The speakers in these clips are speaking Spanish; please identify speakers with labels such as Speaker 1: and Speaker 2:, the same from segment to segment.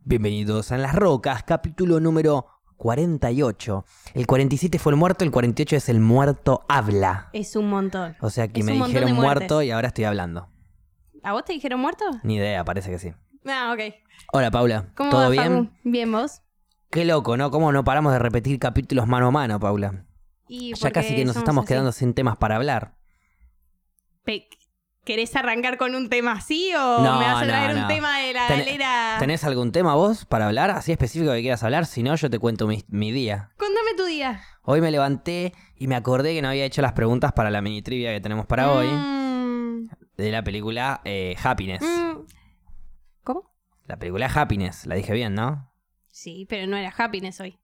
Speaker 1: Bienvenidos a Las Rocas, capítulo número 48. El 47 fue el muerto, el 48 es el muerto habla.
Speaker 2: Es un montón.
Speaker 1: O sea que
Speaker 2: Es
Speaker 1: me
Speaker 2: un montón
Speaker 1: dijeron
Speaker 2: de muertes.
Speaker 1: muerto y ahora estoy hablando.
Speaker 2: ¿A vos te dijeron muerto?
Speaker 1: Ni idea, parece que sí.
Speaker 2: Ah, ok.
Speaker 1: Hola Paula,
Speaker 2: ¿Cómo
Speaker 1: ¿todo
Speaker 2: va,
Speaker 1: bien?
Speaker 2: Facu? Bien, vos.
Speaker 1: Qué loco, ¿no? ¿Cómo no paramos de repetir capítulos mano a mano, Paula?
Speaker 2: Y
Speaker 1: Ya casi
Speaker 2: porque
Speaker 1: que nos
Speaker 2: somos
Speaker 1: estamos
Speaker 2: así.
Speaker 1: quedando sin temas para hablar.
Speaker 2: Pe- ¿Querés arrancar con un tema así o
Speaker 1: No,
Speaker 2: me vas a
Speaker 1: no,
Speaker 2: traer
Speaker 1: no.
Speaker 2: un tema de la
Speaker 1: Ten-
Speaker 2: galera?
Speaker 1: ¿Tenés algún tema vos para hablar? Así específico que quieras hablar, si no yo te cuento mi, mi día.
Speaker 2: Contame tu día.
Speaker 1: Hoy me levanté y me acordé que no había hecho las preguntas para la mini trivia que tenemos para hoy
Speaker 2: Mm,
Speaker 1: de la película eh, Happiness.
Speaker 2: mm. ¿Cómo?
Speaker 1: La película Happiness, la dije bien, ¿no?
Speaker 2: Sí, pero no era Happiness hoy.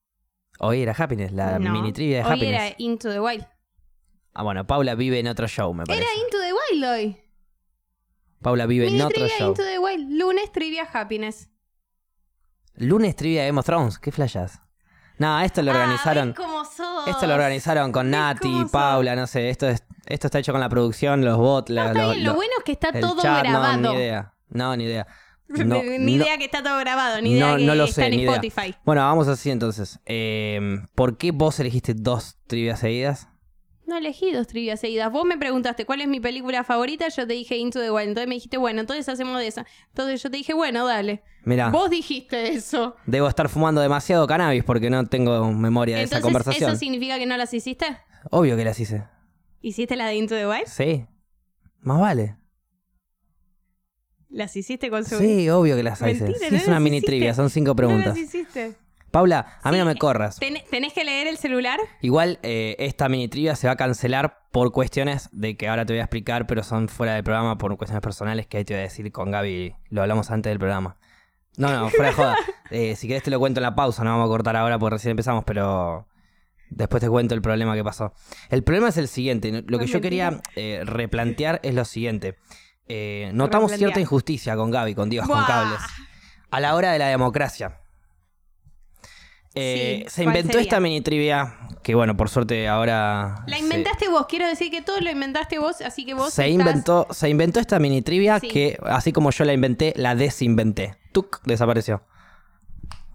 Speaker 1: Hoy era Happiness, la
Speaker 2: No.
Speaker 1: mini trivia de
Speaker 2: Hoy
Speaker 1: Happiness.
Speaker 2: era Into the Wild.
Speaker 1: Ah, bueno, Paula vive en otro show, me parece.
Speaker 2: Era Into the Wild hoy.
Speaker 1: Paula vive en
Speaker 2: Mini
Speaker 1: otro
Speaker 2: trivia
Speaker 1: show.
Speaker 2: Into the Wild. Lunes trivia Happiness.
Speaker 1: Lunes trivia de Game of Thrones, ¿qué flashás? No, esto lo organizaron.
Speaker 2: Ah, ¿ves cómo sos?
Speaker 1: Esto lo organizaron con
Speaker 2: ¿Ves cómo
Speaker 1: Nati,
Speaker 2: sos?
Speaker 1: Paula, no sé. Esto es, esto está hecho con la producción, los bots, la-
Speaker 2: No, está
Speaker 1: lo-
Speaker 2: bien, lo,
Speaker 1: lo-
Speaker 2: bueno es que está
Speaker 1: el
Speaker 2: todo
Speaker 1: chat,
Speaker 2: grabado.
Speaker 1: No, ni idea. No, ni idea. No,
Speaker 2: ni
Speaker 1: no-
Speaker 2: idea que está todo grabado, ni
Speaker 1: no-
Speaker 2: idea que
Speaker 1: no lo
Speaker 2: está
Speaker 1: sé,
Speaker 2: en
Speaker 1: ni idea.
Speaker 2: Spotify.
Speaker 1: Bueno, vamos así entonces. Eh, ¿Por qué vos elegiste dos trivias seguidas?
Speaker 2: No elegí dos trivias seguidas. Vos me preguntaste cuál es mi película favorita, yo te dije Into the Wild. Entonces me dijiste, bueno, entonces hacemos de esa. Entonces yo te dije, bueno, dale.
Speaker 1: Mirá,
Speaker 2: Vos dijiste eso.
Speaker 1: debo estar fumando demasiado cannabis porque no tengo memoria de
Speaker 2: Entonces,
Speaker 1: esa conversación.
Speaker 2: ¿eso significa que no las hiciste?
Speaker 1: Obvio que las hice.
Speaker 2: ¿Hiciste la de Into the Wild?
Speaker 1: Sí. Más vale.
Speaker 2: ¿Las hiciste con su...
Speaker 1: Sí, obvio que las hice.
Speaker 2: Mentira,
Speaker 1: Sí,
Speaker 2: no
Speaker 1: es una
Speaker 2: las
Speaker 1: mini
Speaker 2: hiciste.
Speaker 1: trivia, son cinco
Speaker 2: No
Speaker 1: preguntas.
Speaker 2: las hiciste.
Speaker 1: Paula, a mí
Speaker 2: Sí,
Speaker 1: no me corras.
Speaker 2: Ten- ¿Tenés que leer el celular?
Speaker 1: Igual eh, esta mini trivia se va a cancelar por cuestiones de que ahora te voy a explicar, pero son fuera del programa por cuestiones personales que ahí te voy a decir con Gaby. Lo hablamos antes del programa. No, no, fuera de joda. Eh, si querés te lo cuento en la pausa, no vamos a cortar ahora porque recién empezamos, pero después te cuento el problema que pasó. El problema es el siguiente. Lo que
Speaker 2: No,
Speaker 1: yo quería
Speaker 2: mentira.
Speaker 1: eh, replantear es lo siguiente. Eh, notamos
Speaker 2: Replantear.
Speaker 1: cierta injusticia con Gaby, con Dios, con
Speaker 2: Buah.
Speaker 1: cables. A la hora de la democracia. Eh,
Speaker 2: Sí,
Speaker 1: se
Speaker 2: ¿cuál
Speaker 1: inventó
Speaker 2: sería?
Speaker 1: esta mini trivia, que bueno, por suerte ahora...
Speaker 2: La
Speaker 1: se-
Speaker 2: inventaste vos. Quiero decir que todo lo inventaste vos, así que vos
Speaker 1: Se,
Speaker 2: estás-
Speaker 1: inventó, se inventó esta mini trivia
Speaker 2: Sí.
Speaker 1: que, así como yo la inventé, la desinventé. Tuk, desapareció.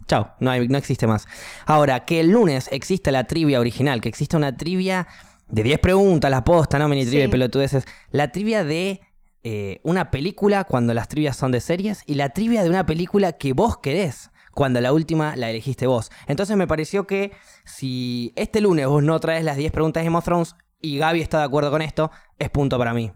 Speaker 1: Chao, no, hay- no existe más. Ahora, que el lunes exista la trivia original, que exista una trivia de 10 preguntas, la posta, ¿no? Mini trivia
Speaker 2: Sí.
Speaker 1: y pelotudeces. La trivia de eh, una película cuando las trivias son de series y la trivia de una película que vos querés cuando la última la elegiste vos. Entonces me pareció que si este lunes vos no traes las 10 preguntas de Game of Thrones y Gaby está de acuerdo con esto, es punto para mí.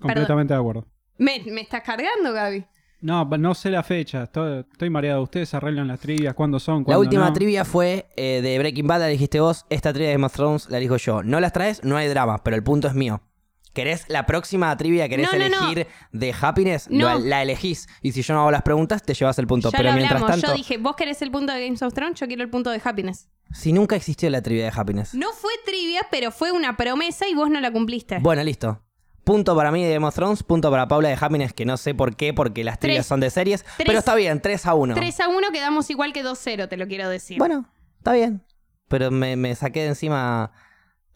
Speaker 3: Completamente de acuerdo.
Speaker 2: Me, me estás cargando, Gaby.
Speaker 3: No, pa- no sé la fecha. Estoy, estoy mareado. Ustedes arreglan las trivias, cuándo son,
Speaker 1: La
Speaker 3: cuándo
Speaker 1: última
Speaker 3: no.
Speaker 1: trivia fue eh, de Breaking Bad, la dijiste vos. Esta trivia de Game of Thrones la elijo yo. No las traes, no hay drama, pero el punto es mío. ¿Querés la próxima trivia? ¿Querés
Speaker 2: No, no, no.
Speaker 1: elegir de Happiness? Lo-
Speaker 2: No.
Speaker 1: la elegís. Y si yo no hago las preguntas, te llevas el punto.
Speaker 2: ya
Speaker 1: pero
Speaker 2: lo
Speaker 1: mientras
Speaker 2: hablamos.
Speaker 1: tanto,
Speaker 2: Yo dije, vos querés el punto de Games of Thrones, yo quiero el punto de Happiness.
Speaker 1: si nunca existió la trivia de Happiness.
Speaker 2: No fue trivia, pero fue una promesa y vos no la cumpliste.
Speaker 1: Bueno, listo. Punto para mí de Game of Thrones, punto para Paula de Happiness, que no sé por qué, porque las
Speaker 2: Tres.
Speaker 1: trivias son de series. Pero
Speaker 2: Tres.
Speaker 1: está bien, 3 a 1.
Speaker 2: 3 a 1 quedamos igual que 2-0, te lo quiero decir.
Speaker 1: Bueno, está bien. Pero me, me saqué de encima.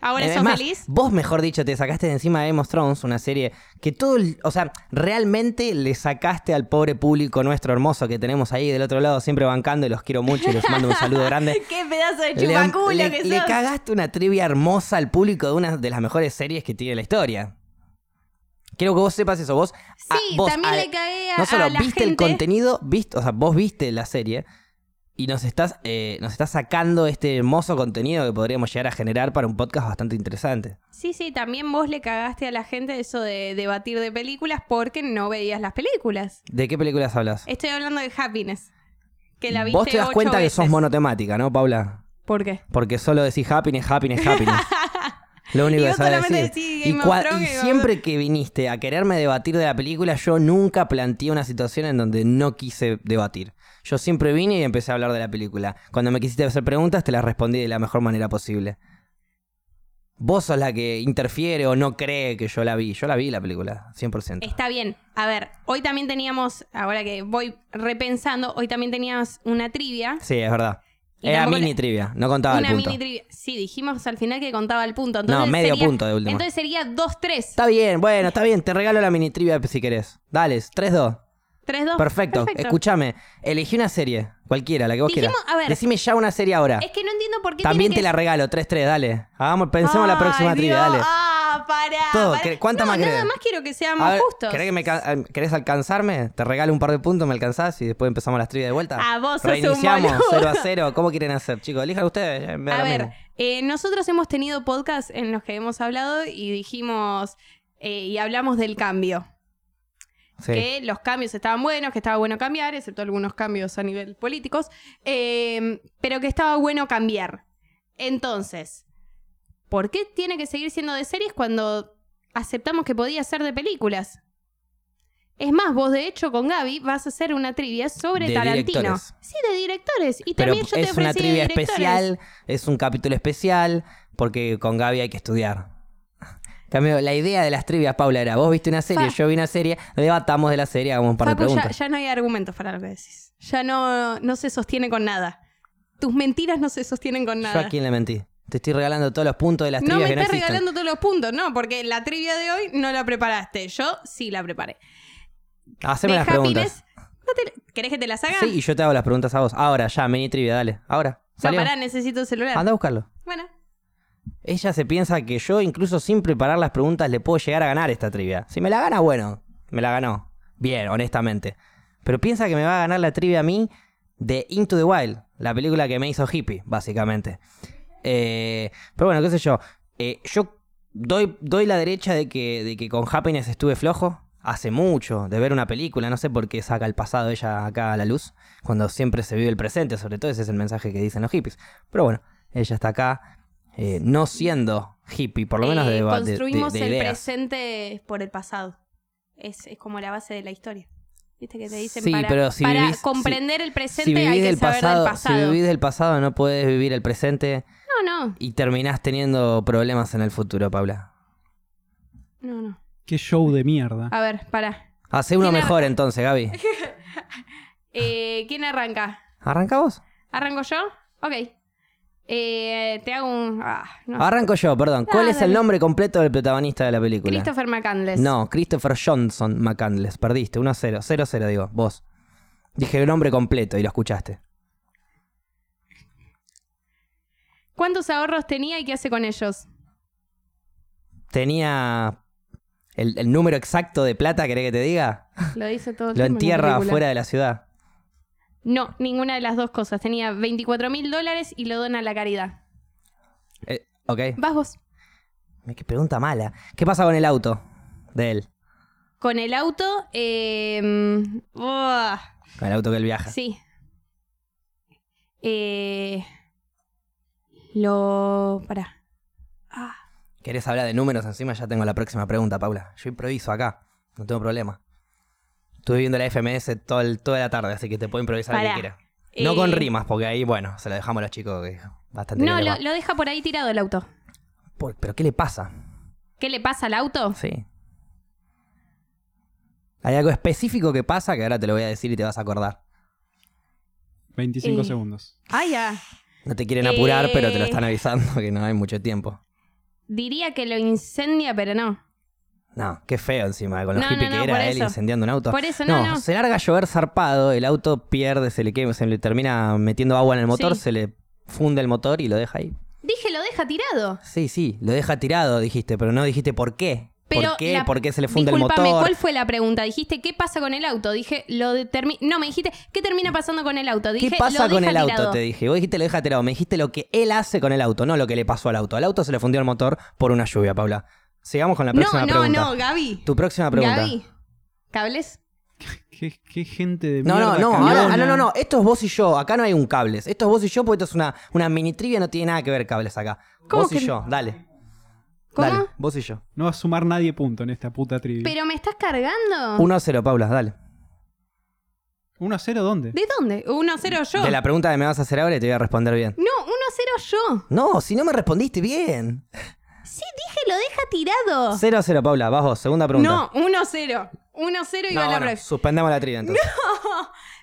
Speaker 2: Ahora
Speaker 1: Eh,
Speaker 2: sos
Speaker 1: más,
Speaker 2: feliz.
Speaker 1: Vos, mejor dicho, te sacaste de encima de Game of Thrones, una serie que todo. el- O sea, realmente le sacaste al pobre público nuestro hermoso que tenemos ahí del otro lado, siempre bancando y los quiero mucho y les mando un saludo grande.
Speaker 2: Qué pedazo de
Speaker 1: Le-
Speaker 2: chupaculo
Speaker 1: le,
Speaker 2: que
Speaker 1: le
Speaker 2: sos.
Speaker 1: cagaste una trivia hermosa al público de una de las mejores series que tiene la historia. Quiero que vos sepas eso. Vos, a-
Speaker 2: Sí,
Speaker 1: vos
Speaker 2: también
Speaker 1: a-
Speaker 2: le cagué a,
Speaker 1: no solo
Speaker 2: a la
Speaker 1: viste
Speaker 2: gente.
Speaker 1: el contenido, viste, o sea, vos viste la serie y nos estás, eh, nos estás sacando este hermoso contenido que podríamos llegar a generar para un podcast bastante interesante.
Speaker 2: Sí, sí, también vos le cagaste a la gente eso de debatir de películas porque no veías las películas.
Speaker 1: ¿De qué películas hablas?
Speaker 2: Estoy hablando de Happiness. Que la viste
Speaker 1: Vos te das
Speaker 2: ocho
Speaker 1: cuenta que
Speaker 2: veces.
Speaker 1: sos monotemática, ¿no, Paula?
Speaker 2: ¿Por qué?
Speaker 1: Porque solo decís happiness, happiness, happiness. Lo único
Speaker 2: Y
Speaker 1: que
Speaker 2: vos
Speaker 1: sabes
Speaker 2: solamente
Speaker 1: decir.
Speaker 2: decís
Speaker 1: y
Speaker 2: Game of
Speaker 1: cua-
Speaker 2: Thrones,
Speaker 1: y
Speaker 2: Game of
Speaker 1: siempre que viniste a quererme debatir de la película, yo nunca planteé una situación en donde no quise debatir. Yo siempre vine y empecé a hablar de la película. Cuando me quisiste hacer preguntas, te las respondí de la mejor manera posible. Vos sos la que interfiere o no cree que yo la vi. Yo la vi la película, 100%.
Speaker 2: Está bien. A ver, hoy también teníamos, ahora que voy repensando, hoy también tenías una trivia.
Speaker 1: Sí, es verdad.
Speaker 2: Y
Speaker 1: Era
Speaker 2: tampoco le-
Speaker 1: mini trivia, no contaba el
Speaker 2: una
Speaker 1: punto.
Speaker 2: mini trivia. Sí, dijimos al final que contaba el punto.
Speaker 1: No,
Speaker 2: Entonces
Speaker 1: medio
Speaker 2: sería-
Speaker 1: punto de última.
Speaker 2: Entonces sería 2-3.
Speaker 1: Está bien, bueno, está bien, te regalo la mini trivia si querés. Dale, 3-2.
Speaker 2: 3-2.
Speaker 1: Perfecto. Escúchame, elegí una serie, cualquiera, la que vos
Speaker 2: Dijimos-
Speaker 1: quieras.
Speaker 2: a ver.
Speaker 1: Decime ya una serie ahora.
Speaker 2: Es que no entiendo por qué.
Speaker 1: También
Speaker 2: tiene
Speaker 1: te
Speaker 2: que-
Speaker 1: la regalo, 3-3, dale. Hagamos, pensemos la
Speaker 2: Ay,
Speaker 1: próxima trivia,
Speaker 2: Dios,
Speaker 1: dale.
Speaker 2: Ah, pará.
Speaker 1: Todo,
Speaker 2: pará.
Speaker 1: ¿qué- cuánta
Speaker 2: no,
Speaker 1: más
Speaker 2: Nada
Speaker 1: querés?
Speaker 2: más quiero que
Speaker 1: A
Speaker 2: sean más
Speaker 1: ver,
Speaker 2: justos.
Speaker 1: ¿querés, que me ca- eh, querés alcanzarme? Te regalo un par de puntos, me alcanzás y después empezamos las trivias de vuelta.
Speaker 2: Ah, vos sos un
Speaker 1: Reiniciamos,
Speaker 2: boludo.
Speaker 1: 0 a 0. ¿Cómo quieren hacer, chicos? Elijan ustedes. eh, me da
Speaker 2: A
Speaker 1: lo
Speaker 2: ver,
Speaker 1: mismo.
Speaker 2: eh, nosotros hemos tenido podcasts en los que hemos hablado y dijimos eh, y hablamos del cambio.
Speaker 1: Sí.
Speaker 2: Que los cambios estaban buenos, que estaba bueno cambiar, excepto algunos cambios a nivel políticos, eh, pero que estaba bueno cambiar. Entonces, ¿por qué tiene que seguir siendo de series cuando aceptamos que podía ser de películas? Es más, vos de hecho con Gaby vas a hacer una trivia sobre
Speaker 1: De
Speaker 2: Tarantino.
Speaker 1: directores.
Speaker 2: Sí, de directores. Y
Speaker 1: Pero
Speaker 2: también yo te
Speaker 1: es una
Speaker 2: ofrecí
Speaker 1: trivia
Speaker 2: directores.
Speaker 1: especial, es un capítulo especial, porque con Gaby hay que estudiar. En Cambio, la idea de las trivias, Paula, era vos viste una serie,
Speaker 2: Fa-
Speaker 1: yo vi una serie, debatamos de la serie, hagamos un par
Speaker 2: Facu,
Speaker 1: de
Speaker 2: ya,
Speaker 1: preguntas.
Speaker 2: ya no hay argumentos para lo que decís. Ya no, no se sostiene con nada. Tus mentiras no se sostienen con
Speaker 1: Yo
Speaker 2: nada.
Speaker 1: a quién le mentí. Te estoy regalando todos los puntos de las
Speaker 2: no me
Speaker 1: trivias que no
Speaker 2: estás
Speaker 1: existen.
Speaker 2: regalando todos los puntos, no, porque la trivia de hoy no la preparaste. Yo sí la preparé.
Speaker 1: Haceme
Speaker 2: De
Speaker 1: las preguntas.
Speaker 2: happiness, ¿no te- ¿Querés que te las haga?
Speaker 1: Sí, y yo te hago las preguntas a vos. Ahora, ya, mini trivia, dale. Ahora.
Speaker 2: no,
Speaker 1: Salió.
Speaker 2: pará, necesito el celular.
Speaker 1: Anda a buscarlo.
Speaker 2: Bueno,
Speaker 1: Ella se piensa que yo, incluso sin preparar las preguntas, le puedo llegar a ganar esta trivia. Si me la gana, bueno, me la ganó. Bien, honestamente. Pero piensa que me va a ganar la trivia a mí de Into the Wild, la película que me hizo hippie, básicamente. Eh, pero bueno, qué sé yo. Eh, yo doy, doy la derecha de que, de que con Happiness estuve flojo. Hace mucho de ver una película, no sé por qué saca el pasado ella acá a la luz, cuando siempre se vive el presente, sobre todo ese es el mensaje que dicen los hippies. Pero bueno, ella está acá, eh, no siendo hippie, por lo menos
Speaker 2: eh,
Speaker 1: de, de- de-
Speaker 2: construimos
Speaker 1: de
Speaker 2: el
Speaker 1: ideas.
Speaker 2: presente por el pasado. Es, es como la base de la historia. ¿Viste que te dicen
Speaker 1: Sí,
Speaker 2: para,
Speaker 1: pero si
Speaker 2: para
Speaker 1: vivís- si-
Speaker 2: comprender el presente
Speaker 1: Si
Speaker 2: hay
Speaker 1: vivís,
Speaker 2: que
Speaker 1: del
Speaker 2: saber
Speaker 1: pasado,
Speaker 2: del pasado?
Speaker 1: si vivís del pasado, no puedes vivir el presente
Speaker 2: No, no,
Speaker 1: y terminás teniendo problemas en el futuro, Paula.
Speaker 2: no, no.
Speaker 3: Qué show de mierda.
Speaker 1: Ah,
Speaker 2: A ver, pará.
Speaker 1: Hace uno
Speaker 2: Tiene-
Speaker 1: mejor entonces, Gaby.
Speaker 2: Eh, ¿Quién arranca?
Speaker 1: ¿Arranca vos?
Speaker 2: ¿Arranco yo? Ok. Eh, te hago un. Ah, no.
Speaker 1: Arranco yo, perdón. ¿Cuál
Speaker 2: Ah,
Speaker 1: es el
Speaker 2: dale.
Speaker 1: nombre completo del protagonista de la película?
Speaker 2: Christopher McCandless.
Speaker 1: No, Christopher Johnson McCandless. Perdiste, 1-0. 0-0, digo, vos. Dije el nombre completo y lo escuchaste.
Speaker 2: ¿Cuántos ahorros tenía y qué hace con ellos?
Speaker 1: Tenía el, el número exacto de plata, ¿querés que te diga?
Speaker 2: Lo dice todo
Speaker 1: Lo
Speaker 2: el tiempo en la
Speaker 1: entierra
Speaker 2: película.
Speaker 1: afuera de la ciudad.
Speaker 2: No, ninguna de las dos cosas. Tenía 24 mil dólares y lo dona a la caridad.
Speaker 1: Eh, ok.
Speaker 2: Vas vos.
Speaker 1: Qué pregunta mala. ¿Qué pasa con el auto de él?
Speaker 2: Con el auto. eh, mm, uah,
Speaker 1: Con el auto que él viaja.
Speaker 2: sí. Eh, lo. Pará. Ah,
Speaker 1: ¿Querés hablar de números encima? Ya tengo la próxima pregunta, Paula. Yo improviso acá. No tengo problema. Estuve viendo la FMS todo el- toda la tarde, así que te puedo improvisar lo
Speaker 2: Pará.
Speaker 1: que quieras. No
Speaker 2: eh,
Speaker 1: con rimas, porque ahí, bueno, se lo dejamos a los chicos que bastante
Speaker 2: No,
Speaker 1: bien les
Speaker 2: lo,
Speaker 1: va.
Speaker 2: lo deja por ahí tirado el auto.
Speaker 1: Por- ¿Pero qué le pasa?
Speaker 2: ¿Qué le pasa al auto?
Speaker 1: Sí. Hay algo específico que pasa que ahora te lo voy a decir y te vas a acordar.
Speaker 3: 25
Speaker 2: Eh.
Speaker 3: segundos.
Speaker 2: Ay, ya.
Speaker 1: ah. No te quieren apurar,
Speaker 2: Eh.
Speaker 1: pero te lo están avisando que no hay mucho tiempo.
Speaker 2: Diría que lo incendia, pero no.
Speaker 1: No, qué feo encima, con lo
Speaker 2: No,
Speaker 1: hippie
Speaker 2: no, no,
Speaker 1: que
Speaker 2: por
Speaker 1: era él
Speaker 2: eso.
Speaker 1: incendiando un auto.
Speaker 2: Por eso, no, no.
Speaker 1: se larga a llover zarpado, el auto pierde, se le quema, se le termina metiendo agua en el motor,
Speaker 2: Sí.
Speaker 1: se le funde el motor y lo deja ahí.
Speaker 2: Dije, lo deja tirado.
Speaker 1: Sí, sí, lo deja tirado, dijiste, pero no dijiste por qué.
Speaker 2: Pero
Speaker 1: ¿Por qué?
Speaker 2: la-
Speaker 1: ¿Por qué se le funde el
Speaker 2: Disculpame,
Speaker 1: motor?
Speaker 2: ¿cuál fue la pregunta? Dijiste, ¿qué pasa con el auto? Dije, lo de termi- No, me dijiste, ¿qué termina pasando con el auto? Dije,
Speaker 1: ¿Qué pasa
Speaker 2: lo
Speaker 1: con
Speaker 2: deja
Speaker 1: el auto?
Speaker 2: tirado.
Speaker 1: Te dije. Vos dijiste lo deja tirado. Me dijiste lo que él hace con el auto, no lo que le pasó al auto. Al auto se le fundió el motor por una lluvia, Paula. Sigamos con la próxima
Speaker 2: No, no,
Speaker 1: pregunta.
Speaker 2: no, Gaby.
Speaker 1: Tu próxima pregunta.
Speaker 2: Gaby. ¿Cables?
Speaker 3: Qué, qué gente de
Speaker 1: No,
Speaker 3: mierda.
Speaker 1: no, no,
Speaker 3: cabrona.
Speaker 1: ahora- ah, no, no, no, esto es vos y yo, acá no hay un cables, esto es vos y yo porque esto es una, una mini trivia, no tiene nada que ver cables acá.
Speaker 2: ¿Cómo
Speaker 1: vos y
Speaker 2: que
Speaker 1: yo,
Speaker 2: no?
Speaker 1: dale.
Speaker 2: ¿Cómo?
Speaker 1: Dale, vos y yo.
Speaker 3: No va a sumar nadie punto en esta puta trivia.
Speaker 2: ¿Pero me estás cargando?
Speaker 1: 1 a 0, Paula, dale.
Speaker 3: ¿1 a 0 dónde?
Speaker 2: ¿De dónde? 1-0 yo.
Speaker 1: De la pregunta que me vas a hacer ahora y te voy a responder bien.
Speaker 2: No, 1-0 yo.
Speaker 1: No, si no me respondiste bien.
Speaker 2: Sí, dije, lo deja tirado.
Speaker 1: 0 a 0, Paula, vas vos, segunda pregunta.
Speaker 2: Ah. No, 1-0. 1-0 y
Speaker 1: No,
Speaker 2: va la
Speaker 1: bueno,
Speaker 2: próxima.
Speaker 1: suspendamos la trivia entonces.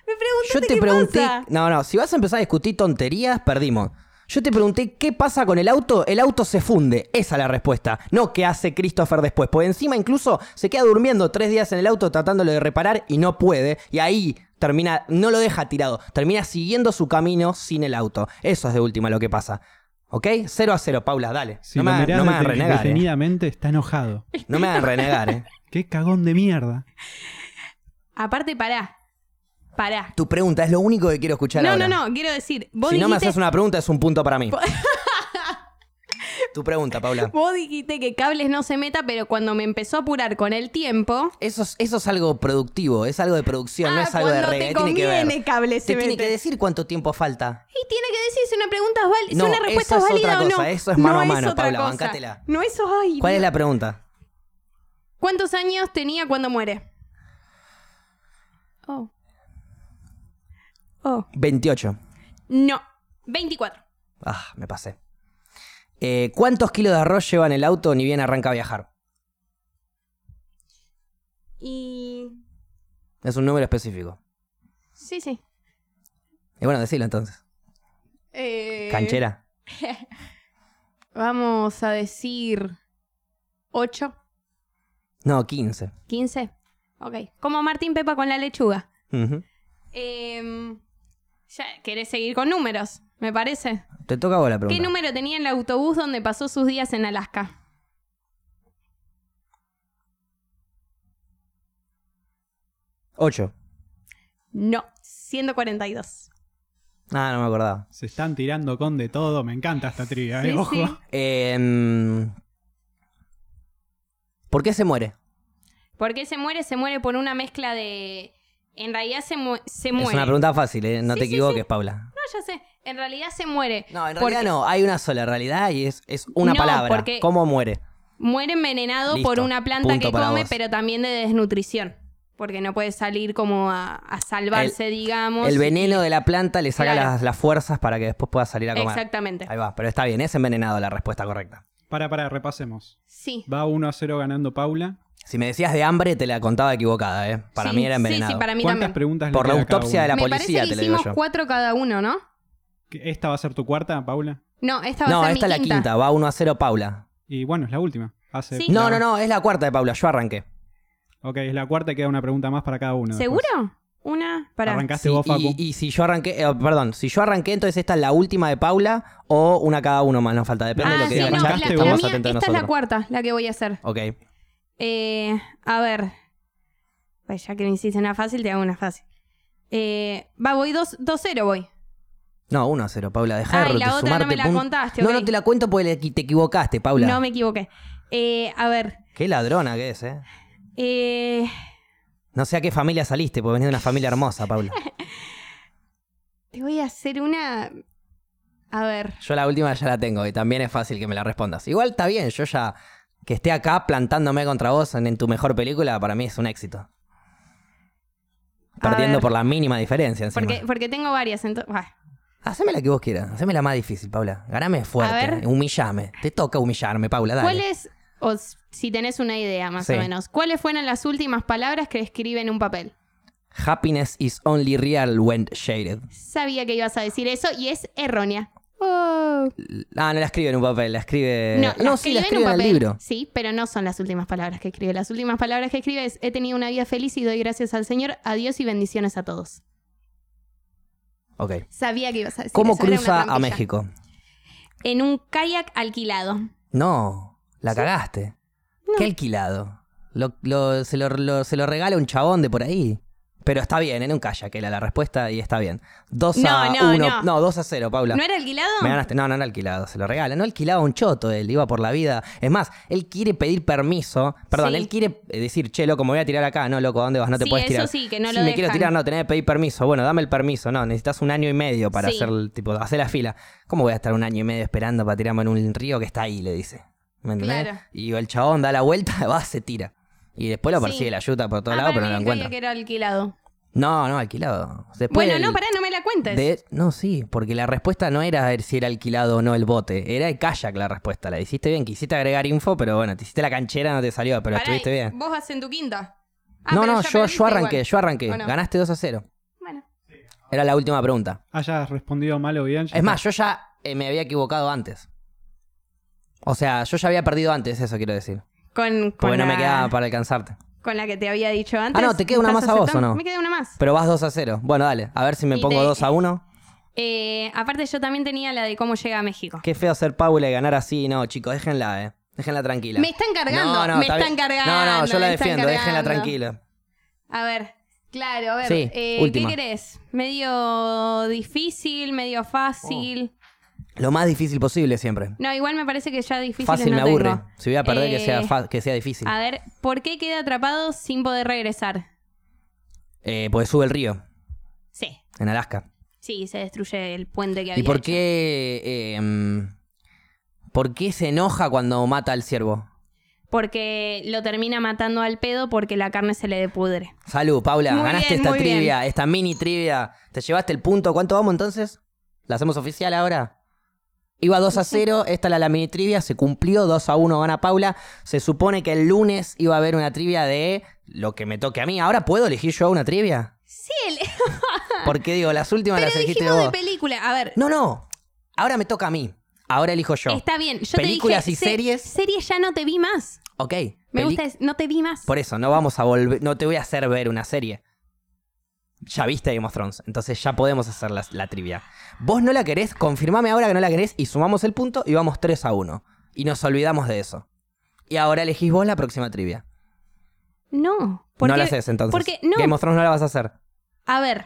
Speaker 2: Me preguntaste
Speaker 1: Yo te
Speaker 2: qué
Speaker 1: pregunté.
Speaker 2: pasa.
Speaker 1: No, no, si vas a empezar a discutir tonterías, perdimos. Yo te pregunté qué pasa con el auto, el auto se funde. Esa es la respuesta. No qué hace Christopher después. Porque encima incluso se queda durmiendo tres días en el auto tratándolo de reparar y no puede. Y ahí termina, no lo deja tirado. Termina siguiendo su camino sin el auto. Eso es de última lo que pasa. ¿Ok? 0 a 0, Paula, dale.
Speaker 3: Si
Speaker 1: no me
Speaker 3: lo
Speaker 1: hagan
Speaker 3: mirás
Speaker 1: no me hagan
Speaker 3: deten-
Speaker 1: renegar. eh.
Speaker 3: detenidamente, está enojado.
Speaker 1: No me hagan renegar, eh.
Speaker 3: Qué cagón de mierda.
Speaker 2: Aparte, pará. Pará.
Speaker 1: Tu pregunta es lo único que quiero escuchar
Speaker 2: No,
Speaker 1: ahora.
Speaker 2: no, no, quiero decir, vos
Speaker 1: si no me
Speaker 2: dijiste,
Speaker 1: haces una pregunta, es un punto para mí. tu pregunta, Paula.
Speaker 2: vos dijiste que cables no se meta, pero cuando me empezó a apurar con el tiempo,
Speaker 1: Eso es, eso es algo productivo, es algo de producción, no
Speaker 2: Ah,
Speaker 1: es algo de
Speaker 2: cuando
Speaker 1: reggae.
Speaker 2: te
Speaker 1: tiene que ver.
Speaker 2: conviene, cable se
Speaker 1: Te tiene
Speaker 2: mete.
Speaker 1: que decir cuánto tiempo falta.
Speaker 2: y tiene que decir si una pregunta es válida, si
Speaker 1: No,
Speaker 2: una respuesta
Speaker 1: eso es
Speaker 2: válida
Speaker 1: otra
Speaker 2: o no.
Speaker 1: cosa, eso es mano
Speaker 2: no
Speaker 1: a mano,
Speaker 2: otra
Speaker 1: Paula,
Speaker 2: cosa.
Speaker 1: bancátela.
Speaker 2: No eso, ay,
Speaker 1: ¿Cuál es
Speaker 2: Dios.
Speaker 1: la pregunta?
Speaker 2: ¿Cuántos años tenía cuando muere? Oh. Oh.
Speaker 1: 28.
Speaker 2: No. 24.
Speaker 1: Ah, me pasé. Eh, ¿Cuántos kilos de arroz lleva en el auto ni bien arranca a viajar?
Speaker 2: Y.
Speaker 1: Es un número específico.
Speaker 2: Sí, sí.
Speaker 1: Y bueno, decilo entonces.
Speaker 2: Eh,
Speaker 1: Canchera.
Speaker 2: Vamos a decir. 8,
Speaker 1: No, 15.
Speaker 2: 15. Ok. Como Martín Pepa con la lechuga.
Speaker 1: Ujú.
Speaker 2: Em, ya, ¿Querés seguir con números? Me parece.
Speaker 1: Te toca a vos la pregunta.
Speaker 2: ¿Qué número tenía el autobús donde pasó sus días en Alaska?
Speaker 1: Ocho.
Speaker 2: No, 142.
Speaker 1: Ah, no me acordaba.
Speaker 3: Se están tirando con de todo. Me encanta esta trivia,
Speaker 2: Sí,
Speaker 3: eh, ojo.
Speaker 2: sí.
Speaker 1: Em, ¿Por qué se muere?
Speaker 2: ¿Por qué se muere? Se muere por una mezcla de... En realidad se, mu- se
Speaker 1: Es una
Speaker 2: muere.
Speaker 1: pregunta fácil, eh, no
Speaker 2: Sí,
Speaker 1: te
Speaker 2: sí,
Speaker 1: equivoques, Paula.
Speaker 2: No, ya sé. En realidad se muere.
Speaker 1: No, en
Speaker 2: Porque
Speaker 1: realidad no, hay una sola realidad y es, es una
Speaker 2: No,
Speaker 1: palabra.
Speaker 2: porque-
Speaker 1: ¿Cómo muere?
Speaker 2: Muere envenenado
Speaker 1: Listo,
Speaker 2: por una planta
Speaker 1: punto
Speaker 2: que
Speaker 1: para
Speaker 2: come,
Speaker 1: vos.
Speaker 2: pero también de desnutrición. Porque no puede salir como a, a salvarse, digamos.
Speaker 1: El veneno de la planta le saca
Speaker 2: Claro.
Speaker 1: las, las fuerzas para que después pueda salir a comer.
Speaker 2: Exactamente.
Speaker 1: Ahí va, pero está bien, es envenenado la respuesta correcta.
Speaker 3: Para, para, repasemos.
Speaker 2: Sí.
Speaker 3: Va 1 a 0 ganando Paula.
Speaker 1: Si me decías de hambre, te la contaba equivocada, ¿eh? Para
Speaker 2: Sí,
Speaker 1: mí era
Speaker 2: sí,
Speaker 1: envenenado.
Speaker 2: Sí, para mí
Speaker 3: ¿Cuántas
Speaker 2: también.
Speaker 3: preguntas le
Speaker 1: Por la
Speaker 3: queda a cada
Speaker 1: autopsia de
Speaker 3: uno?
Speaker 1: la
Speaker 2: Me
Speaker 1: policía,
Speaker 2: parece que
Speaker 1: te lo digo
Speaker 2: hicimos
Speaker 1: yo.
Speaker 2: cuatro cada uno, ¿no?
Speaker 3: ¿Esta va a ser tu cuarta, Paula?
Speaker 2: No, esta va
Speaker 1: no,
Speaker 2: a ser mi
Speaker 1: esta es la quinta, va 1 a 0 Paula.
Speaker 3: Y bueno, es la última. Hace
Speaker 2: Sí.
Speaker 1: No,
Speaker 3: la-
Speaker 1: no, no, es la cuarta de Paula, yo arranqué.
Speaker 3: Ok, es la cuarta y queda una pregunta más para cada uno. después.
Speaker 2: ¿Seguro? Una para...
Speaker 3: Arrancaste
Speaker 1: Sí,
Speaker 3: vos, Facu.
Speaker 1: y, y si yo arranqué, eh, perdón, si yo arranqué, entonces esta es la última de Paula o una cada uno más, nos falta, depende de
Speaker 2: Ah,
Speaker 1: lo que
Speaker 2: sí,
Speaker 1: diga
Speaker 2: no,
Speaker 1: el
Speaker 2: la,
Speaker 1: chat,
Speaker 2: la
Speaker 1: estamos
Speaker 2: mía-
Speaker 1: atentos
Speaker 2: esta es la
Speaker 1: nosotros.
Speaker 2: cuarta, la que voy a hacer.
Speaker 1: Ok.
Speaker 2: Eh, a ver. Pues ya que me hiciste una fácil, te hago una fácil. Eh, va, voy 2-0, voy.
Speaker 1: No, 1 a 0, Paula.
Speaker 2: Ah,
Speaker 1: Dejá de
Speaker 2: y la
Speaker 1: roti-
Speaker 2: otra no
Speaker 1: sumarte
Speaker 2: me la
Speaker 1: pun-
Speaker 2: contaste,
Speaker 1: No,
Speaker 2: ok.
Speaker 1: no te la cuento porque le- te equivocaste, Paula.
Speaker 2: No me equivoqué. Eh, a ver.
Speaker 1: Qué ladrona que es, ¿eh?
Speaker 2: eh,
Speaker 1: No sé a qué familia saliste, porque venís de una familia hermosa, Paula.
Speaker 2: te voy a hacer una. A ver.
Speaker 1: Yo la última ya la tengo y también es fácil que me la respondas. Igual está bien, yo ya que esté acá plantándome contra vos en, en tu mejor película, para mí es un éxito.
Speaker 2: A
Speaker 1: Perdiendo
Speaker 2: ver.
Speaker 1: por la mínima diferencia encima.
Speaker 2: Porque, porque tengo varias. entonces
Speaker 1: Haceme la que vos quieras, haceme la más difícil, Paula. Ganame
Speaker 2: A
Speaker 1: fuerte,
Speaker 2: ver.
Speaker 1: humillame. Te toca humillarme, Paula, dale.
Speaker 2: ¿Cuáles, o s- si tenés una idea más
Speaker 1: Sí.
Speaker 2: o menos, cuáles fueron las últimas palabras que escribe en un papel?
Speaker 1: Happiness is only real when shaded.
Speaker 2: Sabía que ibas a decir eso y es errónea. Oh.
Speaker 1: Ah, no la escribe en un papel, la escribe.
Speaker 2: No, la
Speaker 1: Eh, sí, la
Speaker 2: escribe en un
Speaker 1: escribe en, el
Speaker 2: papel.
Speaker 1: libro.
Speaker 2: Sí, pero no son las últimas palabras que escribe. Las últimas palabras que escribe es: He tenido una vida feliz y doy gracias al Señor. Adiós y bendiciones a todos.
Speaker 1: Ok.
Speaker 2: Sabía que ibas a decir.
Speaker 1: ¿Cómo
Speaker 2: eso, era una
Speaker 1: cruza a
Speaker 2: trampilla.
Speaker 1: México?
Speaker 2: En un kayak alquilado.
Speaker 1: No, la cagaste. Qué alquilado. Lo- lo- se, lo, lo- se lo regala un chabón de por ahí. Pero está bien, en un kayak era la respuesta y está bien. 2 a
Speaker 2: No, no,
Speaker 1: 1.
Speaker 2: no.
Speaker 1: 2 a 0, Paula.
Speaker 2: ¿No era alquilado?
Speaker 1: Me ganaste. No, no era alquilado, se lo regala. No alquilaba un choto, él iba por la vida. Es más, él quiere pedir permiso. Perdón,
Speaker 2: Sí.
Speaker 1: él quiere eh, decir, che, loco, me voy a tirar acá. No, loco, ¿a ¿dónde vas? No te
Speaker 2: Sí,
Speaker 1: puedes
Speaker 2: eso
Speaker 1: tirar.
Speaker 2: sí, que no
Speaker 1: si
Speaker 2: lo
Speaker 1: me quiero
Speaker 2: dejan.
Speaker 1: tirar, no, tenés que pedir permiso. Bueno, dame el permiso. No, necesitas un año y medio para
Speaker 2: Sí.
Speaker 1: hacer, el- tipo, hacer la fila. ¿Cómo voy a estar un año y medio esperando para tirarme en un río que está ahí? Le dice. ¿Me entendés?
Speaker 2: Claro.
Speaker 1: Y el chabón da la vuelta, va, se tira. Y después lo
Speaker 2: Sí.
Speaker 1: persigue la yuta por todos
Speaker 2: Ah,
Speaker 1: lados,
Speaker 2: para
Speaker 1: pero no lo
Speaker 2: mí
Speaker 1: encuentra.
Speaker 2: creía que era alquilado.
Speaker 1: No, no, alquilado. Después
Speaker 2: bueno,
Speaker 1: el-
Speaker 2: no, pará, no me la cuentes.
Speaker 1: de- no, sí, porque la respuesta no era ver si era alquilado o no el bote, era el kayak la respuesta. La hiciste bien, quisiste agregar info, pero bueno, te hiciste la canchera, no te salió, pero
Speaker 2: Pará,
Speaker 1: estuviste bien.
Speaker 2: Vos haces en tu quinta. Ah,
Speaker 1: no,
Speaker 2: pero
Speaker 1: no,
Speaker 2: ya
Speaker 1: yo,
Speaker 2: perdiste
Speaker 1: yo arranqué,
Speaker 2: igual.
Speaker 1: yo arranqué.
Speaker 2: ¿O no?
Speaker 1: Ganaste 2 a 0.
Speaker 2: Bueno,
Speaker 1: Era la última pregunta.
Speaker 3: Hayas respondido mal o bien.
Speaker 1: Es
Speaker 3: ya está.
Speaker 1: más, yo ya eh, me había equivocado antes. O sea, yo ya había perdido antes, eso quiero decir.
Speaker 2: Con, con
Speaker 1: Porque no me
Speaker 2: la-
Speaker 1: quedaba para alcanzarte.
Speaker 2: con la que te había dicho antes.
Speaker 1: no, ¿te queda una
Speaker 2: ¿Estás
Speaker 1: más a vos o
Speaker 2: aceptando?
Speaker 1: no?
Speaker 2: Me queda una más.
Speaker 1: Pero vas 2 a 0. Bueno, dale, a ver si me
Speaker 2: Y
Speaker 1: pongo
Speaker 2: te-
Speaker 1: 2 a 1.
Speaker 2: Eh, aparte, yo también tenía la de cómo llega a México.
Speaker 1: Qué feo ser Paula y ganar así. No, chicos, déjenla, eh. Déjenla tranquila.
Speaker 2: Me están cargando,
Speaker 1: No, no,
Speaker 2: me
Speaker 1: está
Speaker 2: están
Speaker 1: bien.
Speaker 2: cargando.
Speaker 1: No, no, yo la
Speaker 2: me están
Speaker 1: defiendo, déjenla
Speaker 2: cargando.
Speaker 1: tranquila.
Speaker 2: A ver, claro, a ver.
Speaker 1: Sí,
Speaker 2: eh,
Speaker 1: última.
Speaker 2: ¿Qué querés? ¿Medio difícil, medio fácil?
Speaker 1: Oh. Lo más difícil posible siempre.
Speaker 2: No, igual me parece que ya difícil
Speaker 1: Fácil
Speaker 2: no
Speaker 1: me aburre.
Speaker 2: tengo.
Speaker 1: Si voy a perder, que,
Speaker 2: Eh,
Speaker 1: sea fa- que sea difícil.
Speaker 2: A ver, ¿por qué queda atrapado sin poder regresar?
Speaker 1: Eh, pues sube el río,
Speaker 2: Sí,
Speaker 1: en Alaska.
Speaker 2: sí, se destruye el puente que había.
Speaker 1: ¿Y por
Speaker 2: hecho.
Speaker 1: qué, eh, em, por qué se enoja cuando mata al ciervo?
Speaker 2: Porque lo termina matando al pedo porque la carne se le depudre.
Speaker 1: Salud, Paula,
Speaker 2: Muy
Speaker 1: ganaste
Speaker 2: bien,
Speaker 1: esta
Speaker 2: muy bien.
Speaker 1: trivia, esta mini trivia. Te llevaste el punto. ¿Cuánto vamos entonces? ¿La hacemos oficial ahora? Iba 2 a 0, esta era la mini trivia, se cumplió, 2 a 1 gana Paula. Se supone que el lunes iba a haber una trivia de lo que me toque a mí. ¿Ahora puedo elegir yo una trivia?
Speaker 2: Sí, el-
Speaker 1: Porque digo, las últimas
Speaker 2: Ah. pero
Speaker 1: las elegiste
Speaker 2: dijimos de
Speaker 1: vos.
Speaker 2: película. A ver,
Speaker 1: No, no, ahora me toca a mí. Ahora elijo yo.
Speaker 2: está bien. Yo
Speaker 1: Películas
Speaker 2: te
Speaker 1: y
Speaker 2: dije, se-
Speaker 1: series.
Speaker 2: Series ya no te vi más.
Speaker 1: Ok.
Speaker 2: Me
Speaker 1: peli-
Speaker 2: gusta, es- no te vi más.
Speaker 1: Por eso, no vamos a volver, no te voy a hacer ver una serie. Ya viste Game of Thrones, entonces ya podemos hacer la, la trivia. Vos no la querés, confirmame ahora que no la querés y sumamos el punto y vamos 3 a 1. Y nos olvidamos de eso. Y ahora elegís vos la próxima trivia.
Speaker 2: No.
Speaker 1: no la haces entonces.
Speaker 2: Porque no.
Speaker 1: Game of Thrones no la vas a hacer.
Speaker 2: A ver,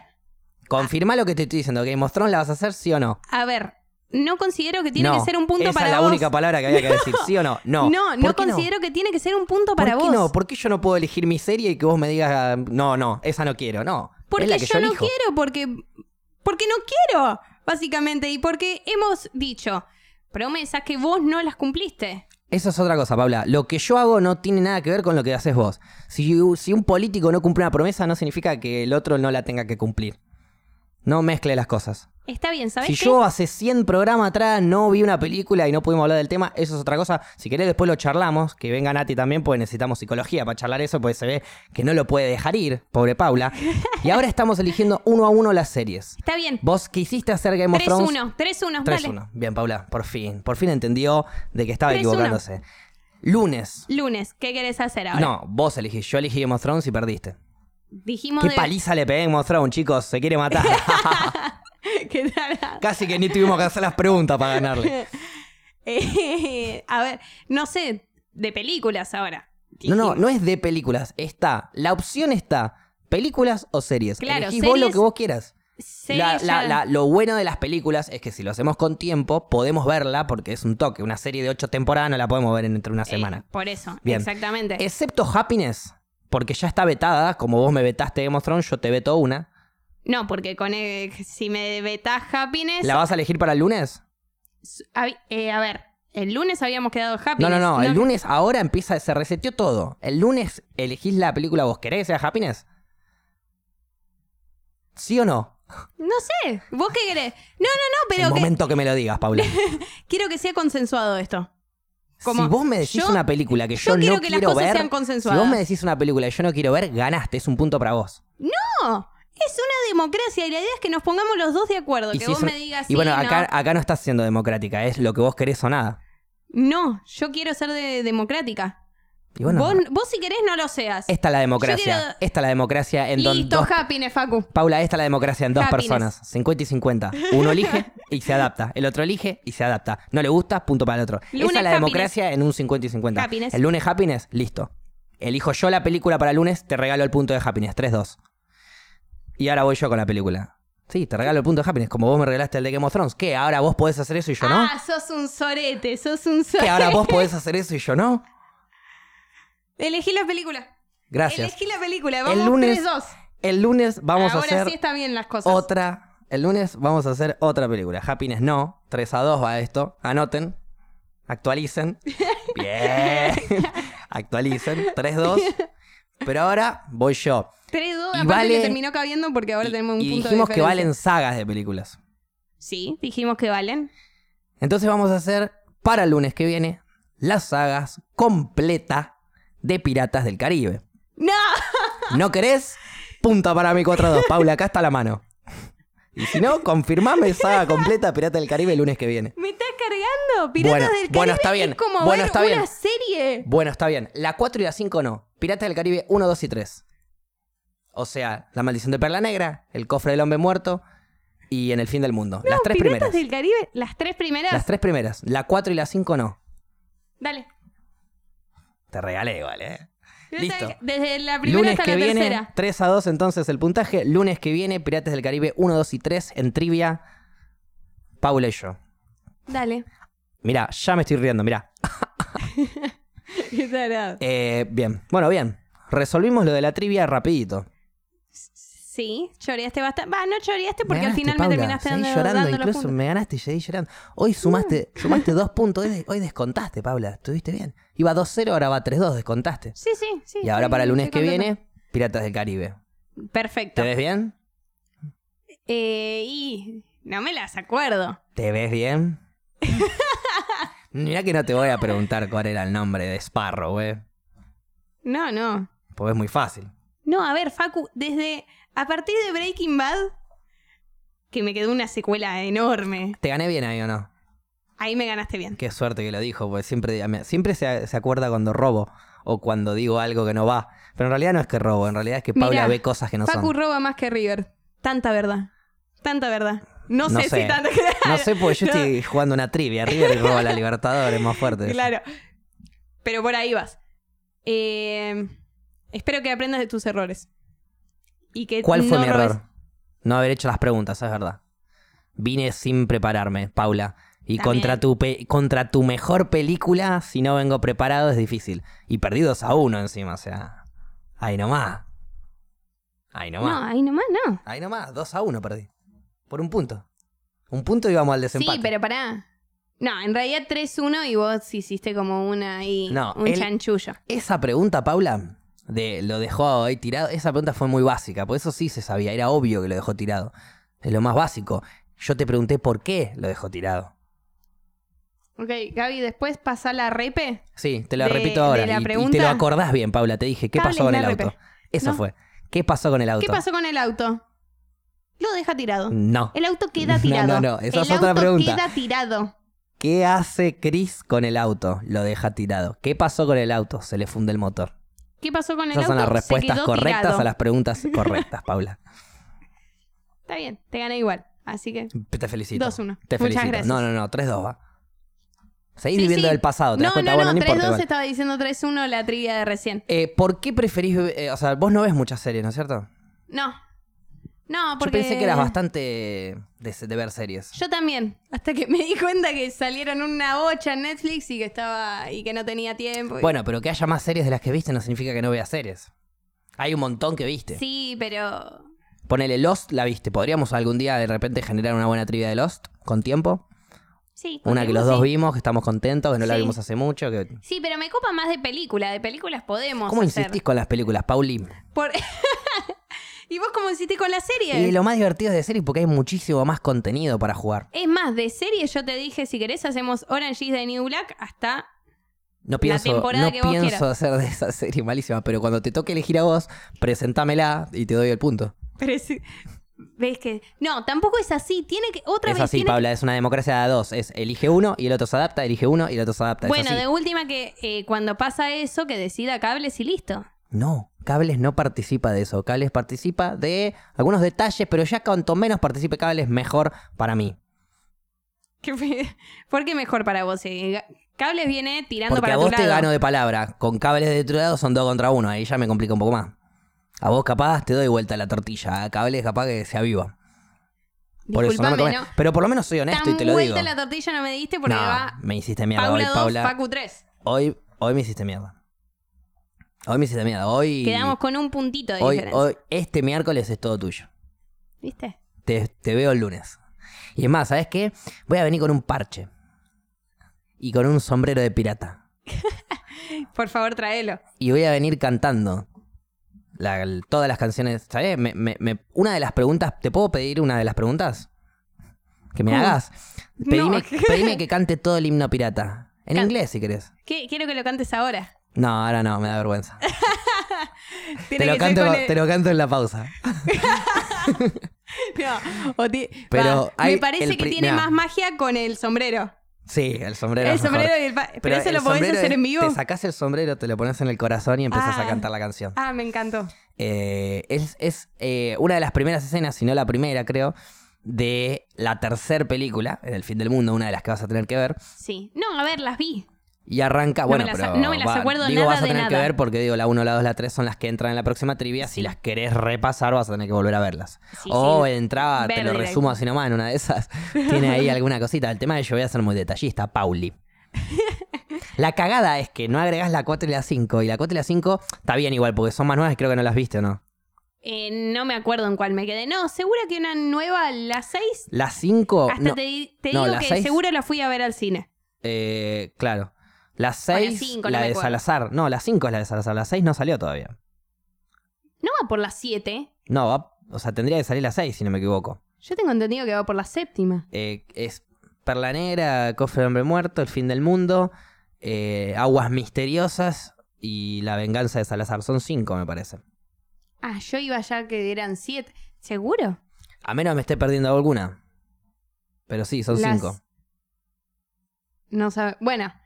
Speaker 1: Confirma lo que te estoy diciendo, Game of Thrones la vas a hacer sí o no.
Speaker 2: a ver. No considero que tiene
Speaker 1: No,
Speaker 2: que ser un punto
Speaker 1: esa
Speaker 2: para
Speaker 1: es la
Speaker 2: vos.
Speaker 1: única palabra que había que decir, sí o no. No,
Speaker 2: no,
Speaker 1: ¿Por
Speaker 2: no
Speaker 1: qué
Speaker 2: considero que tiene que ser un punto para
Speaker 1: ¿Por
Speaker 2: vos.
Speaker 1: qué no? ¿Por qué yo no puedo elegir mi serie y que vos me digas, ah, no, no, esa no quiero, no? Es
Speaker 2: Porque
Speaker 1: la que
Speaker 2: yo, no
Speaker 1: elijo.
Speaker 2: quiero, porque. Porque no quiero, básicamente. Y porque hemos dicho promesas que vos no las cumpliste.
Speaker 1: Eso es otra cosa, Paula. Lo que yo hago no tiene nada que ver con lo que haces vos. Si, si un político no cumple una promesa, no significa que el otro no la tenga que cumplir. No mezcle las cosas.
Speaker 2: Está bien, ¿sabes
Speaker 1: Si
Speaker 2: qué?
Speaker 1: yo hace 100 programas atrás no vi una película y no pudimos hablar del tema, eso es otra cosa. Si querés, después lo charlamos. Que venga Nati también, pues necesitamos psicología para charlar eso, porque se ve que no lo puede dejar ir, pobre Paula. Y ahora estamos eligiendo uno a uno las series.
Speaker 2: Está bien.
Speaker 1: Vos quisiste hacer Game of Thrones.
Speaker 2: 3-1, 3-1, dale.
Speaker 1: 3-1. Bien, Paula, por fin. Por fin entendió de que estaba
Speaker 2: 3-1.
Speaker 1: equivocándose. Lunes.
Speaker 2: Lunes, ¿qué querés hacer ahora?
Speaker 1: No, vos elegís. Yo elegí Game of Thrones y perdiste.
Speaker 2: Dijimos
Speaker 1: Qué
Speaker 2: de...
Speaker 1: paliza le pegué a Game of Thrones, chicos. Se quiere matar.
Speaker 2: ¿Qué tal?
Speaker 1: Casi que ni tuvimos que hacer las preguntas para ganarle.
Speaker 2: Eh, a ver, no sé, de películas ahora.
Speaker 1: No, no, no es de películas. Está. La opción está. Películas o series.
Speaker 2: Claro,
Speaker 1: Elegís vos lo
Speaker 2: series-
Speaker 1: que vos quieras. La-
Speaker 2: Series
Speaker 1: la-
Speaker 2: ya- Eh,
Speaker 1: la- lo bueno de las películas es que si lo hacemos con tiempo, podemos verla porque es un toque. Una serie de ocho temporadas no la podemos ver en- entre una
Speaker 2: eh,
Speaker 1: semana.
Speaker 2: por eso,
Speaker 1: Bien.
Speaker 2: exactamente.
Speaker 1: Excepto Happiness, porque ya está vetada. Como vos me vetaste Game of Thrones, yo te veto una.
Speaker 2: No, porque con eh, si me vetas happiness.
Speaker 1: ¿La vas a elegir para el lunes?
Speaker 2: Hab- eh, a ver, el lunes habíamos quedado happiness.
Speaker 1: No, no, no. El lunes ahora empieza, se reseteó todo. El lunes elegís la película vos. ¿Querés que sea Happiness? ¿Sí o no?
Speaker 2: No sé, ¿vos qué querés? No, no, no,
Speaker 1: El
Speaker 2: pero que-
Speaker 1: momento que me lo digas, Paula.
Speaker 2: quiero que sea consensuado esto. Como-
Speaker 1: si vos me decís
Speaker 2: yo-
Speaker 1: una película que yo,
Speaker 2: quiero
Speaker 1: no
Speaker 2: que las
Speaker 1: quiero
Speaker 2: cosas
Speaker 1: ver,
Speaker 2: sean
Speaker 1: si
Speaker 2: consensuadas.
Speaker 1: vos me decís una película que yo no quiero ver, ganaste. Es un punto para vos.
Speaker 2: No, es una democracia y la idea es que nos pongamos los dos de acuerdo. que
Speaker 1: si
Speaker 2: vos
Speaker 1: es una-
Speaker 2: me digas
Speaker 1: y bueno,
Speaker 2: sí,
Speaker 1: acá, acá no estás siendo democrática. Es lo que vos querés o nada.
Speaker 2: no. No, yo quiero ser de- democrática.
Speaker 1: Y bueno,
Speaker 2: vos, vos si querés no lo seas.
Speaker 1: esta es la democracia.
Speaker 2: quiero-
Speaker 1: Esta es la democracia en donde
Speaker 2: Listo, happiness, Facu.
Speaker 1: Paula, esta es la democracia en dos
Speaker 2: Happiness.
Speaker 1: personas, 50 y 50. Uno elige y se adapta, el otro elige y se adapta. No le gusta, punto para el otro.
Speaker 2: Lunes,
Speaker 1: Esa es la
Speaker 2: happiness.
Speaker 1: democracia en un 50 y 50.
Speaker 2: Happiness.
Speaker 1: El lunes happiness, listo. Elijo yo la película para el lunes, te regalo el punto de happiness, 3-2. Y ahora voy yo con la película. Sí, te regalo el punto de happiness, como vos me regalaste el de Game of Thrones. ¿Qué? ¿Ahora vos podés hacer eso y yo no?
Speaker 2: Ah, sos un sorete, sos un
Speaker 1: ¿Qué?
Speaker 2: sorete.
Speaker 1: ¿Ahora vos podés hacer eso y yo no?
Speaker 2: Elegí la película.
Speaker 1: Gracias.
Speaker 2: Elegí la película, vamos
Speaker 1: El lunes
Speaker 2: 3-2.
Speaker 1: El lunes vamos
Speaker 2: Ahora
Speaker 1: a hacer
Speaker 2: sí están bien las cosas.
Speaker 1: otra. El lunes vamos a hacer otra película. Happiness no. 3 a 2 va esto. Anoten. Actualicen. Bien. Actualicen. 3 2. Pero ahora voy yo. Y
Speaker 2: 3-2, aparte
Speaker 1: vale-
Speaker 2: le terminó cabiendo porque ahora
Speaker 1: Y-
Speaker 2: tenemos un
Speaker 1: y
Speaker 2: punto de
Speaker 1: dijimos que
Speaker 2: diferencia.
Speaker 1: valen sagas de películas.
Speaker 2: Sí, dijimos que valen.
Speaker 1: Entonces vamos a hacer para el lunes que viene las sagas completa de Piratas del Caribe.
Speaker 2: ¡No!
Speaker 1: ¿No querés? Punta para mi 4 2. Paula, acá está la mano. Y si no, confirmame saga completa Pirata del Caribe el lunes que viene.
Speaker 2: ¿Me estás cargando? Piratas
Speaker 1: Bueno,
Speaker 2: del Caribe
Speaker 1: bueno, está bien,
Speaker 2: es como
Speaker 1: bueno,
Speaker 2: ver
Speaker 1: está
Speaker 2: una
Speaker 1: bien.
Speaker 2: serie.
Speaker 1: Bueno, está bien. La 4 y la 5 no. Pirata del Caribe 1, 2 y 3. O sea, La Maldición de Perla Negra, El Cofre del Hombre Muerto y En el Fin del Mundo. las tres
Speaker 2: Piratas
Speaker 1: primeras.
Speaker 2: del Caribe, las tres primeras.
Speaker 1: Las tres primeras. La 4 y la 5 no.
Speaker 2: Dale.
Speaker 1: Te regalé igual, ¿eh?
Speaker 2: Pirata
Speaker 1: Listo.
Speaker 2: del- Desde la primera
Speaker 1: Lunes
Speaker 2: hasta
Speaker 1: que
Speaker 2: la
Speaker 1: viene,
Speaker 2: tercera.
Speaker 1: 3 a 2 entonces el puntaje. Lunes que viene, Piratas del Caribe 1, 2 y 3 en trivia. Paula y yo.
Speaker 2: Dale.
Speaker 1: Mirá, ya me estoy riendo, mirá.
Speaker 2: Qué tarado.
Speaker 1: Eh, bien, bueno, bien. Resolvimos lo de la trivia rapidito.
Speaker 2: Sí, choreaste bastante. Va, no choreaste
Speaker 1: Me
Speaker 2: porque al
Speaker 1: ganaste,
Speaker 2: final
Speaker 1: Paula.
Speaker 2: me terminaste
Speaker 1: Seguí
Speaker 2: dando,
Speaker 1: llorando,
Speaker 2: dando los
Speaker 1: incluso
Speaker 2: puntos. Mm.
Speaker 1: me ganaste y seguí llorando. Hoy sumaste, sumaste dos puntos, hoy, hoy descontaste, Paula. Estuviste bien. Iba 2-0, ahora va 3-2, descontaste.
Speaker 2: Sí, sí, sí.
Speaker 1: y ahora
Speaker 2: estoy-
Speaker 1: para el lunes que
Speaker 2: estoy contenta.
Speaker 1: viene, Piratas del Caribe. ¿Te
Speaker 2: Perfecto.
Speaker 1: ves bien?
Speaker 2: Eh, y no me las acuerdo.
Speaker 1: ¿Te ves bien? Mirá que no te voy a preguntar cuál era el nombre de Sparrow, güey.
Speaker 2: No, no.
Speaker 1: Porque es muy fácil.
Speaker 2: No, a ver, Facu, desde. A partir de Breaking Bad, que me quedó una secuela enorme.
Speaker 1: ¿Te gané bien ahí o no?
Speaker 2: Ahí me ganaste bien.
Speaker 1: Qué suerte que lo dijo, porque siempre, a mí- siempre se, se acuerda cuando robo o cuando digo algo que no va. Pero en realidad no es que robo, en realidad es que Paula
Speaker 2: Mirá,
Speaker 1: ve cosas que no
Speaker 2: Facu
Speaker 1: son.
Speaker 2: roba más que River. Tanta verdad. Tanta verdad. No,
Speaker 1: No
Speaker 2: sé,
Speaker 1: sé.
Speaker 2: si tanta
Speaker 1: No sé, porque yo
Speaker 2: No.
Speaker 1: estoy jugando una trivia. River y roba a la Libertadores, más fuerte.
Speaker 2: Claro. Pero por ahí vas. Eh, espero que aprendas de tus errores. Y que
Speaker 1: ¿Cuál fue
Speaker 2: no
Speaker 1: mi
Speaker 2: robes-
Speaker 1: error? No haber hecho las preguntas, es verdad. Vine sin prepararme, Paula. Y
Speaker 2: También.
Speaker 1: contra tu, pe- contra tu mejor película, si no vengo preparado, es difícil. Y perdidos a uno encima, o sea. Ahí nomás. Ahí
Speaker 2: No,
Speaker 1: nomás.
Speaker 2: ahí nomás no.
Speaker 1: Ahí nomás, 2 a 1 perdí. Por un punto. Un punto íbamos al desempate.
Speaker 2: Sí, pero pará. No, en realidad 3-1 y vos hiciste como una ahí,
Speaker 1: No,
Speaker 2: un
Speaker 1: él-
Speaker 2: chanchullo.
Speaker 1: Esa pregunta, Paula, de lo dejó ahí tirado, esa pregunta fue muy básica, por eso sí se sabía, era obvio que lo dejó tirado. Es lo más básico. Yo te pregunté por qué lo dejó tirado.
Speaker 2: Ok, Gaby, después pasa la repe.
Speaker 1: Sí, te lo
Speaker 2: De-
Speaker 1: repito ahora.
Speaker 2: de la
Speaker 1: y- y, te lo
Speaker 2: pregunta-
Speaker 1: acordás bien, Paula. Te dije, ¿qué
Speaker 2: Cable
Speaker 1: pasó con
Speaker 2: es
Speaker 1: el
Speaker 2: la
Speaker 1: auto?
Speaker 2: RP.
Speaker 1: Eso
Speaker 2: No.
Speaker 1: fue. ¿Qué pasó con el auto?
Speaker 2: ¿Qué pasó con el auto? Lo deja tirado.
Speaker 1: No.
Speaker 2: El auto queda
Speaker 1: No,
Speaker 2: tirado.
Speaker 1: no, no, esa
Speaker 2: el
Speaker 1: es otra
Speaker 2: auto
Speaker 1: pregunta.
Speaker 2: queda tirado.
Speaker 1: ¿Qué hace Chris con el auto? Lo deja tirado. ¿Qué pasó con el auto? Se le funde el motor.
Speaker 2: ¿Qué pasó con el
Speaker 1: Esas
Speaker 2: auto?
Speaker 1: son las
Speaker 2: Se
Speaker 1: respuestas
Speaker 2: quedó
Speaker 1: correctas
Speaker 2: tirado.
Speaker 1: a las preguntas correctas, Paula.
Speaker 2: Está bien, te gané igual. Así que
Speaker 1: Te felicito.
Speaker 2: 2-1.
Speaker 1: Te
Speaker 2: Muchas
Speaker 1: felicito.
Speaker 2: gracias.
Speaker 1: No, no, no, 3-2 va. Seguís
Speaker 2: Sí,
Speaker 1: viviendo
Speaker 2: sí.
Speaker 1: del pasado, te
Speaker 2: no,
Speaker 1: das cuenta.
Speaker 2: no,
Speaker 1: bueno,
Speaker 2: no,
Speaker 1: no, importa.
Speaker 2: 3-2
Speaker 1: igual.
Speaker 2: estaba diciendo 3-1 la trivia de recién.
Speaker 1: Eh, ¿Por qué preferís.? eh, o sea, vos no ves muchas series, ¿no es cierto?
Speaker 2: No. No, porque...
Speaker 1: Yo pensé que eras bastante de, se- de ver series.
Speaker 2: Yo también, hasta que me di cuenta que salieron una bocha en Netflix y que estaba y que no tenía tiempo. y-
Speaker 1: Bueno, pero que haya más series de las que viste no significa que no veas series. Hay un montón que viste.
Speaker 2: sí, pero
Speaker 1: Ponele Lost, la viste. ¿Podríamos algún día de repente generar una buena trivia de Lost con tiempo?
Speaker 2: sí.
Speaker 1: Una que los
Speaker 2: continuemos,
Speaker 1: dos
Speaker 2: sí.
Speaker 1: vimos, que estamos contentos, que no la
Speaker 2: Sí.
Speaker 1: vimos hace mucho. Que...
Speaker 2: Sí, pero me copa más de película, de películas podemos
Speaker 1: ¿Cómo
Speaker 2: hacer.
Speaker 1: insistís con las películas, Pauli?
Speaker 2: Por- ¿Y vos cómo insistís con la serie?
Speaker 1: Y lo más divertido es de series porque hay muchísimo más contenido para jugar.
Speaker 2: Es más, de serie yo te dije, si querés hacemos Orange is the New Black hasta...
Speaker 1: No pienso,
Speaker 2: temporada
Speaker 1: no
Speaker 2: que vos
Speaker 1: pienso
Speaker 2: quieras.
Speaker 1: hacer de esa serie malísima, pero cuando te toque elegir a vos, presentámela y te doy el punto.
Speaker 2: Pero sí- ¿Ves que...? No, tampoco es así, tiene que... Otra
Speaker 1: es
Speaker 2: vez
Speaker 1: así,
Speaker 2: tiene que-
Speaker 1: Paula, es una democracia de dos. Es elige uno y el otro se adapta, elige uno y el otro se adapta. es
Speaker 2: Bueno,
Speaker 1: así.
Speaker 2: de última que eh, cuando pasa eso, que decida cables y listo.
Speaker 1: No, Cables no participa de eso. Cables participa de algunos detalles, pero ya cuanto menos participe Cables, mejor para mí.
Speaker 2: ¿Qué fe- ¿Por qué mejor para vos? eh? Ga- Cables viene tirando
Speaker 1: Porque
Speaker 2: para
Speaker 1: a vos
Speaker 2: tu
Speaker 1: te
Speaker 2: lado.
Speaker 1: gano de palabra. Con Cables de tu lado son dos contra uno. Ahí ya me complica un poco más. A vos capaz te doy vuelta la tortilla. A Cables capaz que se aviva. Por eso no me
Speaker 2: Disculpame,
Speaker 1: comes. Pero por lo menos soy honesto
Speaker 2: Tan
Speaker 1: y te lo digo.
Speaker 2: vuelta la tortilla no me diste porque
Speaker 1: No,
Speaker 2: va
Speaker 1: me hiciste mierda
Speaker 2: Paula
Speaker 1: hoy,
Speaker 2: 2,
Speaker 1: Paula.
Speaker 2: Facu 3.
Speaker 1: Hoy, hoy me hiciste mierda. Hoy me hiciste mierda. Hoy,
Speaker 2: Quedamos con un puntito de
Speaker 1: hoy,
Speaker 2: diferencia.
Speaker 1: hoy, este miércoles es todo tuyo.
Speaker 2: ¿Viste?
Speaker 1: Te, te veo el lunes. Y es más, ¿sabes qué? Voy a venir con un parche. Y con un sombrero de pirata.
Speaker 2: Por favor, tráelo.
Speaker 1: Y voy a venir cantando. la- el- todas las canciones. ¿Sabes? Me- me- me- una de las preguntas. ¿Te puedo pedir una de las preguntas? Que me
Speaker 2: ¿Cómo?
Speaker 1: hagas.
Speaker 2: Uh, No.
Speaker 1: Pedime, pedime que cante todo el himno pirata. En
Speaker 2: Can-
Speaker 1: inglés, si querés.
Speaker 2: ¿Qué- Quiero que lo cantes ahora.
Speaker 1: No, ahora no, me da vergüenza.
Speaker 2: Tiene
Speaker 1: Te lo,
Speaker 2: que ser
Speaker 1: canto,
Speaker 2: con
Speaker 1: con-
Speaker 2: el-
Speaker 1: te lo canto en la pausa.
Speaker 2: No, o ti-
Speaker 1: Pero
Speaker 2: va,
Speaker 1: hay
Speaker 2: me parece
Speaker 1: el
Speaker 2: que
Speaker 1: pri-
Speaker 2: tiene
Speaker 1: mirá.
Speaker 2: más magia con el sombrero.
Speaker 1: Sí, el sombrero.
Speaker 2: el
Speaker 1: es mejor.
Speaker 2: sombrero y el pa- Pero, eso
Speaker 1: el
Speaker 2: lo podés
Speaker 1: sombrero
Speaker 2: hacer
Speaker 1: es-
Speaker 2: en vivo.
Speaker 1: Te sacás el sombrero, te lo pones en el corazón y empezás
Speaker 2: Ah.
Speaker 1: a cantar la canción.
Speaker 2: Ah, me encantó.
Speaker 1: Eh, es es, eh, una de las primeras escenas, si no la primera, creo, de la tercera película, en el fin del mundo, una de las que vas a tener que ver.
Speaker 2: Sí. No, a ver, las vi.
Speaker 1: Y arranca,
Speaker 2: No
Speaker 1: bueno,
Speaker 2: me las-
Speaker 1: pero
Speaker 2: no me las acuerdo
Speaker 1: digo,
Speaker 2: nada
Speaker 1: vas a
Speaker 2: de
Speaker 1: tener que
Speaker 2: nada.
Speaker 1: ver porque digo, la 1, la 2, la 3 son las que entran en la próxima trivia. Si las querés repasar, vas a tener que volver a verlas.
Speaker 2: Sí,
Speaker 1: o
Speaker 2: sí.
Speaker 1: entraba, te
Speaker 2: Ver
Speaker 1: lo
Speaker 2: directo.
Speaker 1: resumo así nomás en una de esas. Tiene ahí alguna cosita. El tema de yo voy a ser muy detallista, Pauli. La cagada es que no agregás la 4 y la 5. Y la 4 y la 5 está bien igual, porque son más nuevas y creo que no las viste, ¿o no?
Speaker 2: Eh, no me acuerdo en cuál me quedé. No, seguro que una nueva, la 6.
Speaker 1: La 5.
Speaker 2: Hasta
Speaker 1: Oh, no,
Speaker 2: te, di- te
Speaker 1: No,
Speaker 2: digo
Speaker 1: la
Speaker 2: que
Speaker 1: seis-
Speaker 2: seguro la fui a ver al cine.
Speaker 1: eh, claro. La
Speaker 2: la
Speaker 1: 6,
Speaker 2: cinco, no
Speaker 1: la,
Speaker 2: me
Speaker 1: de
Speaker 2: acuerdo.
Speaker 1: Salazar. No, la 5 es la de Salazar. La 6 no salió todavía.
Speaker 2: No va por la 7.
Speaker 1: No, va- o sea, tendría que salir la 6, si no me equivoco.
Speaker 2: Yo tengo entendido que va por la séptima.
Speaker 1: Eh, es Perla Negra, Cofre de Hombre Muerto, El Fin del Mundo, eh, Aguas Misteriosas y La Venganza de Salazar. Son cinco, me parece.
Speaker 2: Ah, yo iba ya que eran 7. ¿Seguro?
Speaker 1: A menos me esté perdiendo alguna. Pero sí, son
Speaker 2: Las-
Speaker 1: cinco.
Speaker 2: No sabe. Bueno.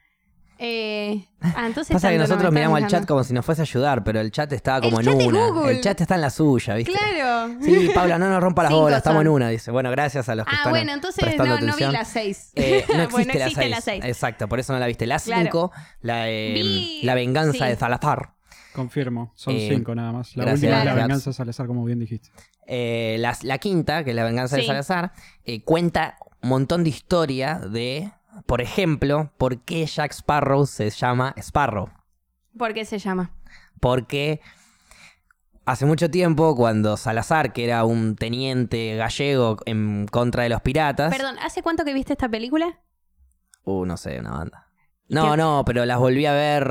Speaker 2: Eh, ah, entonces
Speaker 1: Pasa que
Speaker 2: tanto no me
Speaker 1: nosotros
Speaker 2: estás
Speaker 1: miramos el chat
Speaker 2: dejando.
Speaker 1: como si nos fuese a ayudar, pero el chat estaba como
Speaker 2: El
Speaker 1: en
Speaker 2: chat es
Speaker 1: una.
Speaker 2: Google.
Speaker 1: El chat está en la suya, ¿viste?
Speaker 2: Claro.
Speaker 1: Sí, Paula, no nos rompa las
Speaker 2: Cinco
Speaker 1: bolas, estamos en
Speaker 2: son.
Speaker 1: una, dice. Bueno, gracias a los que
Speaker 2: Ah,
Speaker 1: están
Speaker 2: bueno, entonces no,
Speaker 1: prestando
Speaker 2: no vi
Speaker 1: atención.
Speaker 2: la 6.
Speaker 1: Eh, no existe,
Speaker 2: bueno,
Speaker 1: la
Speaker 2: existe
Speaker 1: seis.
Speaker 2: la 6.
Speaker 1: Exacto, por eso no la viste. La
Speaker 2: Claro.
Speaker 1: 5, la, eh,
Speaker 2: Vi-
Speaker 1: la venganza
Speaker 2: sí.
Speaker 1: de Salazar.
Speaker 3: Confirmo, son
Speaker 1: Eh,
Speaker 3: cinco nada más. La
Speaker 1: gracias,
Speaker 3: última es la
Speaker 2: Alex.
Speaker 3: venganza de Salazar, como bien dijiste.
Speaker 1: Eh, la, la quinta, que es la venganza de
Speaker 2: Sí.
Speaker 1: Salazar, eh, cuenta un montón de historia de, por ejemplo, por qué Jack Sparrow se llama Sparrow.
Speaker 2: ¿Por qué se llama?
Speaker 1: Porque hace mucho tiempo, cuando Salazar, que era un teniente gallego en contra de los piratas.
Speaker 2: Perdón, ¿hace cuánto que viste esta película?
Speaker 1: Uh, no sé, una banda. No,
Speaker 2: ¿Qué?
Speaker 1: no, pero las volví a ver.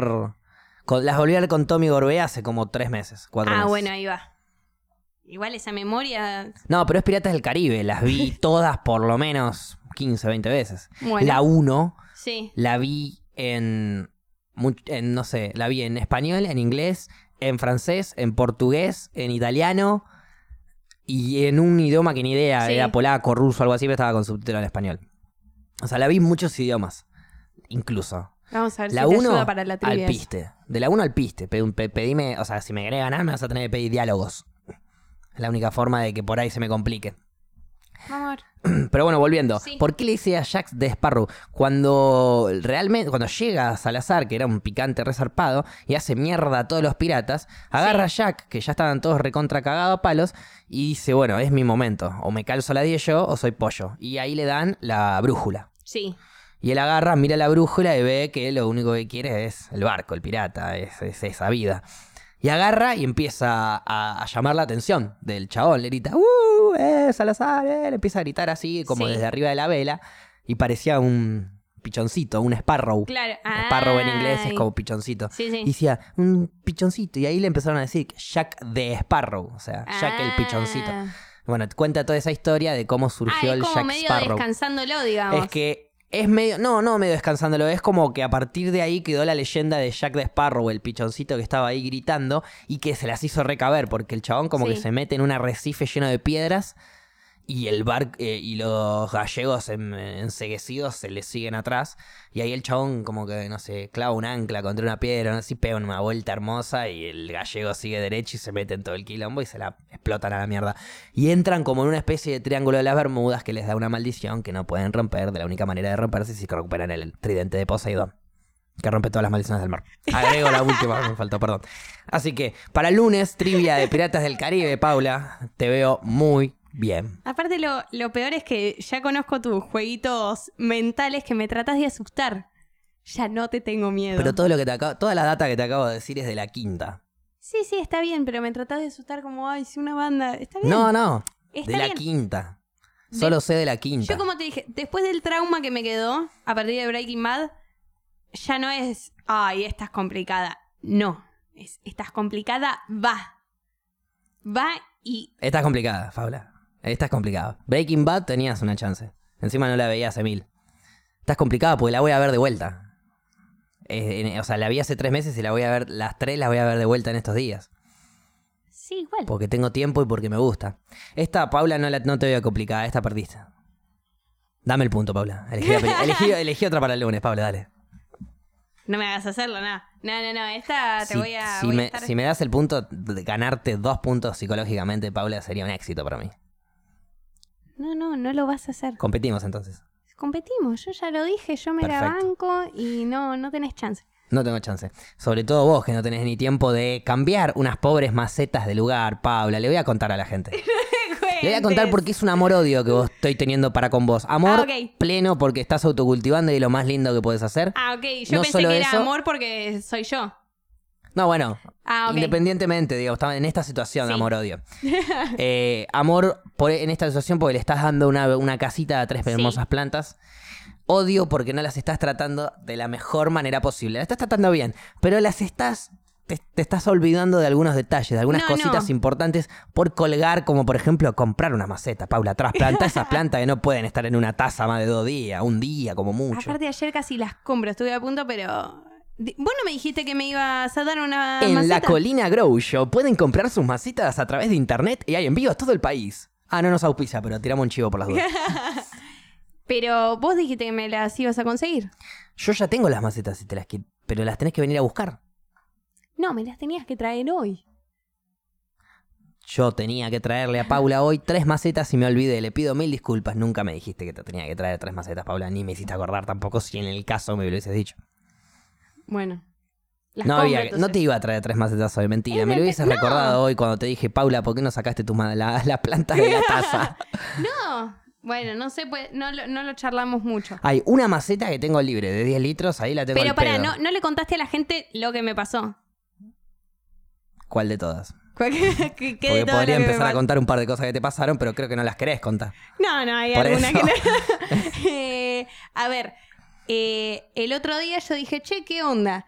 Speaker 1: con- las volví a ver con Tommy Gorbea hace como tres meses, cuatro
Speaker 2: Ah,
Speaker 1: meses.
Speaker 2: bueno, ahí va. Igual esa memoria.
Speaker 1: No, pero es Piratas del Caribe. Las vi todas por lo menos 15, 20 veces.
Speaker 2: Bueno,
Speaker 1: La 1
Speaker 2: sí.
Speaker 1: la vi en, mu- en, no sé, la vi en español, en inglés, en francés, en portugués, en italiano y en un idioma que ni idea,
Speaker 2: Sí.
Speaker 1: era polaco, ruso, algo así, pero estaba con subtítulo en español. O sea, la vi en muchos idiomas, incluso.
Speaker 2: Vamos a ver
Speaker 1: La
Speaker 2: si te
Speaker 1: 1
Speaker 2: ayuda para la
Speaker 1: al
Speaker 2: trivia.
Speaker 1: piste. De la 1 al piste. Pe- pe- pedime, o sea, si me querés ganar, me vas a tener que pedir diálogos. Es la única forma de que por ahí se me complique.
Speaker 2: Vamos a ver.
Speaker 1: Pero bueno, volviendo.
Speaker 2: Sí.
Speaker 1: ¿Por qué le dice a Jack de Sparrow? Cuando realmente, cuando llega Salazar, que era un picante resarpado, y hace mierda a todos los piratas, agarra a Jack, que ya estaban todos recontra cagados a palos, y dice, bueno, es mi momento. O me calzo la 10 yo, o soy pollo. Y ahí le dan la brújula.
Speaker 2: Sí.
Speaker 1: Y él agarra, mira la brújula y ve que lo único que quiere es el barco, el pirata, es, es esa vida. Y agarra y empieza a, a llamar la atención del chabón. Le grita, ¡Uh! ¡Eh, Salazar! eh", Le empieza a gritar así, como
Speaker 2: Sí.
Speaker 1: desde arriba de la vela. Y parecía un pichoncito, un sparrow.
Speaker 2: Claro.
Speaker 1: Sparrow en inglés es
Speaker 2: Ay.
Speaker 1: como pichoncito.
Speaker 2: Sí,
Speaker 1: Y
Speaker 2: sí.
Speaker 1: decía, un pichoncito. Y ahí le empezaron a decir, Jack de Sparrow. O sea, Jack el pichoncito.
Speaker 2: Ah.
Speaker 1: Bueno, te cuenta toda esa historia de cómo surgió
Speaker 2: ah, es
Speaker 1: el
Speaker 2: como
Speaker 1: Jack
Speaker 2: medio
Speaker 1: Sparrow.
Speaker 2: descansándolo, digamos.
Speaker 1: Es que es medio, no, no medio descansándolo, es como que a partir de ahí quedó la leyenda de Jack de Sparrow, el pichoncito que estaba ahí gritando y que se las hizo recaber porque el chabón como
Speaker 2: Sí.
Speaker 1: que se mete en un arrecife lleno de piedras y el bar eh, y los gallegos en- enseguecidos se le siguen atrás y ahí el chabón como que no sé, clava un ancla contra una piedra, no sé, pega una vuelta hermosa y el gallego sigue derecho y se mete en todo el quilombo y se la explotan a la mierda. Y entran como en una especie de triángulo de las Bermudas que les da una maldición que no pueden romper. De la única manera de romperse es si recuperan el tridente de Poseidón. Que rompe todas las maldiciones del mar. Agrego la última, me faltó, perdón. Así que, para el lunes, trivia de Piratas del Caribe, Paula, te veo muy bien.
Speaker 2: Aparte, lo, lo peor es que ya conozco tus jueguitos mentales que me tratas de asustar. Ya no te tengo miedo.
Speaker 1: Pero todo lo que te acabo, toda la data que te acabo de decir es de la quinta.
Speaker 2: Sí, sí, está bien, pero me tratas de asustar como, ay, sí, una banda. Está bien.
Speaker 1: No, no,
Speaker 2: Mm. está
Speaker 1: de la
Speaker 2: bien.
Speaker 1: quinta.
Speaker 2: De-
Speaker 1: Solo sé de la quinta.
Speaker 2: Yo, como te dije, después del trauma que me quedó a partir de Breaking Bad, ya no es, ay, estás complicada. No. Es, estás complicada, va. Va y.
Speaker 1: Estás complicada, Paula. Estás complicada. Breaking Bad tenías una chance. Encima no la veía hace mil. Estás complicada porque la voy a ver de vuelta. Eh, en- o sea, la vi hace tres meses y la voy a ver, las tres las voy a ver de vuelta en estos días.
Speaker 2: Sí,
Speaker 4: Sí, igual.
Speaker 1: Porque tengo tiempo y porque me gusta. Esta, Paula, no, la- no te voy a complicar. Esta perdiste. Dame el punto, Paula. Elegí, la peli- elegí- elegí otra para el lunes, Paula, dale.
Speaker 2: No me hagas hacerlo, no. No, no, no. Esta Ah, te
Speaker 1: si,
Speaker 2: voy a.
Speaker 1: si
Speaker 2: voy a
Speaker 1: me,
Speaker 2: estar-
Speaker 1: si me das el punto, de ganarte dos puntos psicológicamente, Paula, sería un éxito para mí.
Speaker 4: No, no, no lo vas a hacer.
Speaker 1: Competimos entonces.
Speaker 4: Competimos, yo ya lo dije, yo me la
Speaker 1: Perfecto.
Speaker 4: banco y no, no tenés chance.
Speaker 1: No tengo chance. Sobre todo vos, que no tenés ni tiempo de cambiar unas pobres macetas de lugar, Paula. Le voy a contar a la gente. Le voy a contar porque es un amor-odio que vos estoy teniendo para con vos. Amor
Speaker 2: Ah, ok.
Speaker 1: pleno porque estás autocultivando y lo más lindo que puedes hacer.
Speaker 2: Ah, ok. Yo
Speaker 1: No
Speaker 2: pensé
Speaker 1: solo
Speaker 2: que era
Speaker 1: eso-
Speaker 2: amor porque soy yo.
Speaker 1: No, bueno,
Speaker 2: Ah, ok.
Speaker 1: independientemente, digo, estaba en esta situación de
Speaker 2: Sí.
Speaker 1: amor-odio. Eh, amor por, en esta situación porque le estás dando una, una casita a tres
Speaker 2: Sí.
Speaker 1: hermosas plantas. Odio porque no las estás tratando de la mejor manera posible. Las estás tratando bien, pero las estás... Te, te estás olvidando de algunos detalles, de algunas
Speaker 2: No,
Speaker 1: cositas
Speaker 2: no.
Speaker 1: importantes por colgar, como por ejemplo comprar una maceta, Paula. Trasplanta esas plantas que no pueden estar en una taza más de dos días, un día como mucho.
Speaker 2: Aparte, ayer casi las compro. Estuve a punto, pero. Di- Vos no me dijiste que me ibas a dar una.
Speaker 1: En la
Speaker 2: maceta?
Speaker 1: colina Grow Show pueden comprar sus masitas a través de internet y hay envíos a todo el país. Ah, no nos auspicia, pero tiramos un chivo por las dudas.
Speaker 2: Pero vos dijiste que me las ibas a conseguir.
Speaker 1: Yo ya tengo las macetas si te las qui- pero las tenés que venir a buscar.
Speaker 4: No, me las tenías que traer hoy.
Speaker 1: Yo tenía que traerle a Paula hoy tres macetas y me olvidé. Le pido mil disculpas. Nunca me dijiste que te tenía que traer tres macetas, Paula. Ni me hiciste acordar tampoco si en el caso me lo hubieses dicho.
Speaker 2: Bueno. Las
Speaker 1: No,
Speaker 2: compro,
Speaker 1: había, no
Speaker 2: entonces.
Speaker 1: te iba a traer tres macetas hoy, mentira.
Speaker 4: Es
Speaker 1: Me lo
Speaker 4: verdad,
Speaker 1: hubieses
Speaker 4: no.
Speaker 1: recordado hoy cuando te dije, Paula, ¿por qué no sacaste tus ma- la- las plantas de la taza?
Speaker 2: No. Bueno, no sé, pues, no, lo, no lo charlamos mucho.
Speaker 1: Hay una maceta que tengo libre de 10 litros, ahí la tengo
Speaker 2: Pero
Speaker 1: al
Speaker 2: pará,
Speaker 1: pedo.
Speaker 2: no, no le contaste a la gente lo que me pasó.
Speaker 1: ¿Cuál de todas?
Speaker 2: Que- que- que
Speaker 1: Porque
Speaker 2: de todo lo que
Speaker 1: podría
Speaker 2: me
Speaker 1: empezar a
Speaker 2: pasó.
Speaker 1: contar un par de cosas que te pasaron, pero creo que no las querés contar.
Speaker 2: No, no, hay
Speaker 1: Por
Speaker 2: alguna
Speaker 1: eso.
Speaker 2: que no. Eh, a ver, eh, el otro día yo dije, che, ¿qué onda?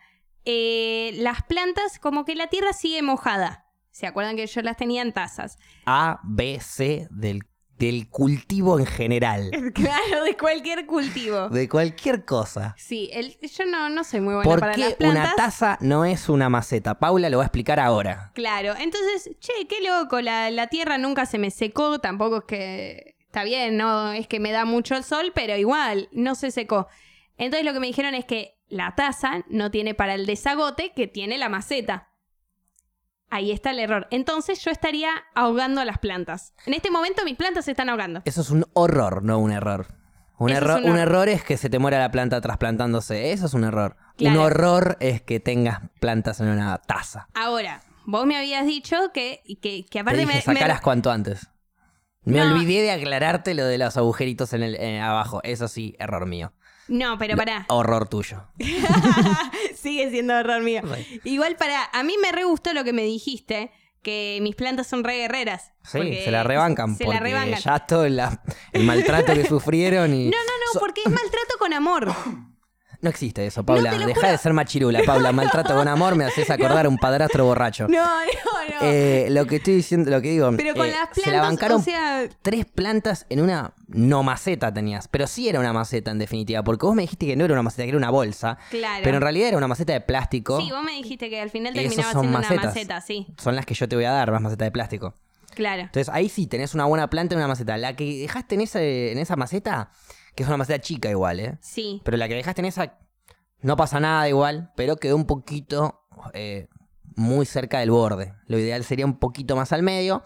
Speaker 2: Eh, las plantas, como que la tierra sigue mojada. ¿Se acuerdan que yo las tenía en tazas?
Speaker 1: A, B, C del, del cultivo en general.
Speaker 2: Claro, de cualquier cultivo.
Speaker 1: De cualquier cosa.
Speaker 2: Sí, el- yo no, no soy muy buena
Speaker 1: ¿Por
Speaker 2: para las
Speaker 1: qué
Speaker 2: plantas.
Speaker 1: una taza no es una maceta? Paula lo va a explicar ahora.
Speaker 2: Claro, entonces, che, qué loco, la, la tierra nunca se me secó, tampoco es que... Está bien, no es que me da mucho el sol, pero igual, no se secó. Entonces lo que me dijeron es que la taza no tiene para el desagote que tiene la maceta. Ahí está el error. Entonces yo estaría ahogando a las plantas. En este momento mis plantas se están ahogando.
Speaker 1: Eso es un horror, no un error. Un,
Speaker 2: Eso es
Speaker 1: error,
Speaker 2: un
Speaker 1: un
Speaker 2: hor-
Speaker 1: error es que se te muera la planta trasplantándose. Eso es un error.
Speaker 2: Claro.
Speaker 1: Un horror es que tengas plantas en una taza.
Speaker 2: Ahora, vos me habías dicho que, que, que
Speaker 1: Te
Speaker 2: aparte
Speaker 1: dije,
Speaker 2: me- me,
Speaker 1: sacalas cuanto antes. Me
Speaker 2: No.
Speaker 1: olvidé de aclararte lo de los agujeritos en el en- abajo. Eso sí, error mío.
Speaker 2: No, pero pará.
Speaker 1: Horror tuyo.
Speaker 2: Sigue siendo error mío.
Speaker 1: Sí.
Speaker 2: Igual para. A mí me re gustó lo que me dijiste, que mis plantas son re guerreras.
Speaker 1: Sí,
Speaker 2: porque
Speaker 1: se la rebancan
Speaker 2: Se
Speaker 1: porque
Speaker 2: la rebancan.
Speaker 1: ya todo la- el maltrato que sufrieron y...
Speaker 2: No, no, no,
Speaker 1: So-
Speaker 2: porque es maltrato con amor.
Speaker 1: No existe eso, Paula.
Speaker 2: te lo
Speaker 1: Deja
Speaker 2: juro.
Speaker 1: de ser machirula, Paula. Maltrato con amor me haces acordar a un padrastro borracho.
Speaker 2: No, no, no.
Speaker 1: Eh, lo que estoy diciendo, lo que digo...
Speaker 2: pero con
Speaker 1: eh,
Speaker 2: las
Speaker 1: Se la
Speaker 2: plantas,
Speaker 1: bancaron
Speaker 2: o sea.
Speaker 1: tres plantas en una no maceta tenías, pero sí era una maceta en definitiva, porque vos me dijiste que no era una maceta, que era una bolsa,
Speaker 2: Claro.
Speaker 1: pero en realidad era una maceta de plástico.
Speaker 2: Sí, vos me dijiste que al final
Speaker 1: Esos
Speaker 2: terminaba
Speaker 1: son
Speaker 2: siendo una
Speaker 1: macetas.
Speaker 2: maceta, sí.
Speaker 1: Son las que yo te voy a dar, las macetas de plástico.
Speaker 2: Claro.
Speaker 1: Entonces ahí sí tenés una buena planta en una maceta. La que dejaste en, ese, en esa maceta, que es una maceta chica igual, ¿eh?
Speaker 2: Sí.
Speaker 1: Pero la que dejaste en esa, no pasa nada igual, pero quedó un poquito eh, muy cerca del borde. Lo ideal sería un poquito más al medio.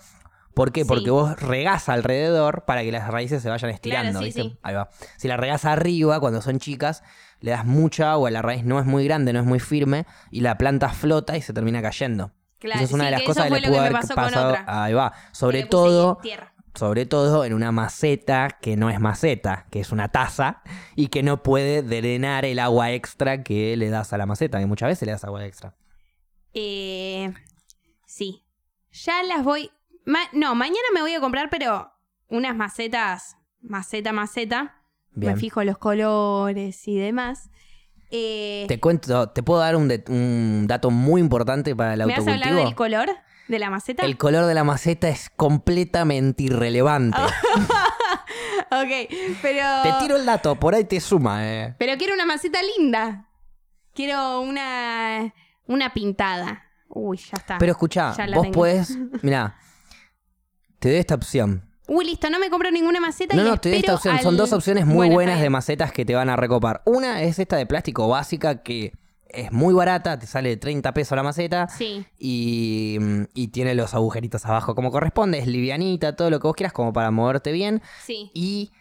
Speaker 1: ¿Por qué?
Speaker 2: Sí.
Speaker 1: Porque vos regás alrededor para que las raíces se vayan estirando.
Speaker 2: Claro, sí,
Speaker 1: ¿viste?
Speaker 2: sí.
Speaker 1: Ahí va. Si la regás arriba, cuando son chicas, le das mucha agua, la raíz no es muy grande, no es muy firme, y la planta flota y se termina cayendo.
Speaker 2: Claro.
Speaker 1: Esa es una
Speaker 2: sí,
Speaker 1: de las
Speaker 2: que
Speaker 1: cosas
Speaker 2: eso
Speaker 1: que
Speaker 2: fue
Speaker 1: le
Speaker 2: lo
Speaker 1: pudo
Speaker 2: que
Speaker 1: haber
Speaker 2: me pasó con
Speaker 1: pasado.
Speaker 2: otra. que
Speaker 1: Ahí va. Sobre
Speaker 2: le puse
Speaker 1: todo,
Speaker 2: Tierra.
Speaker 1: sobre todo en una maceta que no es maceta, que es una taza y que no puede drenar el agua extra que le das a la maceta, que muchas veces le das agua extra.
Speaker 2: Eh, sí. Ya las voy. ma- no, mañana me voy a comprar, pero unas macetas. Maceta, maceta.
Speaker 1: Bien.
Speaker 2: Me fijo los colores y demás. Eh,
Speaker 1: Te cuento, te puedo dar un, de- un dato muy importante para el
Speaker 2: ¿Me vas a hablar
Speaker 1: autocultivo.
Speaker 2: del color de la maceta?
Speaker 1: el color de la maceta es completamente irrelevante.
Speaker 2: Oh. Ok, pero.
Speaker 1: Te tiro el dato, por ahí te suma, eh.
Speaker 2: Pero quiero una maceta linda. Quiero una. Una pintada. Uy, ya está.
Speaker 1: Pero escuchá,
Speaker 2: Ah, Ya la
Speaker 1: vos
Speaker 2: tengo.
Speaker 1: podés. Mirá, te doy esta opción.
Speaker 2: Uy, listo, no me compro ninguna maceta.
Speaker 1: No,
Speaker 2: y
Speaker 1: no, te doy esta
Speaker 2: espero
Speaker 1: opción. Son
Speaker 2: al-
Speaker 1: dos opciones muy
Speaker 2: Bueno,
Speaker 1: buenas
Speaker 2: está
Speaker 1: de
Speaker 2: bien.
Speaker 1: macetas que te van a recopar. Una es esta de plástico básica que es muy barata, te sale 30 pesos la maceta.
Speaker 2: Sí.
Speaker 1: Y, y tiene los agujeritos abajo como corresponde. Es livianita, todo lo que vos quieras, como para moverte bien.
Speaker 2: Sí.
Speaker 1: Y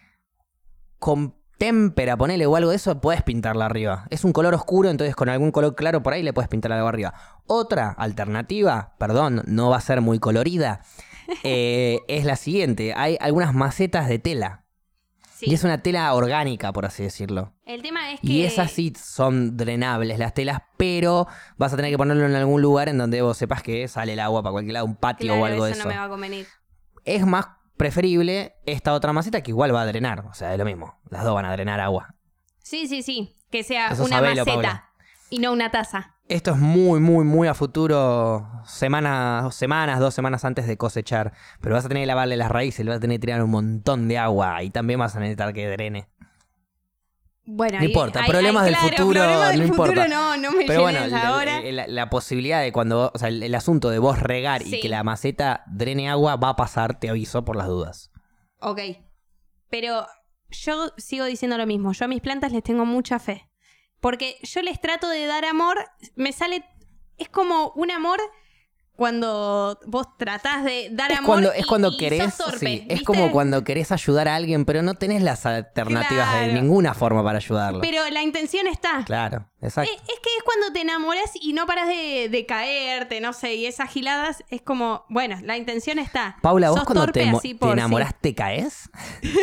Speaker 1: con témpera, ponele o algo de eso, puedes pintarla arriba. Es un color oscuro, entonces con algún color claro por ahí le puedes pintar algo arriba. Otra alternativa, perdón, no va a ser muy colorida, eh, es la siguiente. Hay algunas macetas de tela.
Speaker 2: sí.
Speaker 1: Y es una tela orgánica, por así decirlo.
Speaker 2: El tema es que.
Speaker 1: Y esas sí son drenables las telas, pero vas a tener que ponerlo en algún lugar en donde vos sepas que sale el agua para cualquier lado, un patio
Speaker 2: claro,
Speaker 1: o algo de eso.
Speaker 2: no me va a convenir.
Speaker 1: Es más preferible esta otra maceta que igual va a drenar. O sea, es lo mismo. Las dos van a drenar agua.
Speaker 2: Sí, sí, sí. Que sea
Speaker 1: Eso
Speaker 2: una
Speaker 1: sabelo,
Speaker 2: maceta
Speaker 1: Paula.
Speaker 2: y no una taza.
Speaker 1: Esto es muy, muy, muy a futuro, semanas, semanas, dos semanas antes de cosechar. Pero vas a tener que lavarle las raíces, le vas a tener que tirar un montón de agua y también vas a necesitar que drene.
Speaker 2: Bueno,
Speaker 1: No importa, problemas del futuro,
Speaker 2: problemas del
Speaker 1: no
Speaker 2: futuro
Speaker 1: importa.
Speaker 2: no, no me
Speaker 1: Pero bueno,
Speaker 2: llenes
Speaker 1: la- eh,
Speaker 2: ahora.
Speaker 1: la, la posibilidad de cuando, vos- o sea, el, el asunto de vos regar
Speaker 2: Sí.
Speaker 1: y que la maceta drene agua va a pasar, te aviso por las dudas.
Speaker 2: Ok. Pero yo sigo diciendo lo mismo. Yo a mis plantas les tengo mucha fe. Porque yo les trato de dar amor. Me sale. Es como un amor cuando vos tratás de dar
Speaker 1: Es
Speaker 2: amor.
Speaker 1: cuando, es
Speaker 2: y-
Speaker 1: cuando
Speaker 2: y
Speaker 1: querés,
Speaker 2: sos torpe,
Speaker 1: sí, es
Speaker 2: ¿viste?
Speaker 1: como cuando querés ayudar a alguien, pero no tenés las alternativas
Speaker 2: Claro.
Speaker 1: de ninguna forma para ayudarlo.
Speaker 2: Pero la intención está.
Speaker 1: Claro,
Speaker 2: Eh,
Speaker 1: exacto.
Speaker 2: Es, que es cuando te enamoras y no paras de, de caerte, no sé, y esas giladas es como, bueno, la intención está.
Speaker 1: Paula, vos
Speaker 2: Sos
Speaker 1: cuando
Speaker 2: torpe
Speaker 1: te, mo-
Speaker 2: así
Speaker 1: te
Speaker 2: por-
Speaker 1: enamorás, ¿te caes?
Speaker 2: sí.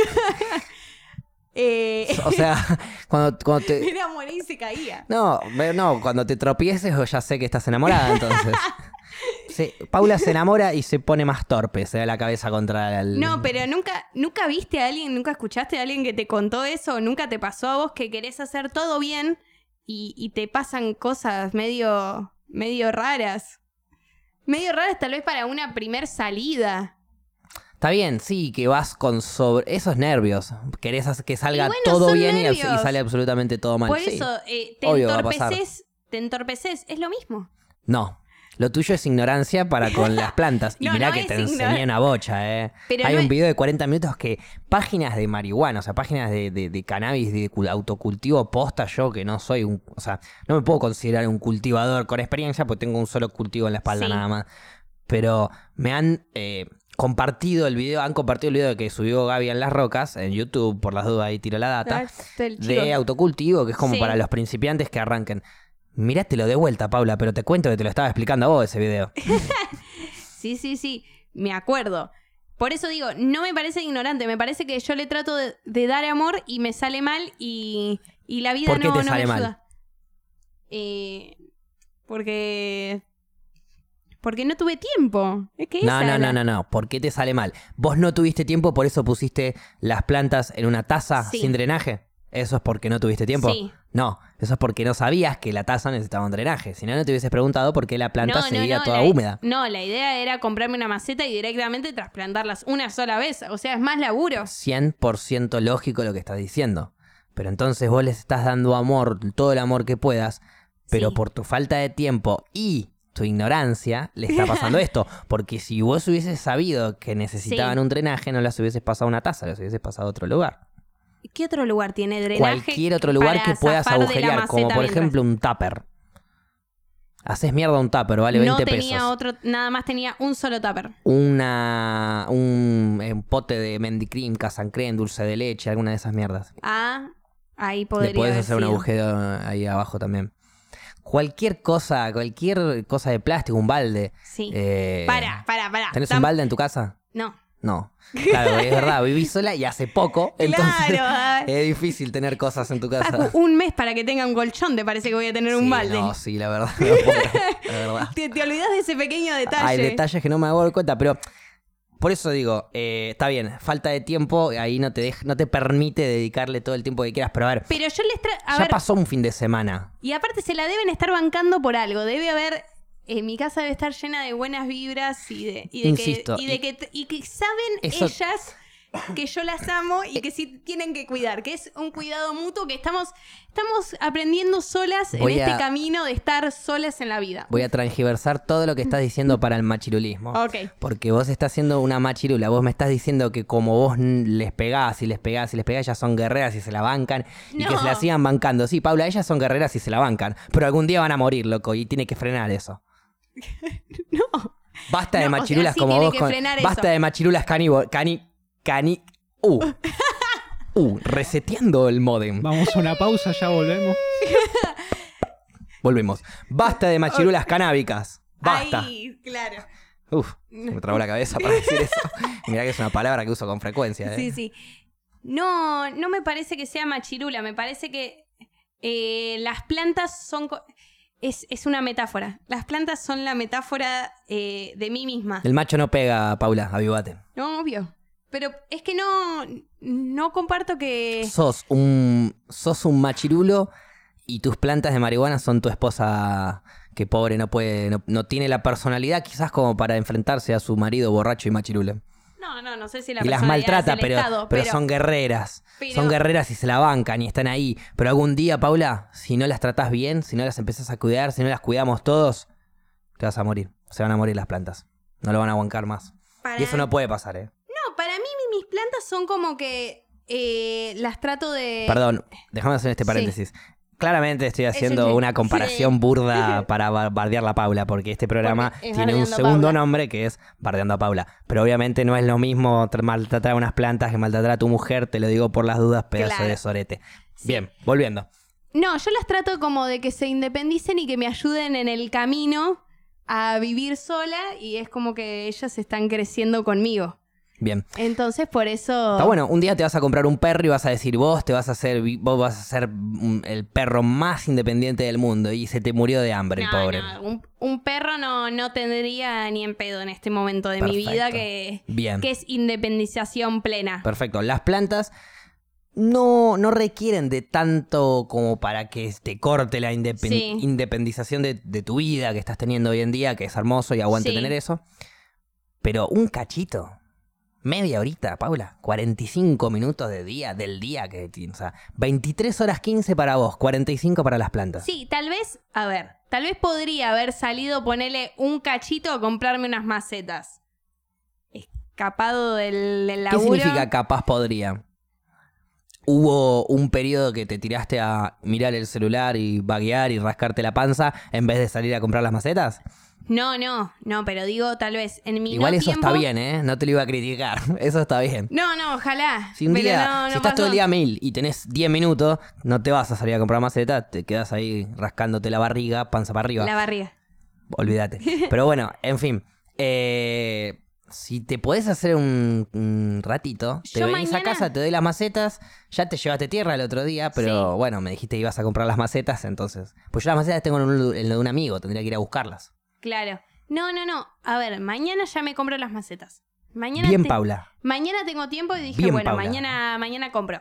Speaker 2: Eh,
Speaker 1: O sea, cuando, cuando
Speaker 2: me
Speaker 1: te...
Speaker 2: enamoré y se caía.
Speaker 1: No, me- no, cuando te tropieces o ya sé que estás enamorada, entonces. Sí, Paula se enamora y se pone más torpe, se da la cabeza contra el...
Speaker 2: No, pero nunca, nunca viste a alguien, nunca escuchaste a alguien que te contó eso, nunca te pasó a vos que querés hacer todo bien y, y te pasan cosas medio, medio raras. Medio raras tal vez para una primer salida.
Speaker 1: Está bien, sí, que vas con sobre... Esos nervios. Querés hacer que salga
Speaker 2: Y bueno,
Speaker 1: todo
Speaker 2: son
Speaker 1: bien y, abs- y
Speaker 2: nervios.
Speaker 1: sale absolutamente todo mal.
Speaker 2: Por
Speaker 1: Sí.
Speaker 2: eso eh, te
Speaker 1: obvio va a pasar.
Speaker 2: entorpeces, te entorpeces, es lo mismo.
Speaker 1: No. Lo tuyo es ignorancia para con las plantas. Y
Speaker 2: No,
Speaker 1: mirá
Speaker 2: no
Speaker 1: que
Speaker 2: es
Speaker 1: te
Speaker 2: ignorar-
Speaker 1: enseñé una bocha, ¿eh?
Speaker 2: Pero
Speaker 1: Hay
Speaker 2: no
Speaker 1: un
Speaker 2: es-
Speaker 1: video de 40 minutos que páginas de marihuana, o sea, páginas de, de- de cannabis, de cul- autocultivo posta, yo que no soy un... O sea, no me puedo considerar un cultivador con experiencia porque tengo un solo cultivo en la espalda
Speaker 2: Sí.
Speaker 1: nada más. Pero me han eh, compartido el video, han compartido el video que subió Gaby en Las Rocas, en YouTube, por las dudas, ahí tiro la data de autocultivo, que es como
Speaker 2: Sí.
Speaker 1: para los principiantes que arranquen. Mirátelo de vuelta, Paula, pero te cuento que te lo estaba explicando a vos ese video.
Speaker 2: Sí, sí, sí, me acuerdo. Por eso digo, no me parece ignorante, me parece que yo le trato de, de dar amor y me sale mal y, y la vida
Speaker 1: ¿Por qué
Speaker 2: no,
Speaker 1: te
Speaker 2: no me
Speaker 1: sale mal?
Speaker 2: ayuda. Eh, porque... Porque no tuve tiempo. Es que
Speaker 1: No,
Speaker 2: esa
Speaker 1: no, no,
Speaker 2: era.
Speaker 1: no, no. ¿Por qué te sale mal? ¿Vos no tuviste tiempo, por eso pusiste las plantas en una taza
Speaker 2: Sí.
Speaker 1: sin drenaje? ¿Eso es porque no tuviste tiempo?
Speaker 2: Sí.
Speaker 1: No, eso es porque no sabías que la taza necesitaba un drenaje. Si no, no te hubieses preguntado por qué la planta
Speaker 2: No, no,
Speaker 1: seguía
Speaker 2: no,
Speaker 1: toda
Speaker 2: la-
Speaker 1: húmeda.
Speaker 2: No, la idea era comprarme una maceta y directamente trasplantarlas una sola vez. O sea, es más laburo.
Speaker 1: 100% lógico lo que estás diciendo. Pero entonces vos les estás dando amor, todo el amor que puedas, pero
Speaker 2: Sí.
Speaker 1: por tu falta de tiempo y tu ignorancia le está pasando esto. Porque si vos hubieses sabido que necesitaban
Speaker 2: Sí.
Speaker 1: un drenaje, no las hubieses pasado a una taza, las hubieses pasado a otro lugar.
Speaker 2: ¿Qué otro lugar tiene drenaje?
Speaker 1: Cualquier otro lugar
Speaker 2: para
Speaker 1: que puedas
Speaker 2: zafar de la
Speaker 1: agujerear, como
Speaker 2: maceta
Speaker 1: por
Speaker 2: mientras-
Speaker 1: ejemplo un tupper. Haces mierda un tupper, vale 20
Speaker 2: no tenía
Speaker 1: pesos.
Speaker 2: otro, nada más tenía un solo tupper.
Speaker 1: Una, un, eh, un pote de mendicrim, casancrén, dulce de leche, alguna de esas mierdas.
Speaker 2: Ah, ahí podría
Speaker 1: Le podés
Speaker 2: haber
Speaker 1: hacer un
Speaker 2: sido.
Speaker 1: agujero ahí abajo también. Cualquier cosa, cualquier cosa de plástico, un balde.
Speaker 2: Sí.
Speaker 1: eh,
Speaker 2: para, para, para.
Speaker 1: ¿Tenés
Speaker 2: Tam-
Speaker 1: un balde en tu casa?
Speaker 2: No.
Speaker 1: No. Claro, es verdad, viví sola y hace poco, entonces
Speaker 2: claro.
Speaker 1: es difícil tener cosas en tu
Speaker 2: ah,
Speaker 1: casa.
Speaker 2: Facu, un mes para que tenga un colchón, te parece que voy a tener
Speaker 1: Sí,
Speaker 2: un balde.
Speaker 1: No, sí, la verdad. no puedo, la verdad.
Speaker 2: Te, te olvidas de ese pequeño detalle.
Speaker 1: Hay detalles que no me hago cuenta, pero por eso digo, eh, está bien, falta de tiempo, ahí no te, dej- no te permite dedicarle todo el tiempo que quieras, pero a ver,
Speaker 2: Pero yo les traigo. A
Speaker 1: ya
Speaker 2: ver,
Speaker 1: pasó un fin de semana.
Speaker 2: y aparte se la deben estar bancando por algo. Debe haber.
Speaker 5: eh,
Speaker 2: En mi casa debe estar llena de buenas vibras y de, y de
Speaker 1: Insisto,
Speaker 2: que. Y de
Speaker 1: y-
Speaker 2: que, y que saben
Speaker 1: Eso-
Speaker 2: ellas
Speaker 5: que yo las amo y que sí tienen que cuidar, que es un cuidado mutuo que estamos, estamos aprendiendo solas
Speaker 1: Voy
Speaker 5: en este
Speaker 1: a-
Speaker 5: camino de estar solas en la vida.
Speaker 1: Voy a transgiversar todo lo que estás diciendo para el machirulismo.
Speaker 5: Ok.
Speaker 1: Porque vos estás haciendo una machirula, vos me estás diciendo que como vos n- les pegás y les pegás y les pegás, ellas son guerreras y se la bancan y que
Speaker 5: No.
Speaker 1: se la sigan bancando. Sí, Paula, ellas son guerreras y se la bancan, pero algún día van a morir, loco, y tiene que frenar eso.
Speaker 5: No.
Speaker 1: Basta de
Speaker 5: No, o sea,
Speaker 1: machirulas
Speaker 5: sí
Speaker 1: como
Speaker 5: tiene
Speaker 1: vos
Speaker 5: que
Speaker 1: con-
Speaker 5: frenar
Speaker 1: Basta
Speaker 5: eso.
Speaker 1: de machirulas caníbal, cani cani uh. Uh, reseteando el modem.
Speaker 3: Vamos a una pausa, ya volvemos.
Speaker 1: Volvemos. Basta de machirulas canábicas. Basta.
Speaker 5: Ay, claro.
Speaker 1: Uf, se me trabó la cabeza para decir eso. Y Mirá que es una palabra que uso con frecuencia. ¿eh?
Speaker 5: Sí, sí.
Speaker 2: No, no me parece que sea machirula, me parece que eh, las plantas son... co- Es, es una metáfora. Las plantas son la metáfora eh, de mí misma.
Speaker 1: El macho no pega, Paula, avivate.
Speaker 5: No, obvio.
Speaker 2: Pero es que no, no comparto que...
Speaker 1: Sos un, sos un machirulo y tus plantas de marihuana son tu esposa que pobre no puede, no, no tiene la personalidad quizás como para enfrentarse a su marido borracho y machirulo.
Speaker 2: No, no, no sé si la
Speaker 1: y las
Speaker 2: personalidad
Speaker 1: maltrata,
Speaker 2: es del
Speaker 1: pero,
Speaker 2: Estado,
Speaker 1: pero son guerreras.
Speaker 2: pero-
Speaker 1: Son guerreras y se la bancan y están ahí. Pero algún día, Paula, si no las tratás bien, si no las empezás a cuidar, si no las cuidamos todos, te vas a morir. Se van a morir las plantas. No lo van a aguantar más.
Speaker 5: Para-
Speaker 1: Y eso no puede pasar, ¿eh?
Speaker 5: no, para mí mis plantas son como que eh, las trato de...
Speaker 1: Perdón, déjame hacer este paréntesis. Claramente estoy haciendo
Speaker 5: sí.
Speaker 1: una comparación burda para ba- bardear la Paula, porque este programa
Speaker 5: Porque es
Speaker 1: tiene un
Speaker 5: Bardeando a
Speaker 1: segundo
Speaker 5: Paula.
Speaker 1: nombre que es Bardeando a Paula. Pero obviamente no es lo mismo tra- maltratar a unas plantas que maltratar a tu mujer, te lo digo por las dudas, pedazo
Speaker 5: Claro.
Speaker 1: de sorete. Bien, volviendo.
Speaker 5: No, yo las trato como de que se independicen y que me ayuden en el camino a vivir sola y es como que ellas están creciendo conmigo.
Speaker 1: Bien.
Speaker 5: Entonces, por eso...
Speaker 1: Está bueno, un día te vas a comprar un perro y vas a decir, vos te vas a hacer, vi- vos vas a ser mm, el perro más independiente del mundo y se te murió de hambre, el
Speaker 2: No,
Speaker 1: pobre.
Speaker 2: no, un, un perro no, no tendría ni en pedo en este momento de mi
Speaker 1: Perfecto.
Speaker 2: vida que,
Speaker 1: Bien.
Speaker 2: que es independización plena.
Speaker 1: Perfecto. Las plantas no, no requieren de tanto como para que te corte la indepen-
Speaker 2: Sí.
Speaker 1: independización de, de tu vida que estás teniendo hoy en día, que es hermoso y aguante
Speaker 2: Sí.
Speaker 1: tener eso. Pero un cachito, media horita, Paula, 45 minutos de día, del día que tienes. O sea, 23 horas 15 para vos, 45 para las plantas.
Speaker 2: Sí, tal vez, a ver, tal vez podría haber salido ponerle un cachito a comprarme unas macetas.
Speaker 5: Escapado del, del
Speaker 1: ¿Qué
Speaker 5: laburo.
Speaker 1: significa capaz podría? Hubo un periodo que te tiraste a mirar el celular y vaguear y rascarte la panza en vez de salir a comprar las macetas.
Speaker 2: No, no, no, pero digo tal vez en mi
Speaker 1: Igual
Speaker 2: no
Speaker 1: eso
Speaker 2: tiempo-
Speaker 1: está bien, ¿eh? No te lo iba a criticar. Eso está bien.
Speaker 5: No, no, ojalá.
Speaker 1: Si un
Speaker 5: pero
Speaker 1: día,
Speaker 5: no, no
Speaker 1: si estás todo el
Speaker 5: pasó.
Speaker 1: día a mil y tenés 10 minutos, no te vas a salir a comprar macetas, te quedas ahí rascándote la barriga, panza para arriba.
Speaker 5: La barriga.
Speaker 1: Olvídate. Pero bueno, en fin. Eh, si te podés hacer un, un ratito, te
Speaker 2: Yo
Speaker 1: venís a
Speaker 2: mañana-
Speaker 1: casa, te doy las macetas, ya te llevaste tierra el otro día, pero bueno, me dijiste que ibas a comprar las macetas, entonces. Pues yo las macetas tengo en, un lu- en lo de un amigo, tendría que ir a buscarlas.
Speaker 2: Claro. No, no, no. A ver, mañana ya me compro las macetas. Mañana
Speaker 1: Bien,
Speaker 2: te-
Speaker 1: Paula.
Speaker 2: Mañana tengo tiempo y dije,
Speaker 1: Bien,
Speaker 2: bueno,
Speaker 1: Paula.
Speaker 2: mañana mañana compro.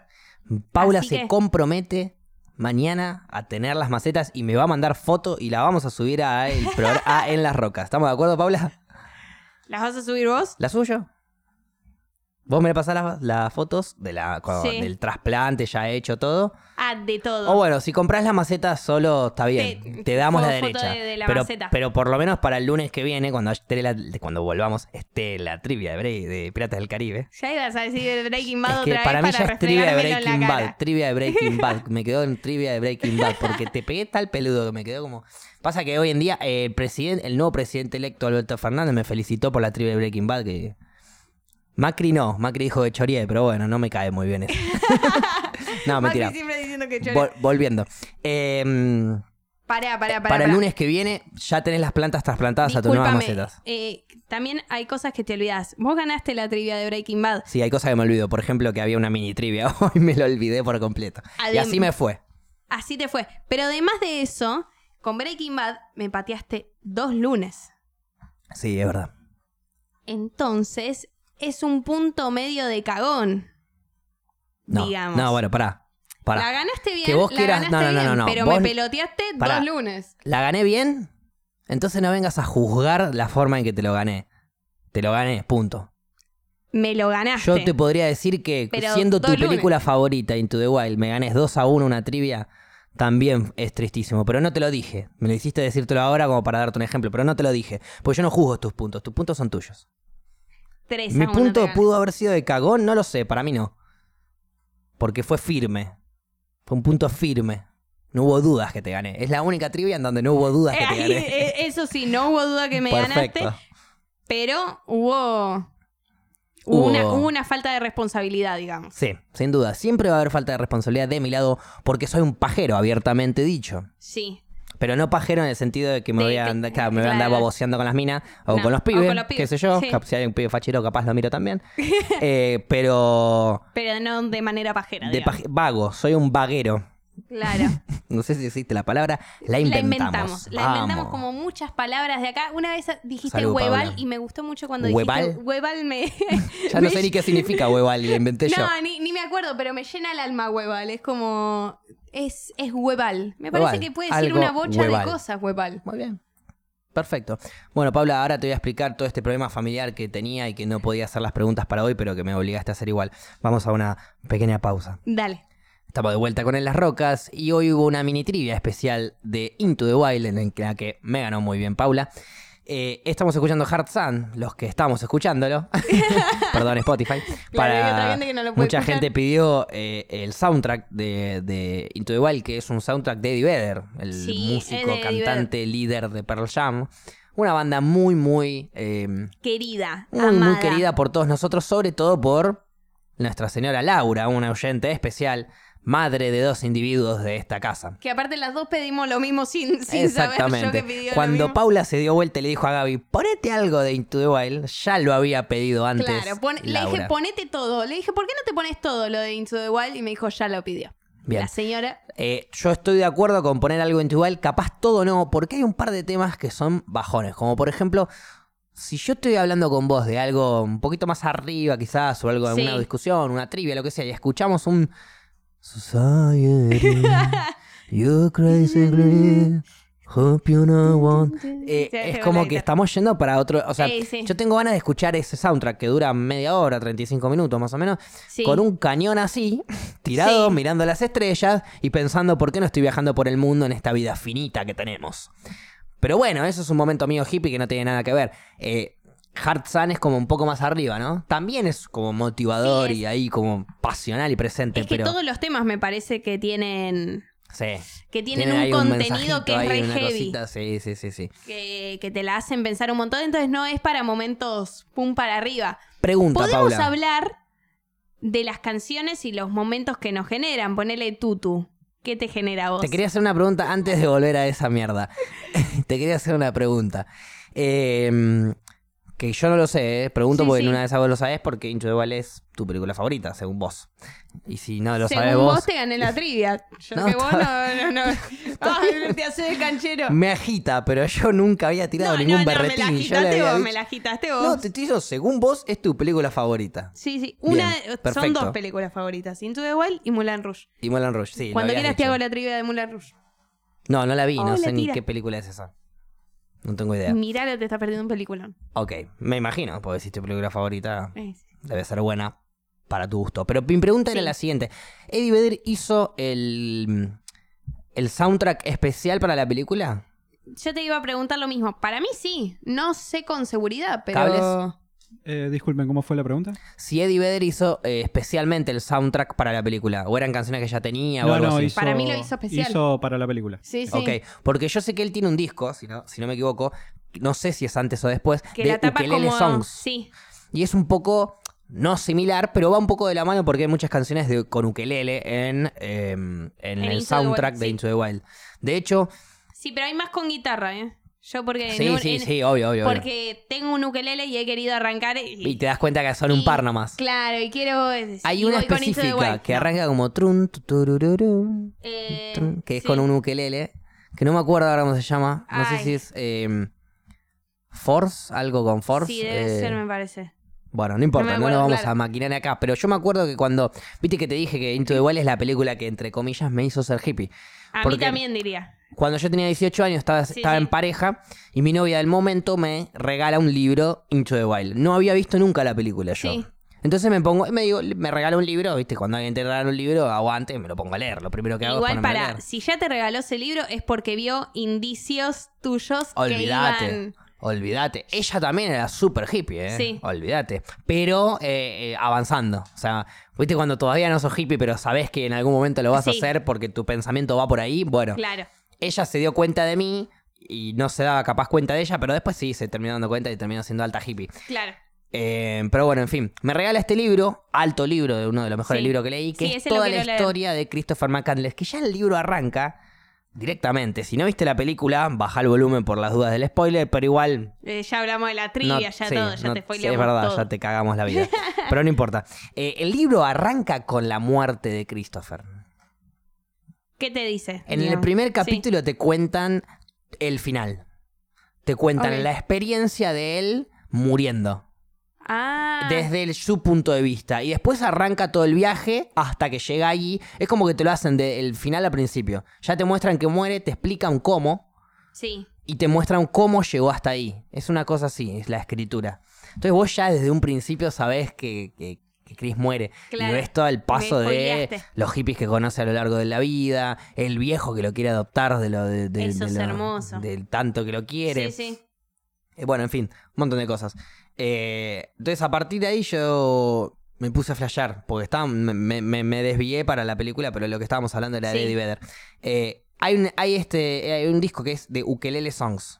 Speaker 1: Paula
Speaker 2: Así
Speaker 1: se
Speaker 2: que-
Speaker 1: compromete mañana a tener las macetas y me va a mandar foto y la vamos a subir a, el progr- a En las Rocas. ¿Estamos de acuerdo, Paula?
Speaker 5: ¿Las vas a subir vos?
Speaker 1: ¿La suyo? Vos me pasás las, las fotos de la, cuando-
Speaker 2: Sí.
Speaker 1: del trasplante ya hecho todo.
Speaker 2: Ah, de todo.
Speaker 1: O bueno, si compras la maceta solo está bien. Te,
Speaker 2: Te-
Speaker 1: damos la
Speaker 2: foto
Speaker 1: derecha.
Speaker 2: de- de la
Speaker 1: pero,
Speaker 2: maceta.
Speaker 1: pero por lo menos para el lunes que viene, cuando, esté la- cuando volvamos, esté la trivia de, Bre- de Piratas del Caribe.
Speaker 5: Ya ibas a decir el Breaking Bad
Speaker 1: Es que
Speaker 5: otra
Speaker 1: para mí
Speaker 5: vez
Speaker 1: ya
Speaker 5: para
Speaker 1: es trivia de
Speaker 5: restregármelo en
Speaker 1: Breaking
Speaker 5: la
Speaker 1: Bad.
Speaker 5: cara.
Speaker 1: Trivia de Breaking Bad. Me quedó en trivia de Breaking Bad. Porque te pegué tal peludo que me quedó como. Pasa que hoy en día eh, el, presidente, el nuevo presidente electo Alberto Fernández me felicitó por la trivia de Breaking Bad. que Macri no, Macri dijo que choría, pero bueno, no me cae muy bien eso. no,
Speaker 5: Macri
Speaker 1: mentira.
Speaker 5: siempre diciendo que
Speaker 1: Vol- volviendo. Eh,
Speaker 5: Pará, pará, pará.
Speaker 1: para el
Speaker 5: pará.
Speaker 1: lunes que viene ya tenés las plantas trasplantadas a tus nuevas
Speaker 2: Discúlpame,
Speaker 1: macetas.
Speaker 2: eh, también hay cosas que te olvidas. Vos ganaste la trivia de Breaking Bad.
Speaker 1: Sí, hay cosas que me olvido. Por ejemplo, que había una mini trivia. Hoy me lo olvidé por completo. Y
Speaker 2: Adem-
Speaker 1: así me fue.
Speaker 2: Así te fue. Pero además de eso, con Breaking Bad me pateaste dos lunes.
Speaker 1: Sí, es verdad.
Speaker 2: Entonces, es un punto medio de cagón.
Speaker 1: No,
Speaker 2: digamos.
Speaker 1: no bueno, pará. pará. La...
Speaker 2: La ganaste bien,
Speaker 1: Que vos
Speaker 2: la
Speaker 1: quieras-
Speaker 2: ganaste
Speaker 1: no, no, no,
Speaker 2: bien,
Speaker 1: no, no.
Speaker 2: pero
Speaker 1: Vos-
Speaker 2: me peloteaste
Speaker 1: pará.
Speaker 2: dos lunes.
Speaker 1: gané bien? Entonces no vengas a juzgar la forma en que te lo gané. Te lo gané, punto.
Speaker 2: me lo ganaste.
Speaker 1: Yo te podría decir que
Speaker 2: Pero
Speaker 1: siendo tu
Speaker 2: dos lunes.
Speaker 1: película favorita, Into the Wild, me ganes 2 a 1 una trivia, también es tristísimo. Pero no te lo dije. Me lo hiciste decírtelo ahora como para darte un ejemplo, pero no te lo dije. Pues yo no juzgo tus puntos, tus puntos son tuyos.
Speaker 2: Tres a
Speaker 1: Mi
Speaker 2: uno te
Speaker 1: punto
Speaker 2: gané.
Speaker 1: pudo haber sido de cagón, no lo sé, para mí no. Porque fue firme. Fue un punto firme. No hubo dudas que te gané. Es la única trivia en donde no hubo dudas que
Speaker 2: Eh,
Speaker 1: te
Speaker 2: ahí,
Speaker 1: gané.
Speaker 2: eh, eso sí, no hubo duda que me
Speaker 1: Perfecto.
Speaker 2: ganaste, pero hubo,
Speaker 1: Hubo-
Speaker 2: hubo, una, hubo una falta de responsabilidad, digamos.
Speaker 1: Sí, sin duda. Siempre va a haber falta de responsabilidad de mi lado porque soy un pajero, abiertamente dicho.
Speaker 2: Sí.
Speaker 1: Pero no pajero en el sentido de que me
Speaker 2: De-
Speaker 1: voy a
Speaker 2: de-
Speaker 1: andar, claro, me voy a andar
Speaker 2: claro.
Speaker 1: baboseando con las minas o
Speaker 2: No,
Speaker 1: con los
Speaker 2: o
Speaker 1: pibes,
Speaker 2: con los pibes,
Speaker 1: qué sé yo.
Speaker 2: sí.
Speaker 1: Cap- Si hay un pibe fachero, capaz lo miro también. Eh, pero
Speaker 2: Pero no de manera pajera.
Speaker 1: de
Speaker 2: digamos.
Speaker 1: paje- vago, soy un vaguero.
Speaker 2: Claro.
Speaker 1: No sé si existe la palabra, la
Speaker 2: La
Speaker 1: E inventamos.
Speaker 2: inventamos. La inventamos
Speaker 1: Vamos.
Speaker 2: como muchas palabras de acá. Una vez dijiste
Speaker 1: Salud,
Speaker 2: hueval
Speaker 1: Paula.
Speaker 2: y me gustó mucho cuando
Speaker 1: ¿Hueval?
Speaker 2: dijiste hueval. me.
Speaker 1: Ya no
Speaker 2: me-
Speaker 1: sé ni qué significa hueval, la inventé yo.
Speaker 2: No, ni, ni me acuerdo, pero me llena el alma hueval. Es como. Es, es hueval. Me
Speaker 1: Hueval,
Speaker 2: parece que puede decir
Speaker 1: algo
Speaker 2: una bocha
Speaker 1: hueval.
Speaker 2: de cosas, hueval.
Speaker 1: Muy bien. Perfecto. Bueno, Paula, ahora te voy a explicar todo este problema familiar que tenía y que no podía hacer las preguntas para hoy, pero que me obligaste a hacer igual. Vamos a una pequeña pausa.
Speaker 2: Dale.
Speaker 1: Estamos de vuelta con En las Rocas y hoy hubo una mini trivia especial de Into the Wild en la que me ganó muy bien Paula. Eh, estamos escuchando Hard Sun, los que estamos escuchándolo. Perdón, Spotify.
Speaker 2: hay otra
Speaker 1: Para
Speaker 2: gente que no lo puede
Speaker 1: mucha
Speaker 2: escuchar.
Speaker 1: gente pidió eh, el soundtrack de, de Into the Wild, que es un soundtrack de Eddie Vedder, el
Speaker 2: Sí, es
Speaker 1: músico,
Speaker 2: de Eddie
Speaker 1: cantante, líder de Pearl Jam. Una banda muy, muy, eh, muy,
Speaker 2: Querida.
Speaker 1: muy
Speaker 2: amada.
Speaker 1: querida por todos nosotros, sobre todo por nuestra señora Laura, una oyente especial, madre de dos individuos de esta casa.
Speaker 2: Que aparte las dos pedimos lo mismo sin, sin saber yo que pidió lo
Speaker 1: Cuando
Speaker 2: mismo.
Speaker 1: Paula se dio vuelta y le dijo a Gaby, ponete algo de Into the Wild, ya lo había pedido antes.
Speaker 2: Claro, pon- le
Speaker 1: Laura.
Speaker 2: dije ponete todo. Le dije, ¿por qué no te pones todo lo de Into the Wild? Y me dijo, ya lo pidió.
Speaker 1: Bien.
Speaker 2: La señora.
Speaker 1: Eh, yo estoy de acuerdo con poner algo en Wild, capaz todo no, porque hay un par de temas que son bajones, como por ejemplo, si yo estoy hablando con vos de algo un poquito más arriba quizás, o algo,
Speaker 2: Sí.
Speaker 1: alguna discusión, una trivia, lo que sea, y escuchamos un... Society, you crazy girl, hope you know one. Eh,
Speaker 2: Sí,
Speaker 1: es
Speaker 2: sí,
Speaker 1: como
Speaker 2: una
Speaker 1: que
Speaker 2: guitarra.
Speaker 1: estamos yendo para otro... O sea,
Speaker 2: Sí, sí.
Speaker 1: yo tengo ganas de escuchar ese soundtrack que dura media hora, 35 minutos más o menos,
Speaker 2: Sí.
Speaker 1: con un cañón así, tirado,
Speaker 2: Sí.
Speaker 1: mirando las estrellas y pensando por qué no estoy viajando por el mundo en esta vida finita que tenemos. Pero bueno, eso es un momento mío hippie que no tiene nada que ver. Eh, Hard Sun es como un poco más arriba, ¿no? También es como motivador
Speaker 2: Sí, es-
Speaker 1: y ahí como pasional y presente,
Speaker 2: Es que
Speaker 1: pero...
Speaker 2: todos los temas me parece que tienen.
Speaker 1: Sí.
Speaker 2: Que tienen,
Speaker 1: ahí
Speaker 2: un
Speaker 1: mensajito,
Speaker 2: contenido que
Speaker 1: ahí
Speaker 2: es re
Speaker 1: una
Speaker 2: heavy.
Speaker 1: cosita, Sí, sí, sí, sí.
Speaker 2: Que, que te la hacen pensar un montón. Entonces no es para momentos pum para arriba.
Speaker 1: Pregunta,
Speaker 2: Podemos
Speaker 1: Paula.
Speaker 2: hablar de las canciones y los momentos que nos generan. Ponele tutu. ¿Qué te genera a vos?
Speaker 1: Te quería hacer una pregunta antes de volver a esa mierda. te quería hacer una pregunta. Eh, que yo no lo sé, ¿eh? pregunto
Speaker 2: Sí,
Speaker 1: porque en
Speaker 2: sí.
Speaker 1: una de esas vos lo sabés, porque Into the Wild es tu película favorita, según vos. Y si no lo
Speaker 2: Según
Speaker 1: sabés
Speaker 2: vos,
Speaker 1: vos,
Speaker 2: te gané la trivia. Yo
Speaker 1: No,
Speaker 2: que vos no, no, no. Ay, te haces el canchero.
Speaker 1: me agita, pero yo nunca había tirado
Speaker 2: no,
Speaker 1: ningún
Speaker 2: no,
Speaker 1: berretín. yo
Speaker 2: No, me la
Speaker 1: le
Speaker 2: agitaste
Speaker 1: había
Speaker 2: vos,
Speaker 1: dicho-
Speaker 2: me la agitaste vos.
Speaker 1: No, te digo, según vos, es tu película favorita.
Speaker 2: Sí, sí.
Speaker 1: Bien,
Speaker 2: Una, son
Speaker 1: perfecto.
Speaker 2: dos películas favoritas, Into the Wild y Mulan Rouge.
Speaker 1: Y Moulin Rouge, sí. lo
Speaker 2: Cuando
Speaker 1: habías
Speaker 2: quieras te
Speaker 1: dicho.
Speaker 2: hago la trivia de Mulan Rouge.
Speaker 1: No, no la vi,
Speaker 2: Oh,
Speaker 1: no
Speaker 2: la
Speaker 1: sé ni
Speaker 2: tira. Mm.
Speaker 1: qué película es esa. No tengo idea.
Speaker 2: Miralo, te estás perdiendo un peliculón. Eh,
Speaker 1: Ok, me imagino, porque si es tu película favorita,
Speaker 2: Es-
Speaker 1: debe ser buena para tu gusto. Pero mi pregunta era
Speaker 2: Sí.
Speaker 1: la siguiente. ¿Eddie Vedder hizo el, el soundtrack especial para la película?
Speaker 2: Yo te iba a preguntar lo mismo. Para mí sí. No sé con seguridad, pero.
Speaker 1: ¿Cables?
Speaker 3: Eh, disculpen, ¿cómo fue la pregunta?
Speaker 1: Si Eddie Vedder hizo eh, especialmente el soundtrack para la película, o eran canciones que ya tenía o
Speaker 3: No,
Speaker 1: algo
Speaker 3: no,
Speaker 1: así.
Speaker 3: hizo-
Speaker 2: Para mí lo hizo especial.
Speaker 3: Hizo para la película.
Speaker 2: Sí, sí.
Speaker 1: Ok, porque yo sé que él tiene un disco, si no, si no me equivoco, no sé si es antes o después,
Speaker 2: Que
Speaker 1: de
Speaker 2: la tapa
Speaker 1: Ukelele
Speaker 2: como.
Speaker 1: Songs.
Speaker 2: Sí.
Speaker 1: Y es un poco, no similar, pero va un poco de la mano porque hay muchas canciones de, con ukelele en, eh, en
Speaker 2: Into the
Speaker 1: el
Speaker 2: Wild,
Speaker 1: soundtrack de
Speaker 2: sí.
Speaker 1: Into the Wild. De hecho,
Speaker 2: Sí, pero hay más con guitarra, ¿eh? Yo porque.
Speaker 1: sí,
Speaker 2: no-
Speaker 1: sí,
Speaker 2: en-
Speaker 1: sí, obvio, obvio. obvio.
Speaker 2: Porque tengo un ukelele y he querido arrancar. Y,
Speaker 1: Y te das cuenta que son un
Speaker 2: y-
Speaker 1: par nomás.
Speaker 2: Claro, y quiero. eh,
Speaker 1: Hay
Speaker 2: y
Speaker 1: una
Speaker 2: voy con Into the
Speaker 1: específica
Speaker 2: Wild.
Speaker 1: que
Speaker 2: No.
Speaker 1: arranca como trun, tu, turururú,
Speaker 2: Eh,
Speaker 1: trun, que es
Speaker 2: sí.
Speaker 1: con un ukelele, que no me acuerdo ahora cómo se llama. No sé
Speaker 2: Ay.
Speaker 1: si es eh, Force, algo con Force.
Speaker 2: Sí, debe
Speaker 1: eh,
Speaker 2: ser, me parece.
Speaker 1: Bueno, no importa,
Speaker 2: No
Speaker 1: no,
Speaker 2: me
Speaker 1: lo
Speaker 2: acuerdo,
Speaker 1: vamos
Speaker 2: claro.
Speaker 1: a maquinar acá. Pero yo me acuerdo que cuando. Viste que te dije que Into the Wild es la película que, entre comillas, me hizo ser hippie.
Speaker 2: A
Speaker 1: porque-
Speaker 2: mí también diría.
Speaker 1: Cuando yo tenía 18 años estaba,
Speaker 2: Sí,
Speaker 1: estaba
Speaker 2: sí.
Speaker 1: en pareja y mi novia del momento me regala un libro Into the Wild. No había visto nunca la película yo.
Speaker 2: Sí.
Speaker 1: Entonces me pongo, me digo, me regalo un libro, ¿viste? Cuando alguien te regala un libro, aguante, me lo pongo a leer. Lo primero que hago es
Speaker 2: Igual
Speaker 1: ponerme a
Speaker 2: para,
Speaker 1: leer.
Speaker 2: si ya te regaló ese libro es porque vio indicios tuyos
Speaker 1: Olvídate.
Speaker 2: que iban...
Speaker 1: Olvídate. Ella también era súper hippie, ¿eh?
Speaker 2: Sí.
Speaker 1: Olvídate. Pero eh, eh, avanzando. O sea, viste cuando todavía no sos hippie, pero sabés que en algún momento lo vas a
Speaker 2: Sí.
Speaker 1: hacer porque tu pensamiento va por ahí. Bueno,
Speaker 2: Claro.
Speaker 1: ella se dio cuenta de mí y no se daba capaz cuenta de ella, pero después sí se terminó dando cuenta y terminó siendo alta hippie.
Speaker 2: Claro.
Speaker 1: Eh, pero bueno, en fin, me regala este libro, alto libro, de uno de los mejores
Speaker 2: Sí.
Speaker 1: libros que leí, que
Speaker 2: Sí,
Speaker 1: es
Speaker 2: ese lo
Speaker 1: toda la
Speaker 2: quiero leer.
Speaker 1: historia de Christopher McCandless, que ya el libro arranca directamente. Si no viste la película, baja el volumen por las dudas del spoiler, pero igual
Speaker 2: Eh, ya hablamos de la trivia, ya
Speaker 1: sí,
Speaker 2: todo, ya
Speaker 1: no-
Speaker 2: te
Speaker 1: sí,
Speaker 2: spoileamos
Speaker 1: Es verdad,
Speaker 2: todo.
Speaker 1: ya te cagamos la vida. Pero no importa. Eh, el libro arranca con la muerte de Christopher.
Speaker 2: ¿Qué te dice?
Speaker 1: En el
Speaker 2: Digamos.
Speaker 1: primer
Speaker 2: Sí.
Speaker 1: capítulo te cuentan el final. Te cuentan
Speaker 2: Ok.
Speaker 1: la experiencia de él muriendo.
Speaker 2: Ah,
Speaker 1: Desde el- su punto de vista. Y después arranca todo el viaje hasta que llega allí. Es como que te lo hacen del final al principio. Ya te muestran que muere, te explican cómo.
Speaker 2: sí.
Speaker 1: y te muestran cómo llegó hasta ahí. Es una cosa así, es la escritura. Entonces vos ya desde un principio sabés que, que, que Chris muere.
Speaker 2: Claro.
Speaker 1: Y ves todo el paso
Speaker 2: Me
Speaker 1: de
Speaker 2: spoileaste.
Speaker 1: los hippies que conoce a lo largo de la vida, el viejo que lo quiere adoptar de lo de, de- de
Speaker 2: Eso es
Speaker 1: lo-
Speaker 2: hermoso.
Speaker 1: del tanto que lo quiere.
Speaker 2: Sí, sí.
Speaker 1: Eh, bueno, en fin, un montón de cosas. Eh, entonces, a partir de ahí yo me puse a flashear, porque estaba, me, me- me desvié para la película, pero lo que estábamos hablando era de
Speaker 2: Sí.
Speaker 1: Eddie Vedder. Eh, hay, un, hay, este, hay un disco que es de Ukelele Songs,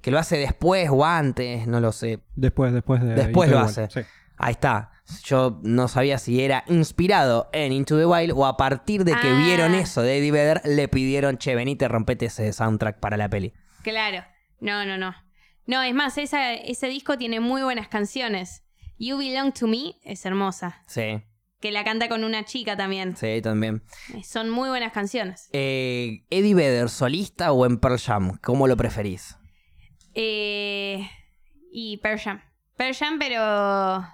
Speaker 1: que lo hace después o antes, no lo sé.
Speaker 3: Después, después de.
Speaker 1: Después
Speaker 3: Into
Speaker 1: lo
Speaker 3: the Wild,
Speaker 1: hace.
Speaker 3: sí.
Speaker 1: Ahí está. Yo no sabía si era inspirado en Into the Wild o a partir de que
Speaker 2: Ah.
Speaker 1: vieron eso de Eddie Vedder, le pidieron, che, venite, rompete ese soundtrack para la peli.
Speaker 2: Claro. No, no, no. No, es más, esa, ese disco tiene muy buenas canciones. You Belong to Me es hermosa.
Speaker 1: Sí,
Speaker 2: Que la canta con una chica también.
Speaker 1: sí, también.
Speaker 2: Eh, Son muy buenas canciones.
Speaker 1: Eh, Eddie Vedder, solista o en Pearl Jam, ¿cómo lo preferís?
Speaker 2: Eh, y Pearl Jam. Pearl Jam, pero.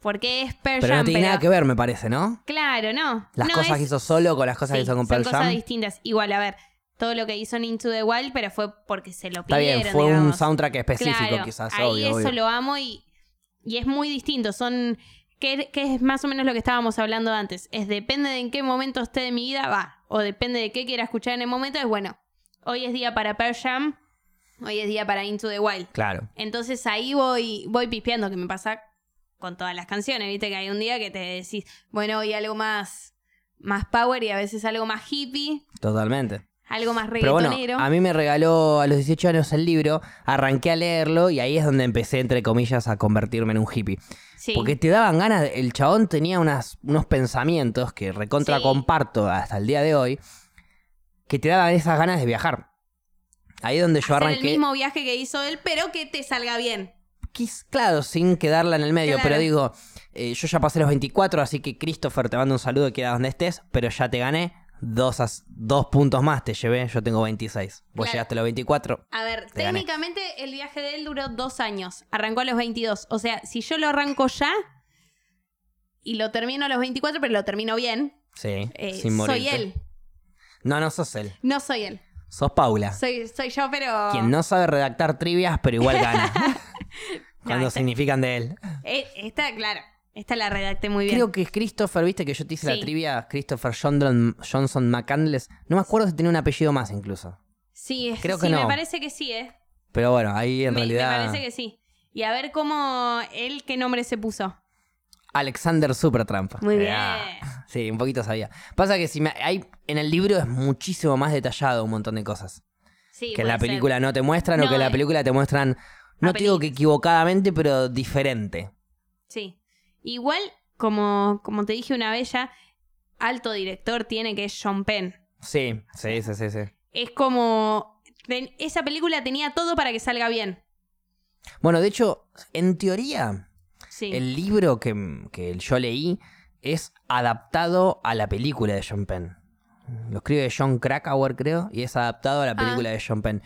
Speaker 2: ¿Por qué es Pearl
Speaker 1: Pero no
Speaker 2: Jam?
Speaker 1: tiene nada
Speaker 2: Pero-
Speaker 1: que ver, me parece, ¿no?
Speaker 2: Claro, no.
Speaker 1: Las
Speaker 2: No,
Speaker 1: cosas
Speaker 2: es-
Speaker 1: que hizo solo con las cosas
Speaker 2: Sí,
Speaker 1: que hizo con
Speaker 2: son
Speaker 1: Pearl
Speaker 2: cosas
Speaker 1: Jam.
Speaker 2: distintas. Igual, a ver, todo lo que hizo en Into the Wild, pero fue porque se lo
Speaker 1: Está
Speaker 2: pidieron.
Speaker 1: bien, fue un
Speaker 2: digamos.
Speaker 1: soundtrack específico
Speaker 2: Claro,
Speaker 1: quizás,
Speaker 2: ahí
Speaker 1: obvio,
Speaker 2: eso
Speaker 1: obvio.
Speaker 2: lo amo y, y es muy distinto. Son. Que, que es más o menos lo que estábamos hablando antes. Es depende de en qué momento esté de mi vida, va. O depende de qué quiera escuchar en el momento, es bueno. Hoy es día para Pearl Jam, hoy es día para Into the Wild.
Speaker 1: Claro.
Speaker 2: Entonces ahí voy, voy pispeando, que me pasa con todas las canciones, viste que hay un día que te decís, bueno, hoy algo más, más power y a veces algo más hippie,
Speaker 1: Totalmente.
Speaker 2: algo más
Speaker 1: Pero bueno,
Speaker 2: reggaetonero.
Speaker 1: a mí me regaló a los 18 años el libro, arranqué a leerlo y ahí es donde empecé, entre comillas, a convertirme en un hippie.
Speaker 2: sí,
Speaker 1: Porque te daban ganas, de- el chabón tenía unas, unos pensamientos que recontra
Speaker 2: Sí.
Speaker 1: comparto hasta el día de hoy, que te daban esas ganas de viajar. Ahí es donde yo
Speaker 2: hacer el
Speaker 1: arranqué.
Speaker 2: mismo viaje que hizo él, pero que te salga bien.
Speaker 1: quis- claro, sin quedarla en el medio,
Speaker 2: Claro.
Speaker 1: pero digo, eh, yo ya pasé los 24, así que Christopher, te mando un saludo, queda donde estés, pero ya te gané dos, as- dos puntos más, te llevé, yo tengo 26. Vos
Speaker 2: Claro.
Speaker 1: llegaste a los 24.
Speaker 2: A ver,
Speaker 1: Te gané.
Speaker 2: técnicamente el viaje de él duró dos años, arrancó a los 22, o sea, si yo lo arranco ya y lo termino a los 24, pero lo termino bien,
Speaker 1: Sí,
Speaker 2: eh,
Speaker 1: sin morir.
Speaker 2: soy él,
Speaker 1: No, no sos él,
Speaker 2: no soy él,
Speaker 1: sos Paula.
Speaker 2: soy, soy yo, pero...
Speaker 1: Quien no sabe redactar trivias, pero igual gana. Cuando
Speaker 2: está-
Speaker 1: significan de él.
Speaker 2: Eh, Esta, claro, esta la redacté muy bien.
Speaker 1: Creo que es Christopher, viste que yo te hice la
Speaker 2: Sí.
Speaker 1: trivia, Christopher John- Johnson McCandless. No me acuerdo si tenía un apellido más incluso.
Speaker 2: Sí, es-
Speaker 1: Creo
Speaker 2: sí,
Speaker 1: que no.
Speaker 2: me parece que sí, ¿eh?
Speaker 1: Pero bueno, ahí en
Speaker 2: me, me
Speaker 1: realidad.
Speaker 2: parece que sí. Y a ver cómo él, qué nombre se puso. Eh,
Speaker 1: Alexander Supertramp.
Speaker 2: Muy bien.
Speaker 1: Ah, Sí, un poquito sabía. Pasa que si me- hay, en el libro es muchísimo más detallado un montón de cosas. que
Speaker 2: Sí,
Speaker 1: en
Speaker 2: puede
Speaker 1: la
Speaker 2: ser.
Speaker 1: película no te muestran o
Speaker 2: No,
Speaker 1: que en la
Speaker 2: eh,
Speaker 1: película te muestran, no te digo que equivocadamente, pero diferente.
Speaker 2: Sí. Igual, como, como te dije una vez ya, alto director tiene que es Sean Penn.
Speaker 1: Sí, sí, sí, sí, sí.
Speaker 2: Es como... ten- esa película tenía todo para que salga bien.
Speaker 1: Bueno, de hecho, en teoría,
Speaker 2: Sí.
Speaker 1: el libro que, que yo leí es adaptado a la película de John Penn. Lo escribe John Krakauer, creo, y es adaptado a
Speaker 2: Ah.
Speaker 1: la película de John Penn.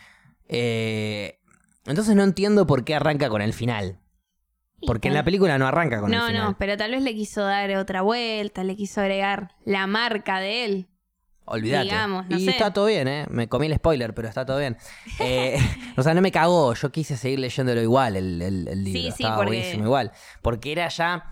Speaker 1: Eh, entonces no entiendo por qué arranca con el final. Porque en la película no arranca con el
Speaker 2: No,
Speaker 1: final.
Speaker 2: no, pero tal vez le quiso dar otra vuelta, le quiso agregar la marca de él.
Speaker 1: Olvídate.
Speaker 2: digamos, no
Speaker 1: y
Speaker 2: sé.
Speaker 1: está todo bien, ¿eh? Me comí el spoiler, pero está todo bien. Eh, o sea, no me cagó. Yo quise seguir leyéndolo igual, el, el- el libro.
Speaker 2: Sí, sí,
Speaker 1: Estaba
Speaker 2: porque-
Speaker 1: buenísimo igual. Porque era ya.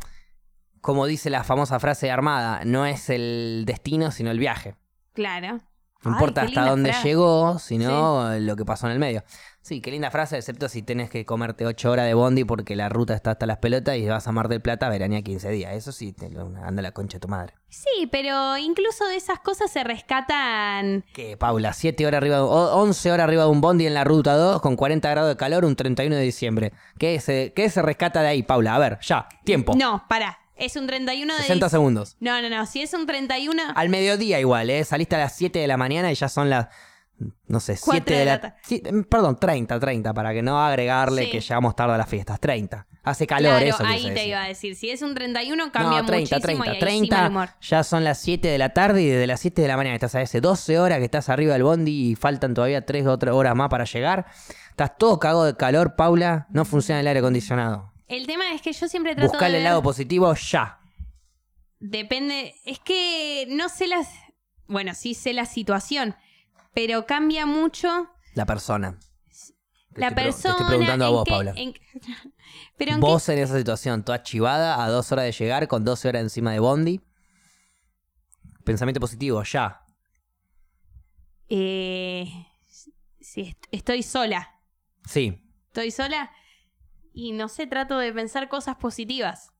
Speaker 1: como dice la famosa frase de Armada, no es el destino, sino el viaje.
Speaker 2: Claro.
Speaker 1: No
Speaker 2: Ay,
Speaker 1: importa
Speaker 2: qué
Speaker 1: hasta
Speaker 2: linda
Speaker 1: dónde
Speaker 2: frase.
Speaker 1: llegó, sino lo que pasó en el medio. Sí, qué linda frase, excepto si tenés que comerte 8 horas de bondi porque la ruta está hasta las pelotas y vas a Mar del Plata, veranía 15 días. Eso sí, te lo- anda la concha de tu madre.
Speaker 2: Sí, pero incluso de esas cosas se rescatan.
Speaker 1: ¿Qué, Paula? 7 horas arriba, de- o- 11 horas arriba de un bondi en la ruta 2 con 40 grados de calor un 31 de diciembre. ¿Qué se, qué se rescata de ahí, Paula? A ver, ya, tiempo.
Speaker 2: No, pará. Es un 31 de
Speaker 1: 60
Speaker 2: dic-
Speaker 1: segundos.
Speaker 2: No, no, no. Si es un 31.
Speaker 1: Al mediodía igual, ¿eh? Saliste a las 7 de la mañana y ya son las, no sé,
Speaker 2: Cuatro
Speaker 1: 7
Speaker 2: de
Speaker 1: de
Speaker 2: la
Speaker 1: la...
Speaker 2: tarde.
Speaker 1: sí, mm, perdón, 30, 30, para que no agregarle
Speaker 2: Sí.
Speaker 1: que llegamos tarde a las fiestas. 30. Hace calor
Speaker 2: claro,
Speaker 1: eso. quise
Speaker 2: ahí te
Speaker 1: decir.
Speaker 2: iba a decir. Si es un 31, cambia
Speaker 1: no, 30,
Speaker 2: muchísimo
Speaker 1: 30,
Speaker 2: y ahí sí mal humor.
Speaker 1: ya son las 7 de la tarde y desde las 7 de la mañana estás a ese 12 horas que estás arriba del bondi y faltan todavía 3 o 4 horas más para llegar. Estás todo cagado de calor, Paula, no funciona el aire acondicionado.
Speaker 2: El tema es que yo siempre trato
Speaker 1: Buscar
Speaker 2: de
Speaker 1: el
Speaker 2: ver-
Speaker 1: lado positivo ya.
Speaker 2: Depende, es que no sé las, bueno, sí sé la situación, pero cambia mucho
Speaker 1: La persona. Te
Speaker 2: la
Speaker 1: estoy pre-
Speaker 2: persona.
Speaker 1: Te estoy preguntando a
Speaker 2: en
Speaker 1: vos,
Speaker 2: qué-
Speaker 1: Paula.
Speaker 2: en- pero en
Speaker 1: vos en esa situación, toda chivada, a dos horas de llegar, con 12 horas encima de Bondi. Pensamiento positivo, ya.
Speaker 2: qué- eh, si est- estoy sola,
Speaker 1: Sí,
Speaker 2: estoy sola y no sé, trato de pensar cosas positivas.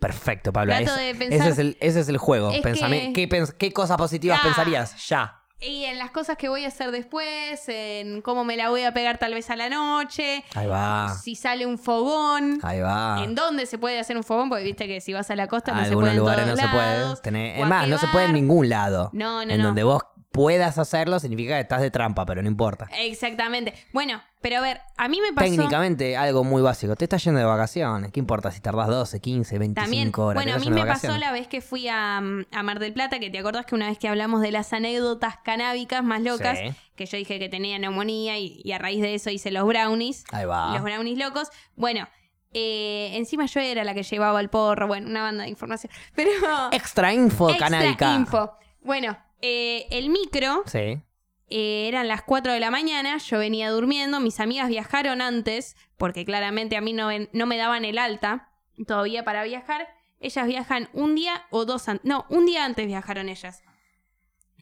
Speaker 1: perfecto, Pablo.
Speaker 2: Trato
Speaker 1: Ese-
Speaker 2: de pensar-
Speaker 1: ese, es el, ese es el juego.
Speaker 2: Es
Speaker 1: Pensame- ¿qué,
Speaker 2: que-
Speaker 1: pens- qué cosas positivas
Speaker 2: Ya.
Speaker 1: pensarías? Ya.
Speaker 2: Y en las cosas que voy a hacer después, en cómo me la voy a pegar tal vez a la noche,
Speaker 1: Ahí va.
Speaker 2: si sale un fogón.
Speaker 1: Ahí va.
Speaker 2: ¿En dónde se puede hacer un fogón? Porque viste que si vas a la costa no se
Speaker 1: Algunos
Speaker 2: puede en
Speaker 1: lugares no
Speaker 2: todos
Speaker 1: se puede.
Speaker 2: lados,
Speaker 1: Tenés-
Speaker 2: o a
Speaker 1: Es más,
Speaker 2: qué
Speaker 1: no se puede en
Speaker 2: bar.
Speaker 1: ningún lado.
Speaker 2: No, no,
Speaker 1: en
Speaker 2: no.
Speaker 1: donde vos puedas hacerlo significa que estás de trampa, pero no importa.
Speaker 2: Exactamente. Bueno, pero a ver, a mí Eh, me pasó
Speaker 1: Técnicamente, algo muy básico. Te estás yendo de vacaciones. ¿Qué importa si tardás 12, 15, 25
Speaker 2: también.
Speaker 1: horas?
Speaker 2: Bueno,
Speaker 1: Te
Speaker 2: a
Speaker 1: vas
Speaker 2: mí
Speaker 1: una
Speaker 2: me
Speaker 1: vacación.
Speaker 2: pasó la vez que fui a, mm, a Mar del Plata, que te acordás que una vez que hablamos de las anécdotas canábicas más locas,
Speaker 1: Sí.
Speaker 2: que yo dije que tenía neumonía y, y a raíz de eso hice los brownies,
Speaker 1: Ahí va.
Speaker 2: los brownies locos. Bueno, eh, encima yo era la que llevaba el porro, bueno, una banda de información. Pero
Speaker 1: Extra info
Speaker 2: extra
Speaker 1: canábica.
Speaker 2: info. Bueno, eh, el micro
Speaker 1: Sí.
Speaker 2: Eh, eran las 4 de la mañana, yo venía durmiendo, mis amigas viajaron antes, porque claramente a mí no, ven- no me daban el alta todavía para viajar. Ellas viajan un día o dos antes. No, un día antes viajaron ellas.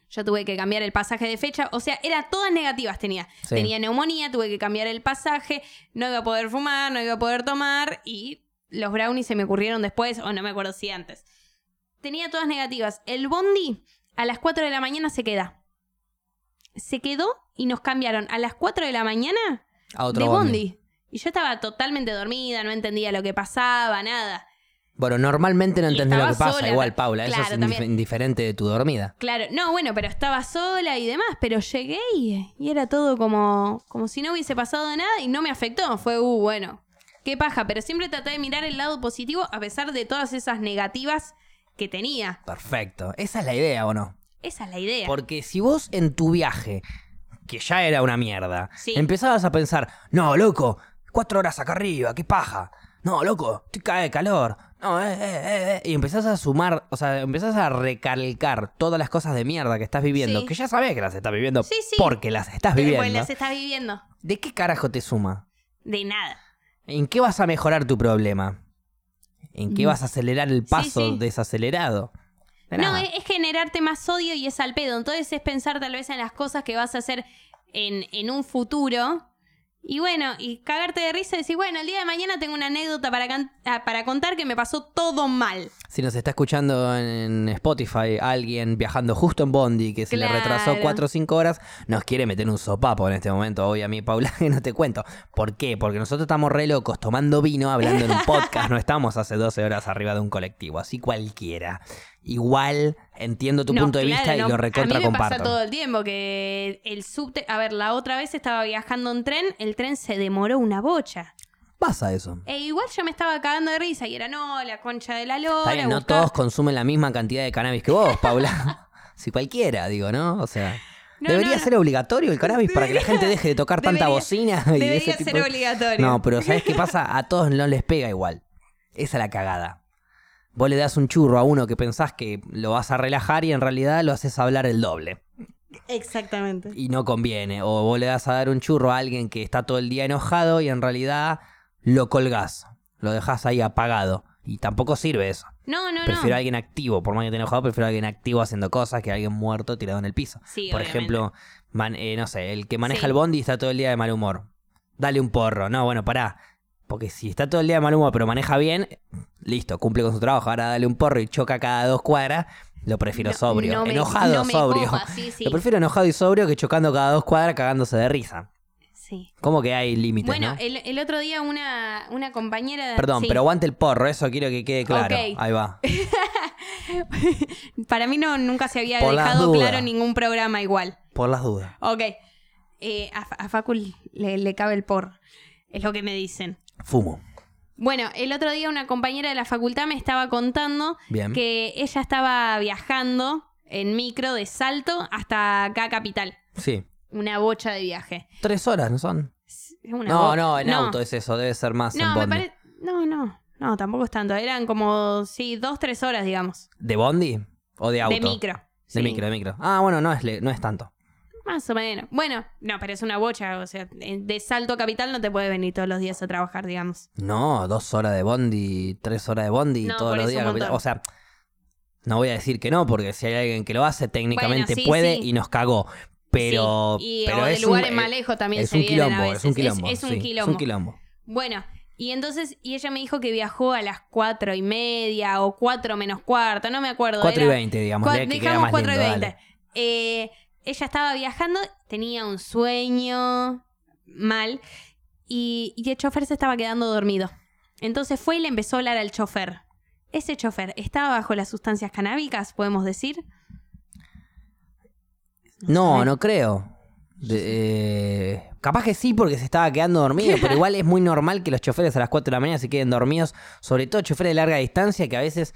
Speaker 2: Yo tuve que cambiar el pasaje de fecha, o sea, era todas negativas tenía.
Speaker 1: Sí.
Speaker 2: Tenía neumonía, tuve que cambiar el pasaje, no iba a poder fumar, no iba a poder tomar y los brownies se me ocurrieron después o no me acuerdo si antes. Tenía todas negativas. El bondi a las 4 de la mañana se queda. Se quedó y nos cambiaron a las 4 de la mañana
Speaker 1: A otro
Speaker 2: de bondi. Y yo estaba totalmente dormida, no entendía lo que pasaba, nada.
Speaker 1: Bueno, normalmente no
Speaker 2: Y
Speaker 1: entendés lo que
Speaker 2: estaba
Speaker 1: pasa,
Speaker 2: sola,
Speaker 1: igual,
Speaker 2: ta-
Speaker 1: Paula. eso
Speaker 2: claro,
Speaker 1: es indif-
Speaker 2: también.
Speaker 1: indiferente de tu dormida.
Speaker 2: Claro, no, bueno, pero estaba sola y demás, pero llegué y, y era todo como, como si no hubiese pasado nada y no me afectó. Fue, uh, bueno, qué paja, pero siempre traté de mirar el lado positivo a pesar de todas esas negativas que tenía.
Speaker 1: Perfecto. Esa es la idea, ¿o no?
Speaker 2: Esa es la idea.
Speaker 1: Porque si vos en tu viaje, que ya era una mierda,
Speaker 2: Sí.
Speaker 1: empezabas a pensar, no, loco, cuatro horas acá arriba, qué paja. No, loco, estoy cae de calor. No, eh, eh, eh, eh", Y empezás a sumar, o sea, empezás a recalcar todas las cosas de mierda que estás viviendo,
Speaker 2: Sí.
Speaker 1: que ya sabés que las estás viviendo
Speaker 2: Sí, sí.
Speaker 1: porque las estás
Speaker 2: Pero,
Speaker 1: viviendo.
Speaker 2: pues, las estás viviendo.
Speaker 1: ¿De qué carajo te suma?
Speaker 2: De nada.
Speaker 1: ¿En qué vas a mejorar tu problema? ¿En qué vas a acelerar el paso
Speaker 2: Mm. sí.
Speaker 1: desacelerado? De
Speaker 2: No, eh.
Speaker 1: nada.
Speaker 2: es, es generarte más odio y es al pedo. Entonces es pensar tal vez en las cosas que vas a hacer en, en un futuro. Y bueno, y cagarte de risa y decir, bueno, el día de mañana tengo una anécdota para, can- ah, para contar que me pasó todo mal.
Speaker 1: Si nos está escuchando en Spotify alguien viajando justo en Bondi que se le retrasó
Speaker 2: Claro.
Speaker 1: 4 o 5 horas, nos quiere meter un sopapo en este momento, hoy a mí, Paula, que no te cuento. ¿Por qué? Porque nosotros estamos re locos tomando vino, hablando en un podcast, no estamos hace 12 horas arriba de un colectivo, así cualquiera. Igual entiendo tu
Speaker 2: No,
Speaker 1: punto de
Speaker 2: claro,
Speaker 1: vista
Speaker 2: no,
Speaker 1: y lo
Speaker 2: A
Speaker 1: recontra
Speaker 2: mí me pasa
Speaker 1: comparto.
Speaker 2: todo el tiempo que el subte... A ver, la otra vez estaba viajando en tren, el tren se demoró una bocha.
Speaker 1: Pasa eso.
Speaker 2: E igual yo me estaba cagando de risa y era, no, la concha de la
Speaker 1: Está
Speaker 2: lora.
Speaker 1: bien, no
Speaker 2: buscaba-
Speaker 1: todos consumen la misma cantidad de cannabis que vos, Paula. si cualquiera, digo, ¿no? O sea,
Speaker 2: No,
Speaker 1: debería
Speaker 2: no, no.
Speaker 1: ser obligatorio el cannabis para que la gente deje de tocar tanta
Speaker 2: Debería-
Speaker 1: bocina y
Speaker 2: Debería
Speaker 1: ese
Speaker 2: ser
Speaker 1: tipo de-
Speaker 2: obligatorio.
Speaker 1: No, pero ¿sabes qué pasa? A todos no les pega igual. Esa es la cagada. Vos le das un churro a uno que pensás que lo vas a relajar y en realidad lo haces hablar el doble.
Speaker 2: Exactamente.
Speaker 1: Y no conviene. O vos le das a dar un churro a alguien que está todo el día enojado y en realidad lo colgás. Lo dejás ahí apagado. Y tampoco sirve eso.
Speaker 2: No, no,
Speaker 1: Prefiero
Speaker 2: no.
Speaker 1: a alguien activo, por más que esté enojado, prefiero a alguien activo haciendo cosas que a alguien muerto tirado en el piso.
Speaker 2: Sí,
Speaker 1: por
Speaker 2: obviamente.
Speaker 1: ejemplo, man- eh, no sé, el que maneja
Speaker 2: Sí.
Speaker 1: el bondi está todo el día de mal humor. Dale un porro. No, bueno, pará. Porque si está todo el día de mal humor pero maneja bien, listo, cumple con su trabajo. Ahora dale un porro y choca cada dos cuadras. Lo prefiero
Speaker 2: No,
Speaker 1: sobrio.
Speaker 2: no me-
Speaker 1: enojado,
Speaker 2: no me
Speaker 1: sobrio.
Speaker 2: copa, sí, sí.
Speaker 1: Lo prefiero enojado y sobrio que chocando cada dos cuadras cagándose de risa.
Speaker 2: Sí.
Speaker 1: Como que hay límites,
Speaker 2: Bueno,
Speaker 1: ¿no?
Speaker 2: el, el otro día una, una compañera...
Speaker 1: Perdón,
Speaker 2: sí.
Speaker 1: pero aguante el porro, eso quiero que quede claro.
Speaker 2: Ok.
Speaker 1: Ahí va.
Speaker 2: Para mí no, nunca se había
Speaker 1: Por las
Speaker 2: dejado
Speaker 1: dudas.
Speaker 2: claro ningún programa igual.
Speaker 1: Por las dudas.
Speaker 2: Ok. Eh, a, Fa- a Facul le, le cabe el porro. Es lo que me dicen.
Speaker 1: Fumo.
Speaker 2: Bueno, el otro día una compañera de la facultad me estaba contando
Speaker 1: Bien.
Speaker 2: que ella estaba viajando en micro de Salto hasta acá Capital.
Speaker 1: Sí.
Speaker 2: Una bocha de viaje.
Speaker 1: Tres horas, ¿no son?
Speaker 2: Una
Speaker 1: No,
Speaker 2: bo-
Speaker 1: no, en auto es eso, debe ser más en
Speaker 2: No, me
Speaker 1: bondi.
Speaker 2: parece... No, no. No, tampoco es tanto. Eran como, sí, dos, tres horas, digamos.
Speaker 1: ¿De bondi o de auto?
Speaker 2: De micro.
Speaker 1: De
Speaker 2: sí.
Speaker 1: micro, de micro. Ah, bueno, no es, le- no es tanto.
Speaker 2: Más o menos. Bueno, no, pero es una bocha. O sea, de Salto a Capital no te puedes venir todos los días a trabajar, digamos.
Speaker 1: No, dos horas de bondi, tres horas de bondi
Speaker 2: No,
Speaker 1: todos
Speaker 2: por
Speaker 1: los
Speaker 2: eso
Speaker 1: días.
Speaker 2: un
Speaker 1: capital.
Speaker 2: montón.
Speaker 1: O sea, no voy a decir que no, porque si hay alguien que lo hace, técnicamente
Speaker 2: sí,
Speaker 1: puede
Speaker 2: sí.
Speaker 1: y nos cagó. Pero,
Speaker 2: Sí, y-
Speaker 1: pero
Speaker 2: o de
Speaker 1: es
Speaker 2: lugares
Speaker 1: un, e eh,
Speaker 2: más lejos también
Speaker 1: es
Speaker 2: se
Speaker 1: un
Speaker 2: vienen a
Speaker 1: quilombo, es
Speaker 2: veces.
Speaker 1: un quilombo.
Speaker 2: Es, un
Speaker 1: sí,
Speaker 2: quilombo.
Speaker 1: Es un quilombo.
Speaker 2: Bueno, y entonces, y ella me dijo que viajó a las cuatro y media o cuatro menos cuarto, no me acuerdo.
Speaker 1: 4 y
Speaker 2: era-
Speaker 1: 20, digamos.
Speaker 2: cua-
Speaker 1: le- que queda
Speaker 2: dejamos
Speaker 1: más
Speaker 2: cuatro
Speaker 1: lindo,
Speaker 2: y veinte.
Speaker 1: dale.
Speaker 2: Eh, ella estaba viajando, tenía un sueño mal y, y el chofer se estaba quedando dormido. Entonces fue y le empezó a hablar al chofer. Ese chofer estaba bajo las sustancias canábicas, podemos decir.
Speaker 1: No, no creo. De- eh, capaz que sí, porque se estaba quedando dormido, pero igual es muy normal que los choferes a las 4 de la mañana se queden dormidos, sobre todo choferes de larga distancia que a veces,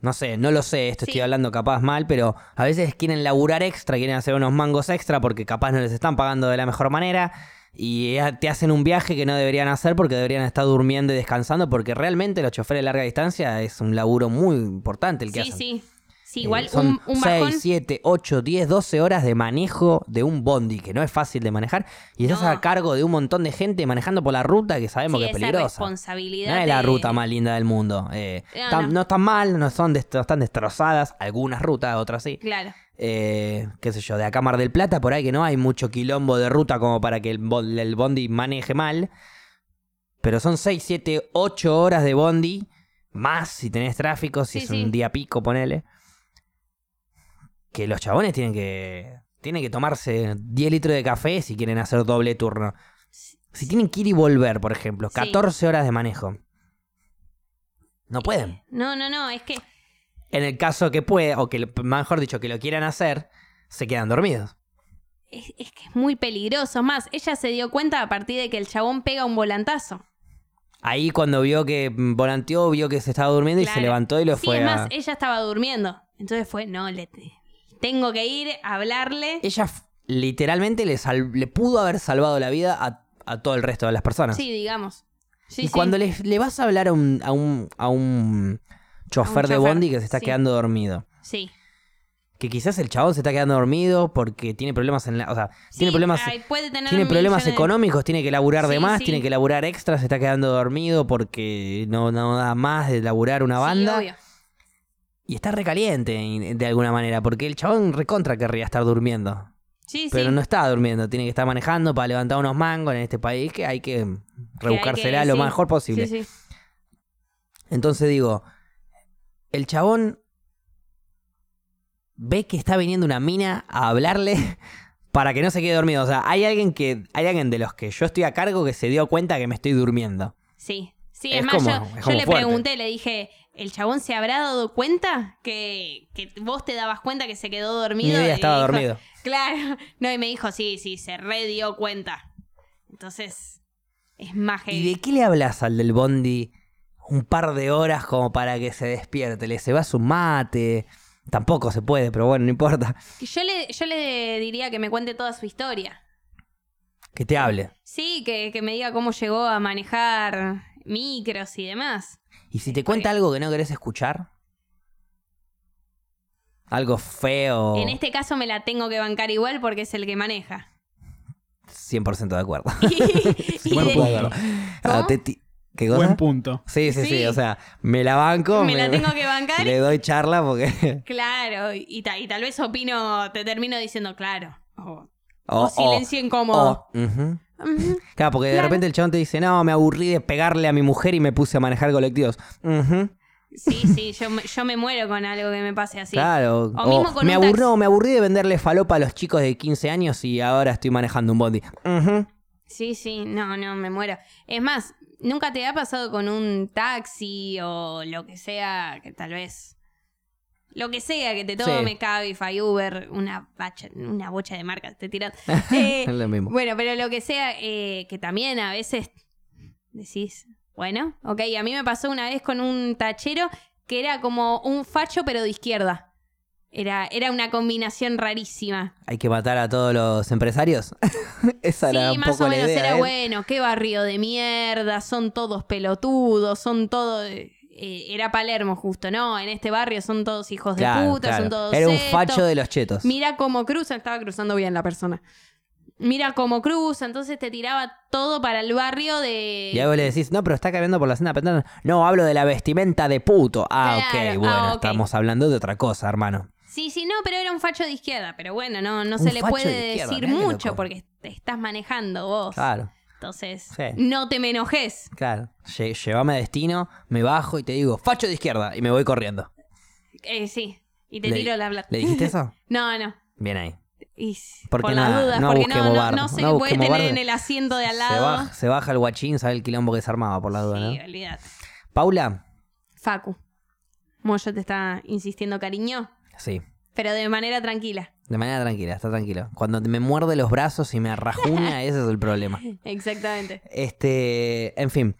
Speaker 1: no sé, no lo sé, esto
Speaker 2: Sí.
Speaker 1: estoy hablando capaz mal, pero a veces quieren laburar extra, quieren hacer unos mangos extra porque capaz no les están pagando de la mejor manera y eh, te hacen un viaje que no deberían hacer porque deberían estar durmiendo y descansando porque realmente los choferes de larga distancia es un laburo muy importante el que
Speaker 2: sí,
Speaker 1: hacen.
Speaker 2: sí. Sí, igual
Speaker 1: Eh, son
Speaker 2: un, un bajón.
Speaker 1: 6, 7, 8, 10, 12 horas de manejo de un bondi, que no es fácil de manejar, y estás
Speaker 2: No.
Speaker 1: a cargo de un montón de gente manejando por la ruta que sabemos
Speaker 2: Sí,
Speaker 1: que es
Speaker 2: esa
Speaker 1: peligrosa. No
Speaker 2: responsabilidad.
Speaker 1: es la
Speaker 2: de-
Speaker 1: ruta más linda del mundo. eh,
Speaker 2: No,
Speaker 1: tan-
Speaker 2: no.
Speaker 1: no están mal, no son dest- están destrozadas, algunas rutas, otras sí.
Speaker 2: Claro.
Speaker 1: Eh, qué sé yo, de acá a Mar del Plata, por ahí que no hay mucho quilombo de ruta como para que el, bon- el bondi maneje mal. Pero son 6, 7, 8 horas de bondi, más si tenés tráfico, si
Speaker 2: Sí,
Speaker 1: es
Speaker 2: sí.
Speaker 1: un día pico, ponele. Que los chabones tienen que tienen que tomarse 10 litros de café si quieren hacer doble turno. Si tienen que ir y volver, por ejemplo,
Speaker 2: Sí.
Speaker 1: 14 horas de manejo. No pueden.
Speaker 2: No, no, no, es que.
Speaker 1: En el caso que puede, o que lo- mejor dicho, que lo quieran hacer, se quedan dormidos.
Speaker 2: Es, es que es muy peligroso. Más, ella se dio cuenta a partir de que el chabón pega un volantazo.
Speaker 1: Ahí cuando vio que mm, volanteó, vio que se estaba durmiendo y
Speaker 2: Claro.
Speaker 1: se levantó y lo
Speaker 2: sí,
Speaker 1: fue
Speaker 2: es más,
Speaker 1: a...
Speaker 2: ella estaba durmiendo. Entonces fue, no, le te- tengo que ir a hablarle.
Speaker 1: Ella f- literalmente le, sal- le pudo haber salvado la vida a, a todo el resto de las personas.
Speaker 2: Sí, digamos. Sí,
Speaker 1: y
Speaker 2: sí.
Speaker 1: cuando le, le vas a hablar a un, a un, a un chofer de
Speaker 2: chofer,
Speaker 1: bondi que se está
Speaker 2: sí.
Speaker 1: quedando dormido.
Speaker 2: Sí.
Speaker 1: Que quizás el chabón se está quedando dormido porque tiene problemas en la... O sea, tiene
Speaker 2: Sí,
Speaker 1: problemas...
Speaker 2: ay, puede tener
Speaker 1: Tiene problemas
Speaker 2: millones de-
Speaker 1: económicos, tiene que laburar de
Speaker 2: Sí,
Speaker 1: más,
Speaker 2: sí.
Speaker 1: tiene que laburar extra, se está quedando dormido porque no, no da más de laburar una
Speaker 2: Sí,
Speaker 1: banda.
Speaker 2: obvio.
Speaker 1: y está recaliente y- de alguna manera, porque el chabón recontra querría estar durmiendo.
Speaker 2: Sí,
Speaker 1: Pero
Speaker 2: sí.
Speaker 1: no está durmiendo, tiene que estar manejando para levantar unos mangos en este país que hay que rebuscársela
Speaker 2: que-
Speaker 1: lo
Speaker 2: sí.
Speaker 1: mejor posible.
Speaker 2: Sí, sí.
Speaker 1: Entonces digo, el chabón ve que está viniendo una mina a hablarle para que no se quede dormido. O sea, hay alguien que, hay alguien de los que yo estoy a cargo que se dio cuenta que me estoy durmiendo.
Speaker 2: Sí, sí,
Speaker 1: Es
Speaker 2: es, más,
Speaker 1: como-
Speaker 2: yo-
Speaker 1: es
Speaker 2: yo,
Speaker 1: como
Speaker 2: le
Speaker 1: fuerte.
Speaker 2: pregunté, le dije, ¿el chabón se habrá dado cuenta que, que vos te dabas cuenta que se quedó
Speaker 1: Ni
Speaker 2: dormido?
Speaker 1: idea
Speaker 2: Y
Speaker 1: estaba
Speaker 2: dijo-
Speaker 1: dormido.
Speaker 2: Claro, no, y me dijo, sí, sí, se re dio cuenta. Entonces, es más heavy.
Speaker 1: ¿Y de qué le hablas al del Bondi un par de horas como para que se despierte? Le se va su mate. Tampoco se puede, pero bueno, no importa.
Speaker 2: Yo, le, yo le diría que me cuente toda su historia.
Speaker 1: Que te hable.
Speaker 2: Sí, que, que me diga cómo llegó a manejar micros y demás.
Speaker 1: Y si te cuenta algo que no querés escuchar, algo feo,
Speaker 2: En este caso me la tengo que bancar igual porque es el que maneja.
Speaker 1: 100% de acuerdo.
Speaker 2: Y- y de-
Speaker 1: Ah,
Speaker 2: ¿Cómo?
Speaker 1: te ti- ¿Qué cosa?
Speaker 3: Buen punto.
Speaker 1: Sí, sí, sí,
Speaker 2: Sí.
Speaker 1: o sea, me la banco,
Speaker 2: Me la tengo que bancar.
Speaker 1: le doy charla porque...
Speaker 2: Claro, y, ta- y tal vez opino, te termino diciendo, claro. O,
Speaker 1: o-
Speaker 2: o silencio incómodo.
Speaker 1: o- ujú.
Speaker 2: Ujú.
Speaker 1: Claro, porque de repente el chabón te dice, no, me aburrí de pegarle a mi mujer y me puse a manejar colectivos. Ujú,
Speaker 2: Sí, sí, yo, me- yo me muero con algo que me pase así.
Speaker 1: Claro.
Speaker 2: O mismo con
Speaker 1: me,
Speaker 2: un
Speaker 1: aburr-
Speaker 2: taxi.
Speaker 1: no, me aburrí de venderle falopa a los chicos de 15 años y ahora estoy manejando un bondi. Ujú.
Speaker 2: Sí, sí, no, no, me muero. Es más, ¿nunca te ha pasado con un taxi o lo que sea que tal vez... Lo que sea que te tome
Speaker 1: Sí.
Speaker 2: Cabify, Uber, una, bacha- una bocha de marcas te Eh, tiran.
Speaker 1: Es lo mismo.
Speaker 2: Bueno, pero lo que sea, eh, que también a veces decís, bueno, ok, a mí me pasó una vez con un tachero que era como un facho pero de izquierda. Era, era una combinación rarísima.
Speaker 1: Hay que matar a todos los empresarios. Esa
Speaker 2: Sí,
Speaker 1: era un
Speaker 2: más
Speaker 1: poco
Speaker 2: o
Speaker 1: la
Speaker 2: menos
Speaker 1: idea.
Speaker 2: era
Speaker 1: ¿eh?
Speaker 2: bueno, qué barrio de mierda, son todos pelotudos, son todos... eh, era Palermo justo, ¿no? En este barrio son todos hijos de
Speaker 1: Claro,
Speaker 2: puta,
Speaker 1: claro.
Speaker 2: son todos...
Speaker 1: Era un
Speaker 2: setos.
Speaker 1: facho de los chetos.
Speaker 2: Mira cómo cruza, estaba cruzando bien la persona. Mira cómo cruza, entonces te tiraba todo para el barrio de.
Speaker 1: Y luego le decís, no, pero está caminando por la senda peatonal. No, hablo de la vestimenta de puto. Ah,
Speaker 2: Claro,
Speaker 1: ok, bueno,
Speaker 2: ah, ok.
Speaker 1: estamos hablando de otra cosa, hermano.
Speaker 2: Sí, sí, no, pero era un facho de izquierda, pero bueno, no, no
Speaker 1: Un
Speaker 2: se le
Speaker 1: facho
Speaker 2: puede
Speaker 1: de izquierda,
Speaker 2: decir
Speaker 1: mirá qué
Speaker 2: mucho
Speaker 1: loco.
Speaker 2: porque te estás manejando vos.
Speaker 1: Claro,
Speaker 2: Entonces,
Speaker 1: Sí.
Speaker 2: no te me enojes.
Speaker 1: claro. Lle- Llevame a destino, me bajo y te digo, facho de izquierda, y me voy corriendo.
Speaker 2: Eh, sí, y te
Speaker 1: Le-
Speaker 2: tiro la plata.
Speaker 1: ¿Le dijiste eso?
Speaker 2: No, no.
Speaker 1: Bien ahí.
Speaker 2: Y s-
Speaker 1: Porque
Speaker 2: por
Speaker 1: nada,
Speaker 2: las dudas,
Speaker 1: no
Speaker 2: porque no,
Speaker 1: busquemos
Speaker 2: no,
Speaker 1: bardo,
Speaker 2: no sé
Speaker 1: no
Speaker 2: qué puede
Speaker 1: busquemos
Speaker 2: tener
Speaker 1: bardo.
Speaker 2: en el asiento de al
Speaker 1: Se
Speaker 2: lado.
Speaker 1: baja, se baja el guachín, sabe el quilombo que se armaba por la duda,
Speaker 2: Sí,
Speaker 1: ¿no?
Speaker 2: olvídate.
Speaker 1: Paula,
Speaker 2: Facu. Moyo te está insistiendo, cariño,
Speaker 1: sí.
Speaker 2: pero de manera tranquila.
Speaker 1: De manera tranquila, está tranquilo. Cuando me muerde los brazos y me rajuña, ese es el problema.
Speaker 2: Exactamente.
Speaker 1: Este, en fin.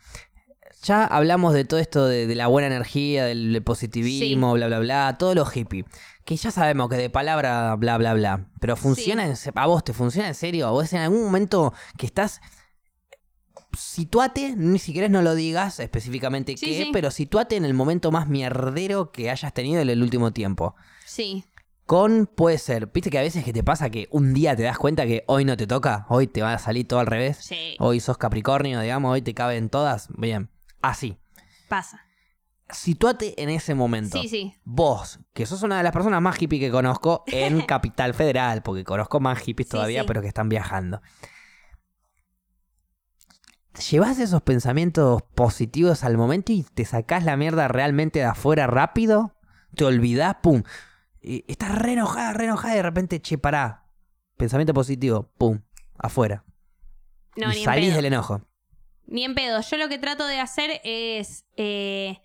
Speaker 1: Ya hablamos de todo esto de, de la buena energía, del, del positivismo, bla, bla, bla, todo lo hippie. Que ya sabemos que de palabra, bla, bla, bla. Pero funciona, en se- a vos te funciona en serio, a vos en algún momento que estás... Situate, ni siquiera no lo digas específicamente
Speaker 2: Sí,
Speaker 1: qué,
Speaker 2: sí.
Speaker 1: pero situate en el momento más mierdero que hayas tenido en el último tiempo.
Speaker 2: Sí,
Speaker 1: Con puede ser, viste que a veces que te pasa que un día te das cuenta que hoy no te toca, hoy te va a salir todo al revés.
Speaker 2: sí,
Speaker 1: Hoy sos Capricornio, digamos, hoy te caben todas. Bien. Así.
Speaker 2: pasa.
Speaker 1: Situate en ese momento.
Speaker 2: Sí, sí.
Speaker 1: Vos, que sos una de las personas más hippie que conozco en Capital Federal, porque conozco más hippies
Speaker 2: Sí,
Speaker 1: todavía,
Speaker 2: sí.
Speaker 1: pero que están viajando. Llevas esos pensamientos positivos al momento y te sacás la mierda realmente de afuera rápido, te olvidás, pum. Y estás re enojada, re enojada y de repente, che, pará. Pensamiento positivo, pum, afuera.
Speaker 2: No,
Speaker 1: y
Speaker 2: ni en
Speaker 1: salís
Speaker 2: pedo.
Speaker 1: del enojo.
Speaker 2: Ni en pedo. Yo lo que trato de hacer es. eh,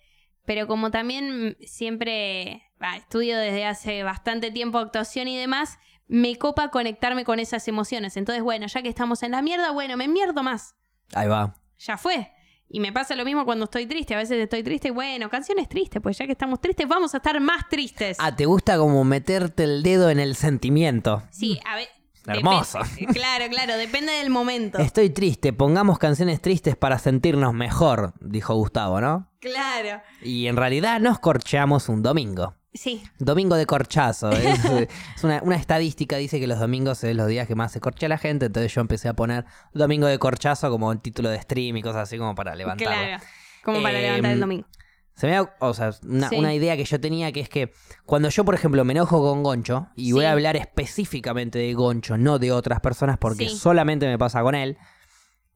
Speaker 2: pero como también siempre va, estudio desde hace bastante tiempo actuación y demás, me copa conectarme con esas emociones. Entonces, bueno, ya que estamos en la mierda, bueno, me mierdo más.
Speaker 1: Ahí va.
Speaker 2: Ya fue. Y me pasa lo mismo cuando estoy triste. A veces estoy triste y bueno, canciones tristes, pues ya que estamos tristes, vamos a estar más tristes.
Speaker 1: Ah, te gusta como meterte el dedo en el sentimiento.
Speaker 2: Sí, a ver.
Speaker 1: Hermoso.
Speaker 2: depe- Claro, claro, depende del momento.
Speaker 1: Estoy triste, pongamos canciones tristes para sentirnos mejor, dijo Gustavo, ¿no?
Speaker 2: Claro.
Speaker 1: Y en realidad nos corcheamos un domingo.
Speaker 2: Sí,
Speaker 1: Domingo de corchazo. Es, eh, es una, una estadística dice que los domingos es los días que más se corcha la gente, entonces yo empecé a poner Domingo de corchazo como el título de stream y cosas así como para levantarlo.
Speaker 2: claro. Como para
Speaker 1: Eh,
Speaker 2: levantar el domingo.
Speaker 1: Se me da, o sea, una,
Speaker 2: Sí.
Speaker 1: una idea que yo tenía que es que cuando yo, por ejemplo, me enojo con Goncho, y voy
Speaker 2: Sí.
Speaker 1: a hablar específicamente de Goncho, no de otras personas, porque
Speaker 2: Sí.
Speaker 1: solamente me pasa con él.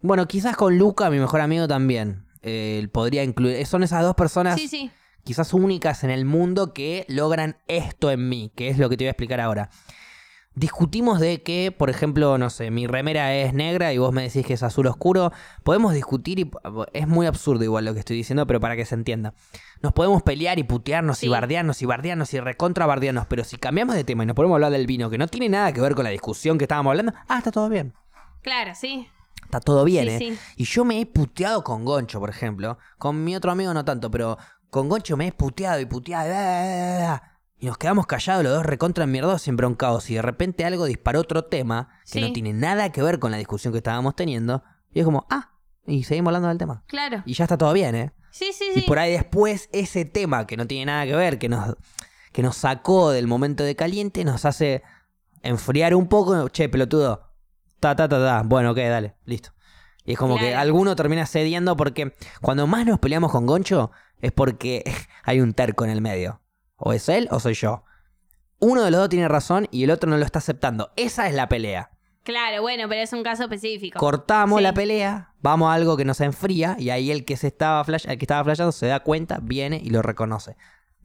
Speaker 1: Bueno, quizás con Luca, mi mejor amigo también. eh, él podría incluir. Son esas dos personas,
Speaker 2: Sí, sí.
Speaker 1: quizás únicas en el mundo, que logran esto en mí, que es lo que te voy a explicar ahora. Discutimos de que, por ejemplo, no sé, mi remera es negra y vos me decís que es azul oscuro. Podemos discutir y es muy absurdo igual lo que estoy diciendo, pero para que se entienda. Nos podemos pelear y putearnos y
Speaker 2: Sí.
Speaker 1: bardearnos y bardearnos y recontrabardearnos, pero si cambiamos de tema y nos podemos hablar del vino, que no tiene nada que ver con la discusión que estábamos hablando, ah, está todo bien.
Speaker 2: Claro, sí.
Speaker 1: Está todo bien,
Speaker 2: Sí,
Speaker 1: ¿eh?
Speaker 2: sí.
Speaker 1: Y yo me he puteado con Goncho, por ejemplo. Con mi otro amigo no tanto, pero con Goncho me he puteado y puteado. y bla, bla, bla, bla. Y nos quedamos callados los dos recontra mierdados siempre broncados. Y de repente algo disparó otro tema que
Speaker 2: Sí.
Speaker 1: no tiene nada que ver con la discusión que estábamos teniendo. Y es como, ah, y seguimos hablando del tema.
Speaker 2: Claro.
Speaker 1: Y ya está todo bien, ¿eh?
Speaker 2: Sí, sí,
Speaker 1: Y
Speaker 2: sí.
Speaker 1: por ahí después ese tema que no tiene nada que ver, que nos, que nos sacó del momento de caliente, nos hace enfriar un poco. Che, pelotudo. Ta, ta, ta, ta. Bueno, ok, dale. Listo. Y es como que
Speaker 2: Claro.
Speaker 1: alguno termina cediendo porque cuando más nos peleamos con Goncho es porque hay un terco en el medio. O es él o soy yo. Uno de los dos tiene razón y el otro no lo está aceptando. Esa es la pelea.
Speaker 2: Claro, bueno, pero es un caso específico.
Speaker 1: Cortamos
Speaker 2: Sí.
Speaker 1: la pelea, vamos a algo que nos enfría y ahí el que se estaba flash, el que estaba flasheando se da cuenta, viene y lo reconoce.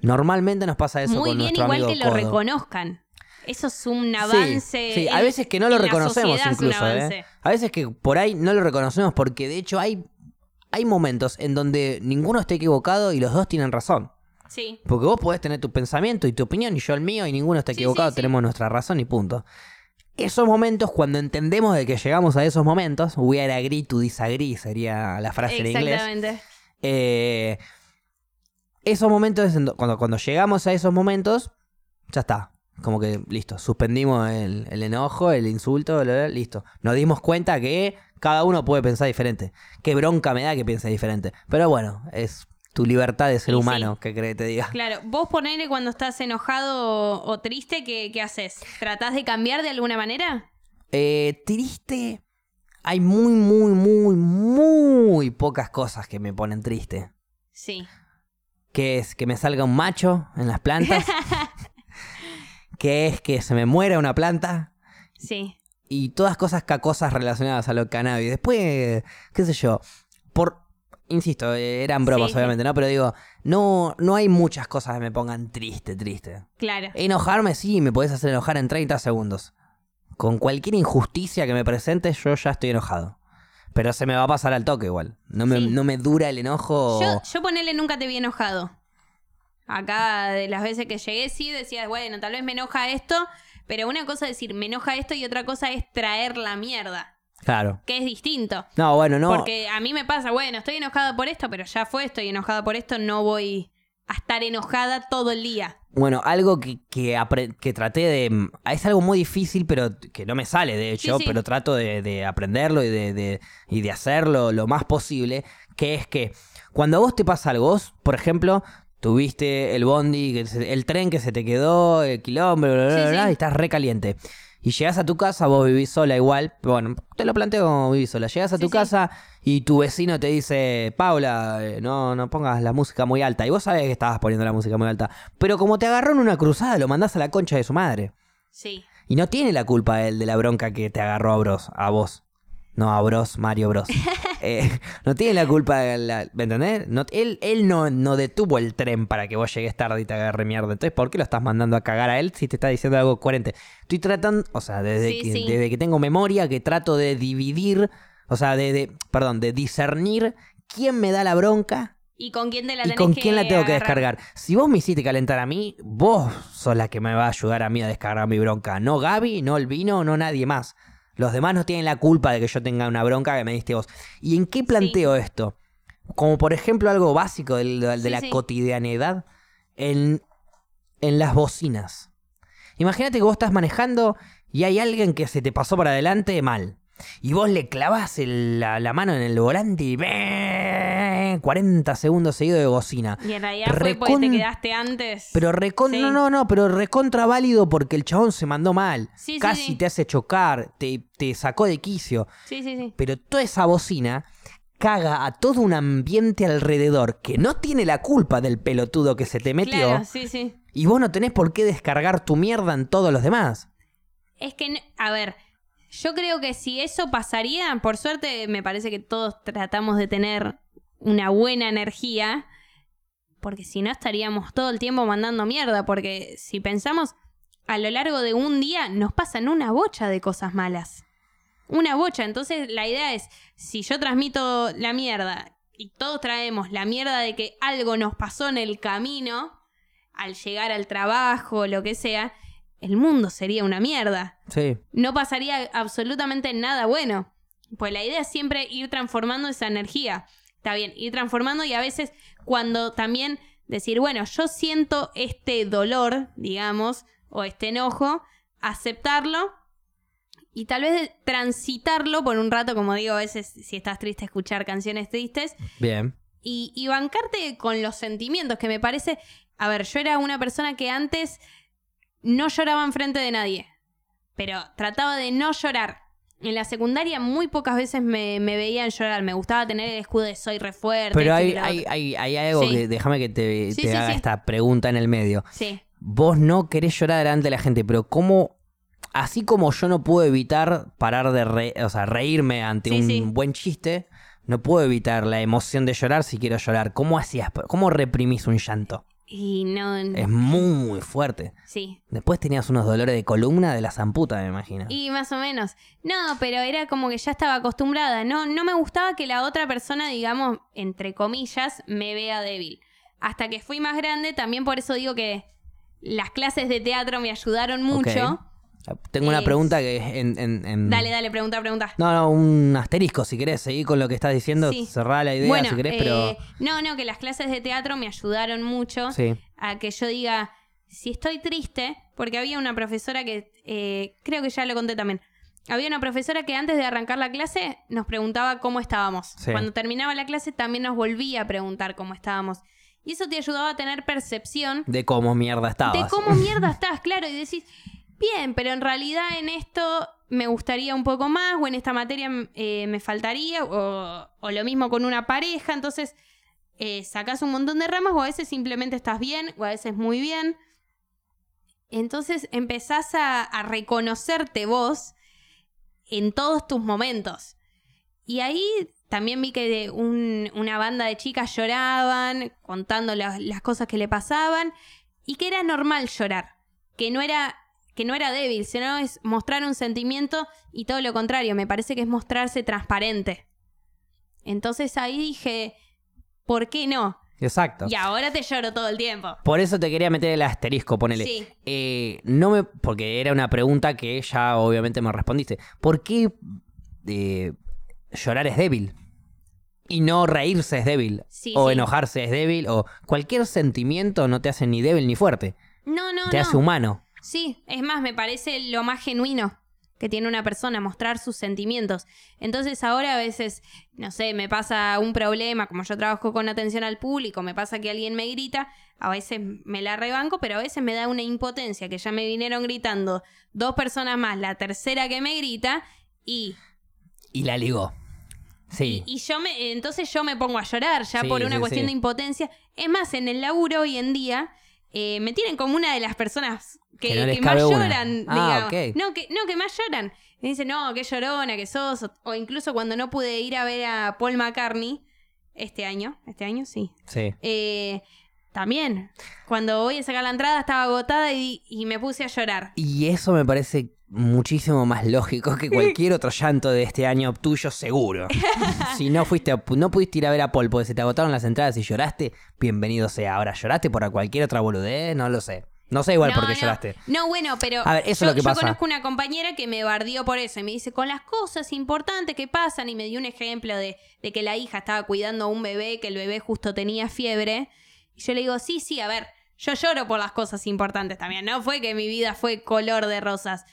Speaker 1: Normalmente nos pasa eso
Speaker 2: Muy
Speaker 1: con
Speaker 2: bien,
Speaker 1: nuestro
Speaker 2: igual
Speaker 1: amigo
Speaker 2: que lo
Speaker 1: Codo.
Speaker 2: reconozcan. Eso es un
Speaker 1: Sí,
Speaker 2: avance.
Speaker 1: Sí, a
Speaker 2: en-
Speaker 1: veces que no lo
Speaker 2: en la
Speaker 1: reconocemos
Speaker 2: sociedad es un
Speaker 1: incluso,
Speaker 2: avance.
Speaker 1: ¿eh? A veces que por ahí no lo reconocemos porque de hecho hay, hay momentos en donde ninguno está equivocado y los dos tienen razón.
Speaker 2: Sí.
Speaker 1: Porque vos podés tener tu pensamiento y tu opinión y yo el mío y ninguno está
Speaker 2: Sí,
Speaker 1: equivocado,
Speaker 2: sí, sí.
Speaker 1: tenemos nuestra razón y punto. Esos momentos, cuando entendemos de que llegamos a esos momentos, we are agree to disagree sería la frase en inglés.
Speaker 2: Exactamente.
Speaker 1: Eh, esos momentos, en do- cuando, cuando llegamos a esos momentos, ya está. Como que listo, suspendimos el, el enojo, el insulto, bla, bla, listo. Nos dimos cuenta que cada uno puede pensar diferente. Qué bronca me da que piense diferente. Pero bueno, es tu libertad de ser
Speaker 2: Y
Speaker 1: humano, que cree que te diga.
Speaker 2: Claro, vos ponele cuando estás enojado o, o triste, ¿qué, qué haces? ¿Tratás de cambiar de alguna manera?
Speaker 1: Eh, triste, hay muy, muy, muy, muy pocas cosas que me ponen triste.
Speaker 2: Sí.
Speaker 1: que es que me salga un macho en las plantas, que es que se me muera una planta
Speaker 2: Sí.
Speaker 1: y todas cosas cacosas relacionadas a lo cannabis. Después, qué sé yo, por insisto, eh, eran bromas
Speaker 2: Sí, sí.
Speaker 1: obviamente, ¿no? Pero digo, no no hay muchas cosas que me pongan triste, triste.
Speaker 2: Claro.
Speaker 1: Enojarme sí, me podés hacer enojar en 30 segundos. Con cualquier injusticia que me presentes, yo ya estoy enojado. Pero se me va a pasar al toque igual. No me,
Speaker 2: Sí.
Speaker 1: no me dura el enojo.
Speaker 2: Yo, yo ponele nunca te vi enojado. Acá, de las veces que llegué, sí decías, bueno, tal vez me enoja esto, pero una cosa es decir, me enoja esto y otra cosa es traer la mierda,
Speaker 1: Claro.
Speaker 2: que es distinto.
Speaker 1: No, bueno, no.
Speaker 2: Porque a mí me pasa, bueno, estoy enojada por esto, pero ya fue, estoy enojada por esto, no voy a estar enojada todo el día.
Speaker 1: Bueno, algo que, que, apre- que traté de... mm, Es algo muy difícil, pero que no me sale, de hecho,
Speaker 2: sí.
Speaker 1: pero trato de, de aprenderlo y de, de- y de hacerlo lo más posible, que es que cuando a vos te pasa algo, vos, por ejemplo, tuviste el bondi, que se- el tren que se te quedó, el quilombo, bla, bla,
Speaker 2: Sí,
Speaker 1: bla, bla,
Speaker 2: sí.
Speaker 1: y estás recaliente. Y llegás a tu casa, vos vivís sola igual, bueno, te lo planteo como vivís sola, llegás a
Speaker 2: Sí,
Speaker 1: tu
Speaker 2: sí.
Speaker 1: casa y tu vecino te dice, Paula, eh, no, no pongas la música muy alta, y vos sabés que estabas poniendo la música muy alta, pero como te agarró en una cruzada, lo mandás a la concha de su madre.
Speaker 2: Sí.
Speaker 1: Y no tiene la culpa él de la bronca que te agarró a Bros, a vos. No, a Bros, Mario Bros. Eh, no tiene la culpa, de la- ¿me entendés? No, él él no, no detuvo el tren para que vos llegues tarde y te agarre mierda. Entonces, ¿por qué lo estás mandando a cagar a él si te está diciendo algo coherente? Estoy tratando, o sea, desde,
Speaker 2: Sí,
Speaker 1: que,
Speaker 2: sí.
Speaker 1: desde que tengo memoria que trato de dividir, o sea, de, de- perdón, de discernir quién me da la bronca
Speaker 2: ¿Y con quién te la
Speaker 1: ¿Y
Speaker 2: tenés
Speaker 1: con quién la tengo que
Speaker 2: agarrar?
Speaker 1: descargar? Si vos me hiciste calentar a mí, vos sos la que me va a ayudar a mí a descargar mi bronca. No Gaby, no el vino, no nadie más. Los demás no tienen la culpa de que yo tenga una bronca que me diste vos. ¿Y en qué planteo esto? Como por ejemplo algo básico del- del- de,
Speaker 2: Sí,
Speaker 1: la
Speaker 2: sí.
Speaker 1: cotidianidad en, en las bocinas. Imagínate que vos estás manejando y hay alguien que se te pasó para adelante mal. Y vos le clavás el- la, la mano en el volante y ¡bee! 40 segundos seguidos de bocina.
Speaker 2: Y en realidad fue porque te
Speaker 1: Recon-
Speaker 2: quedaste antes.
Speaker 1: Pero recon...
Speaker 2: Sí.
Speaker 1: No, no, no, pero recontra válido porque el chabón se mandó mal.
Speaker 2: Sí, sí,
Speaker 1: Casi
Speaker 2: sí.
Speaker 1: te hace chocar, te, te sacó de quicio.
Speaker 2: Sí, sí, sí.
Speaker 1: Pero toda esa bocina caga a todo un ambiente alrededor que no tiene la culpa del pelotudo que se te metió.
Speaker 2: Claro, sí, sí.
Speaker 1: Y vos no tenés por qué descargar tu mierda en todos los demás.
Speaker 2: Es que, n- a ver, yo creo que si eso pasaría, por suerte me parece que todos tratamos de tener una buena energía, porque si no estaríamos todo el tiempo mandando mierda, porque si pensamos, a lo largo de un día nos pasan una bocha de cosas malas. Una bocha, entonces la idea es, si yo transmito la mierda y todos traemos la mierda de que algo nos pasó en el camino, al llegar al trabajo, lo que sea, el mundo sería una mierda
Speaker 1: Sí.
Speaker 2: no pasaría absolutamente nada bueno. Pues la idea es siempre ir transformando esa energía. Está bien, ir transformando y a veces cuando también decir, bueno, yo siento este dolor, digamos, o este enojo, aceptarlo y tal vez transitarlo por un rato, como digo, a veces si estás triste escuchar canciones tristes,
Speaker 1: Bien.
Speaker 2: y, y bancarte con los sentimientos, que me parece. A ver, yo era una persona que antes no lloraba enfrente de nadie, pero trataba de no llorar. En la secundaria muy pocas veces me, me veían llorar. Me gustaba tener el escudo de soy re fuerte.
Speaker 1: Pero
Speaker 2: esto y
Speaker 1: hay,
Speaker 2: lo
Speaker 1: hay,
Speaker 2: otro.
Speaker 1: hay, hay algo
Speaker 2: este Sí.
Speaker 1: que déjame que te,
Speaker 2: Sí,
Speaker 1: te
Speaker 2: sí,
Speaker 1: haga
Speaker 2: sí.
Speaker 1: esta pregunta en el medio.
Speaker 2: Sí.
Speaker 1: Vos no querés llorar delante de la gente, pero ¿cómo? Así como yo no puedo evitar parar de re- o sea, reírme ante
Speaker 2: Sí,
Speaker 1: un
Speaker 2: sí.
Speaker 1: buen chiste, no puedo evitar la emoción de llorar si quiero llorar. ¿Cómo hacías? ¿Cómo reprimís un llanto?
Speaker 2: Y no.
Speaker 1: Es muy fuerte.
Speaker 2: Sí.
Speaker 1: Después tenías unos dolores de columna de la zamputa, me imagino.
Speaker 2: Y más o menos. No, pero era como que ya estaba acostumbrada. No, no me gustaba que la otra persona, digamos, entre comillas, me vea débil. Hasta que fui más grande, también por eso digo que las clases de teatro me ayudaron mucho.
Speaker 1: Tengo una
Speaker 2: Es-
Speaker 1: pregunta que es en, en- en-
Speaker 2: Dale, dale, pregunta, pregunta.
Speaker 1: No, no, un asterisco si querés. Seguir con lo que estás diciendo,
Speaker 2: Sí.
Speaker 1: cerrá la idea
Speaker 2: bueno,
Speaker 1: si querés,
Speaker 2: eh,
Speaker 1: pero.
Speaker 2: no, no, que las clases de teatro me ayudaron mucho
Speaker 1: Sí.
Speaker 2: a que yo diga, si estoy triste, porque había una profesora que, eh, creo que ya lo conté también, había una profesora que antes de arrancar la clase nos preguntaba cómo estábamos.
Speaker 1: Sí.
Speaker 2: Cuando terminaba la clase también nos volvía a preguntar cómo estábamos. Y eso te ayudaba a tener percepción
Speaker 1: De cómo mierda estabas.
Speaker 2: de cómo mierda estás, claro, y decís, bien, pero en realidad en esto me gustaría un poco más, o en esta materia mm, eh, me faltaría, o, o lo mismo con una pareja, entonces eh, sacás un montón de ramas, o a veces simplemente estás bien, o a veces muy bien. Entonces empezás a, a reconocerte vos en todos tus momentos. Y ahí también vi que de un- una banda de chicas lloraban, contando las- las cosas que le pasaban y que era normal llorar, que no era que no era débil, sino es mostrar un sentimiento y todo lo contrario, me parece que es mostrarse transparente. Entonces ahí dije, ¿por qué no?
Speaker 1: Exacto.
Speaker 2: Y ahora te lloro todo el tiempo.
Speaker 1: Por eso te quería meter el asterisco, ponele.
Speaker 2: Sí.
Speaker 1: Eh, no me. Porque era una pregunta que ya obviamente me respondiste. ¿Por qué eh, llorar es débil? Y no reírse es débil.
Speaker 2: Sí,
Speaker 1: o
Speaker 2: sí.
Speaker 1: enojarse es débil. O cualquier sentimiento no te hace ni débil ni fuerte.
Speaker 2: No, no,
Speaker 1: te
Speaker 2: no.
Speaker 1: hace humano.
Speaker 2: Sí, es más, me parece lo más genuino que tiene una persona, mostrar sus sentimientos. Entonces ahora a veces, no sé, me pasa un problema, como yo trabajo con atención al público, me pasa que alguien me grita, a veces me la rebanco, pero a veces me da una impotencia, que ya me vinieron gritando dos personas más, la tercera que me grita, y,
Speaker 1: Y la ligó. Sí.
Speaker 2: y yo me, entonces yo me pongo a llorar ya
Speaker 1: Sí,
Speaker 2: por una
Speaker 1: sí,
Speaker 2: cuestión
Speaker 1: sí.
Speaker 2: de impotencia. Es más, en el laburo hoy en día eh, me tienen como una de las personas que,
Speaker 1: Que no
Speaker 2: que
Speaker 1: les
Speaker 2: más
Speaker 1: cabe una.
Speaker 2: lloran,
Speaker 1: Ah,
Speaker 2: digamos.
Speaker 1: ok.
Speaker 2: No, que, no, que más lloran. Me dicen, no, qué llorona que sos. O, o incluso cuando no pude ir a ver a Paul McCartney este año, este año sí.
Speaker 1: sí.
Speaker 2: Eh, también, cuando voy a sacar la entrada estaba agotada y, y me puse a llorar.
Speaker 1: Y eso me parece muchísimo más lógico que cualquier otro llanto de este año tuyo seguro. si no fuiste a- no pudiste ir a ver a Paul porque se te agotaron las entradas y lloraste, bienvenido sea. Ahora, ¿lloraste por cualquier otra boludez? No lo sé. No sé igual
Speaker 2: no,
Speaker 1: por qué
Speaker 2: no.
Speaker 1: lloraste.
Speaker 2: No, bueno, pero
Speaker 1: A ver, eso es
Speaker 2: yo,
Speaker 1: lo que
Speaker 2: yo
Speaker 1: pasa.
Speaker 2: conozco una compañera que me bardió por eso y me dice, con las cosas importantes que pasan, y me dio un ejemplo de, de que la hija estaba cuidando a un bebé, que el bebé justo tenía fiebre. Y yo le digo, sí, sí, a ver, yo lloro por las cosas importantes también. No fue que mi vida fue color de rosas.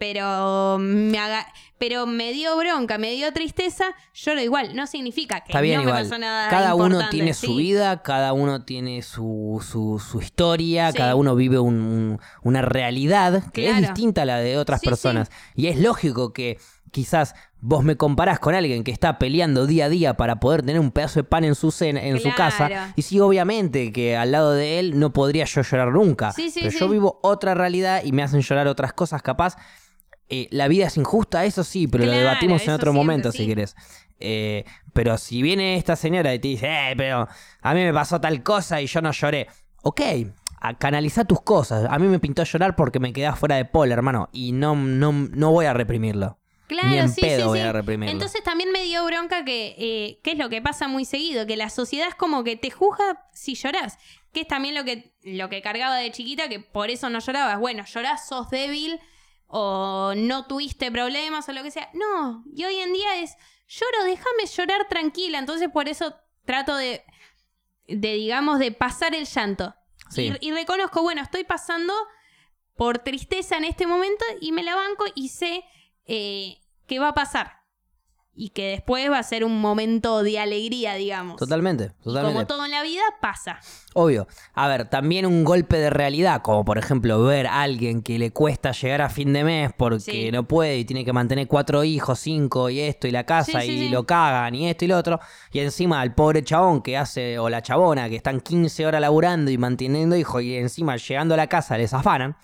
Speaker 2: Pero me, haga- pero me dio bronca, me dio tristeza, lloro igual. No significa que
Speaker 1: Está bien,
Speaker 2: no me
Speaker 1: igual.
Speaker 2: pasó nada
Speaker 1: cada uno
Speaker 2: importante,
Speaker 1: tiene
Speaker 2: sí.
Speaker 1: su vida, cada uno tiene su, su, su historia,
Speaker 2: Sí.
Speaker 1: cada uno vive un- un- una realidad que es
Speaker 2: Claro.
Speaker 1: distinta a la de otras
Speaker 2: Sí,
Speaker 1: personas. Y es lógico que quizás vos me comparás con alguien que está peleando día a día para poder tener un pedazo de pan en su cena, en su casa.
Speaker 2: Claro.
Speaker 1: Y sí, obviamente que al lado de él no podría yo llorar nunca.
Speaker 2: Sí, sí,
Speaker 1: pero
Speaker 2: sí.
Speaker 1: yo vivo otra realidad y me hacen llorar otras cosas capaz. Eh, la vida es injusta, eso sí, pero lo
Speaker 2: Claro,
Speaker 1: debatimos en
Speaker 2: eso
Speaker 1: otro
Speaker 2: siempre,
Speaker 1: momento, si
Speaker 2: sí.
Speaker 1: querés. Eh, pero si viene esta señora y te dice, eh, pero a mí me pasó tal cosa y yo no lloré. Ok, a- canaliza tus cosas. A mí me pintó llorar porque me quedás fuera de pol, hermano. Y no, no, no voy a reprimirlo.
Speaker 2: Claro,
Speaker 1: Ni en
Speaker 2: sí,
Speaker 1: pedo
Speaker 2: sí,
Speaker 1: voy
Speaker 2: sí.
Speaker 1: a reprimirlo.
Speaker 2: Entonces también me dio bronca que, eh, que es lo que pasa muy seguido, que la sociedad es como que te juzga si llorás, que es también lo que, lo que cargaba de chiquita, que por eso no llorabas. Bueno, llorás, sos débil o no tuviste problemas o lo que sea. No, y hoy en día es, lloro, déjame llorar tranquila. Entonces por eso trato de, de digamos, de pasar el llanto.
Speaker 1: Sí.
Speaker 2: Y, y reconozco, bueno, estoy pasando por tristeza en este momento y me la banco y sé eh, qué va a pasar. y que después va a ser un momento de alegría, digamos.
Speaker 1: Totalmente,
Speaker 2: Y
Speaker 1: totalmente.
Speaker 2: Como todo en la vida pasa.
Speaker 1: Obvio. A ver, también un golpe de realidad, como por ejemplo ver a alguien que le cuesta llegar a fin de mes porque
Speaker 2: Sí.
Speaker 1: no puede y tiene que mantener cuatro hijos, cinco y esto y la casa
Speaker 2: Sí, sí,
Speaker 1: y
Speaker 2: sí.
Speaker 1: lo cagan y esto y lo otro. Y encima al pobre chabón que hace, o la chabona que están 15 horas laburando y manteniendo hijos y encima llegando a la casa les afanan.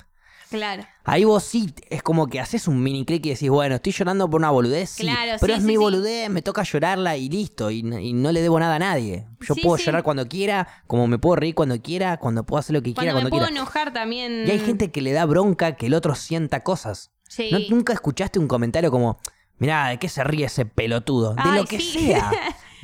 Speaker 2: Claro.
Speaker 1: Ahí vos sí, es como que haces un mini clic y decís, bueno, estoy llorando por una boludez, sí,
Speaker 2: Claro,
Speaker 1: pero
Speaker 2: sí,
Speaker 1: es
Speaker 2: sí,
Speaker 1: mi
Speaker 2: sí.
Speaker 1: boludez, me toca llorarla y listo, y, n- y no le debo nada a nadie. Yo
Speaker 2: Sí,
Speaker 1: puedo
Speaker 2: sí.
Speaker 1: llorar cuando quiera, como me puedo reír cuando quiera, cuando puedo hacer lo que
Speaker 2: Cuando
Speaker 1: quiera,
Speaker 2: me
Speaker 1: cuando
Speaker 2: puedo
Speaker 1: quiera.
Speaker 2: enojar también.
Speaker 1: Y hay gente que le da bronca que el otro sienta cosas.
Speaker 2: Sí.
Speaker 1: ¿No- ¿Nunca escuchaste un comentario como, mirá, ¿de qué se ríe ese pelotudo? De
Speaker 2: Ay,
Speaker 1: lo que
Speaker 2: sí.
Speaker 1: sea,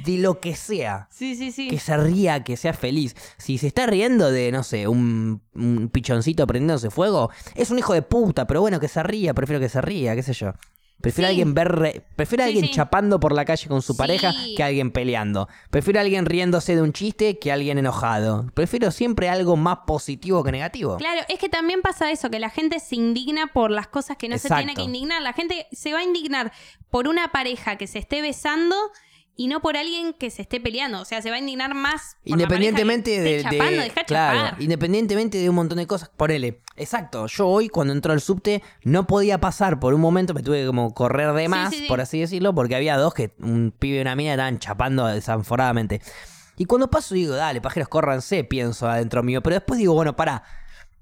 Speaker 1: de lo que sea
Speaker 2: Sí, sí, sí.
Speaker 1: que se ría, que sea feliz. Si se está riendo de, no sé, un, un pichoncito prendiéndose fuego, es un hijo de puta, pero bueno, que se ría, prefiero que se ría, qué sé yo. Prefiero a
Speaker 2: Sí.
Speaker 1: alguien ver, re- prefiero a
Speaker 2: Sí,
Speaker 1: alguien
Speaker 2: sí.
Speaker 1: chapando por la calle con su
Speaker 2: Sí.
Speaker 1: pareja que a alguien peleando. Prefiero a alguien riéndose de un chiste que a alguien enojado. Prefiero siempre algo más positivo que negativo.
Speaker 2: Claro, es que también pasa eso, que la gente se indigna por las cosas que no se tiene
Speaker 1: Exacto.
Speaker 2: que indignar. La gente se va a indignar por una pareja que se esté besando y no por alguien que se esté peleando. O sea, se va a indignar más. por la
Speaker 1: Independientemente
Speaker 2: pareja
Speaker 1: de,
Speaker 2: que esté chapando,
Speaker 1: de-
Speaker 2: deja
Speaker 1: claro,
Speaker 2: chapar.
Speaker 1: independientemente de un montón de cosas, ponele, exacto, yo hoy cuando entró al subte no podía pasar por un momento, me tuve que como correr de más,
Speaker 2: sí, sí.
Speaker 1: por así decirlo, porque había dos que un pibe y una mina estaban chapando desanforadamente. Y cuando paso digo, dale, pajeros, córranse, pienso adentro mío, pero después digo, bueno, pará.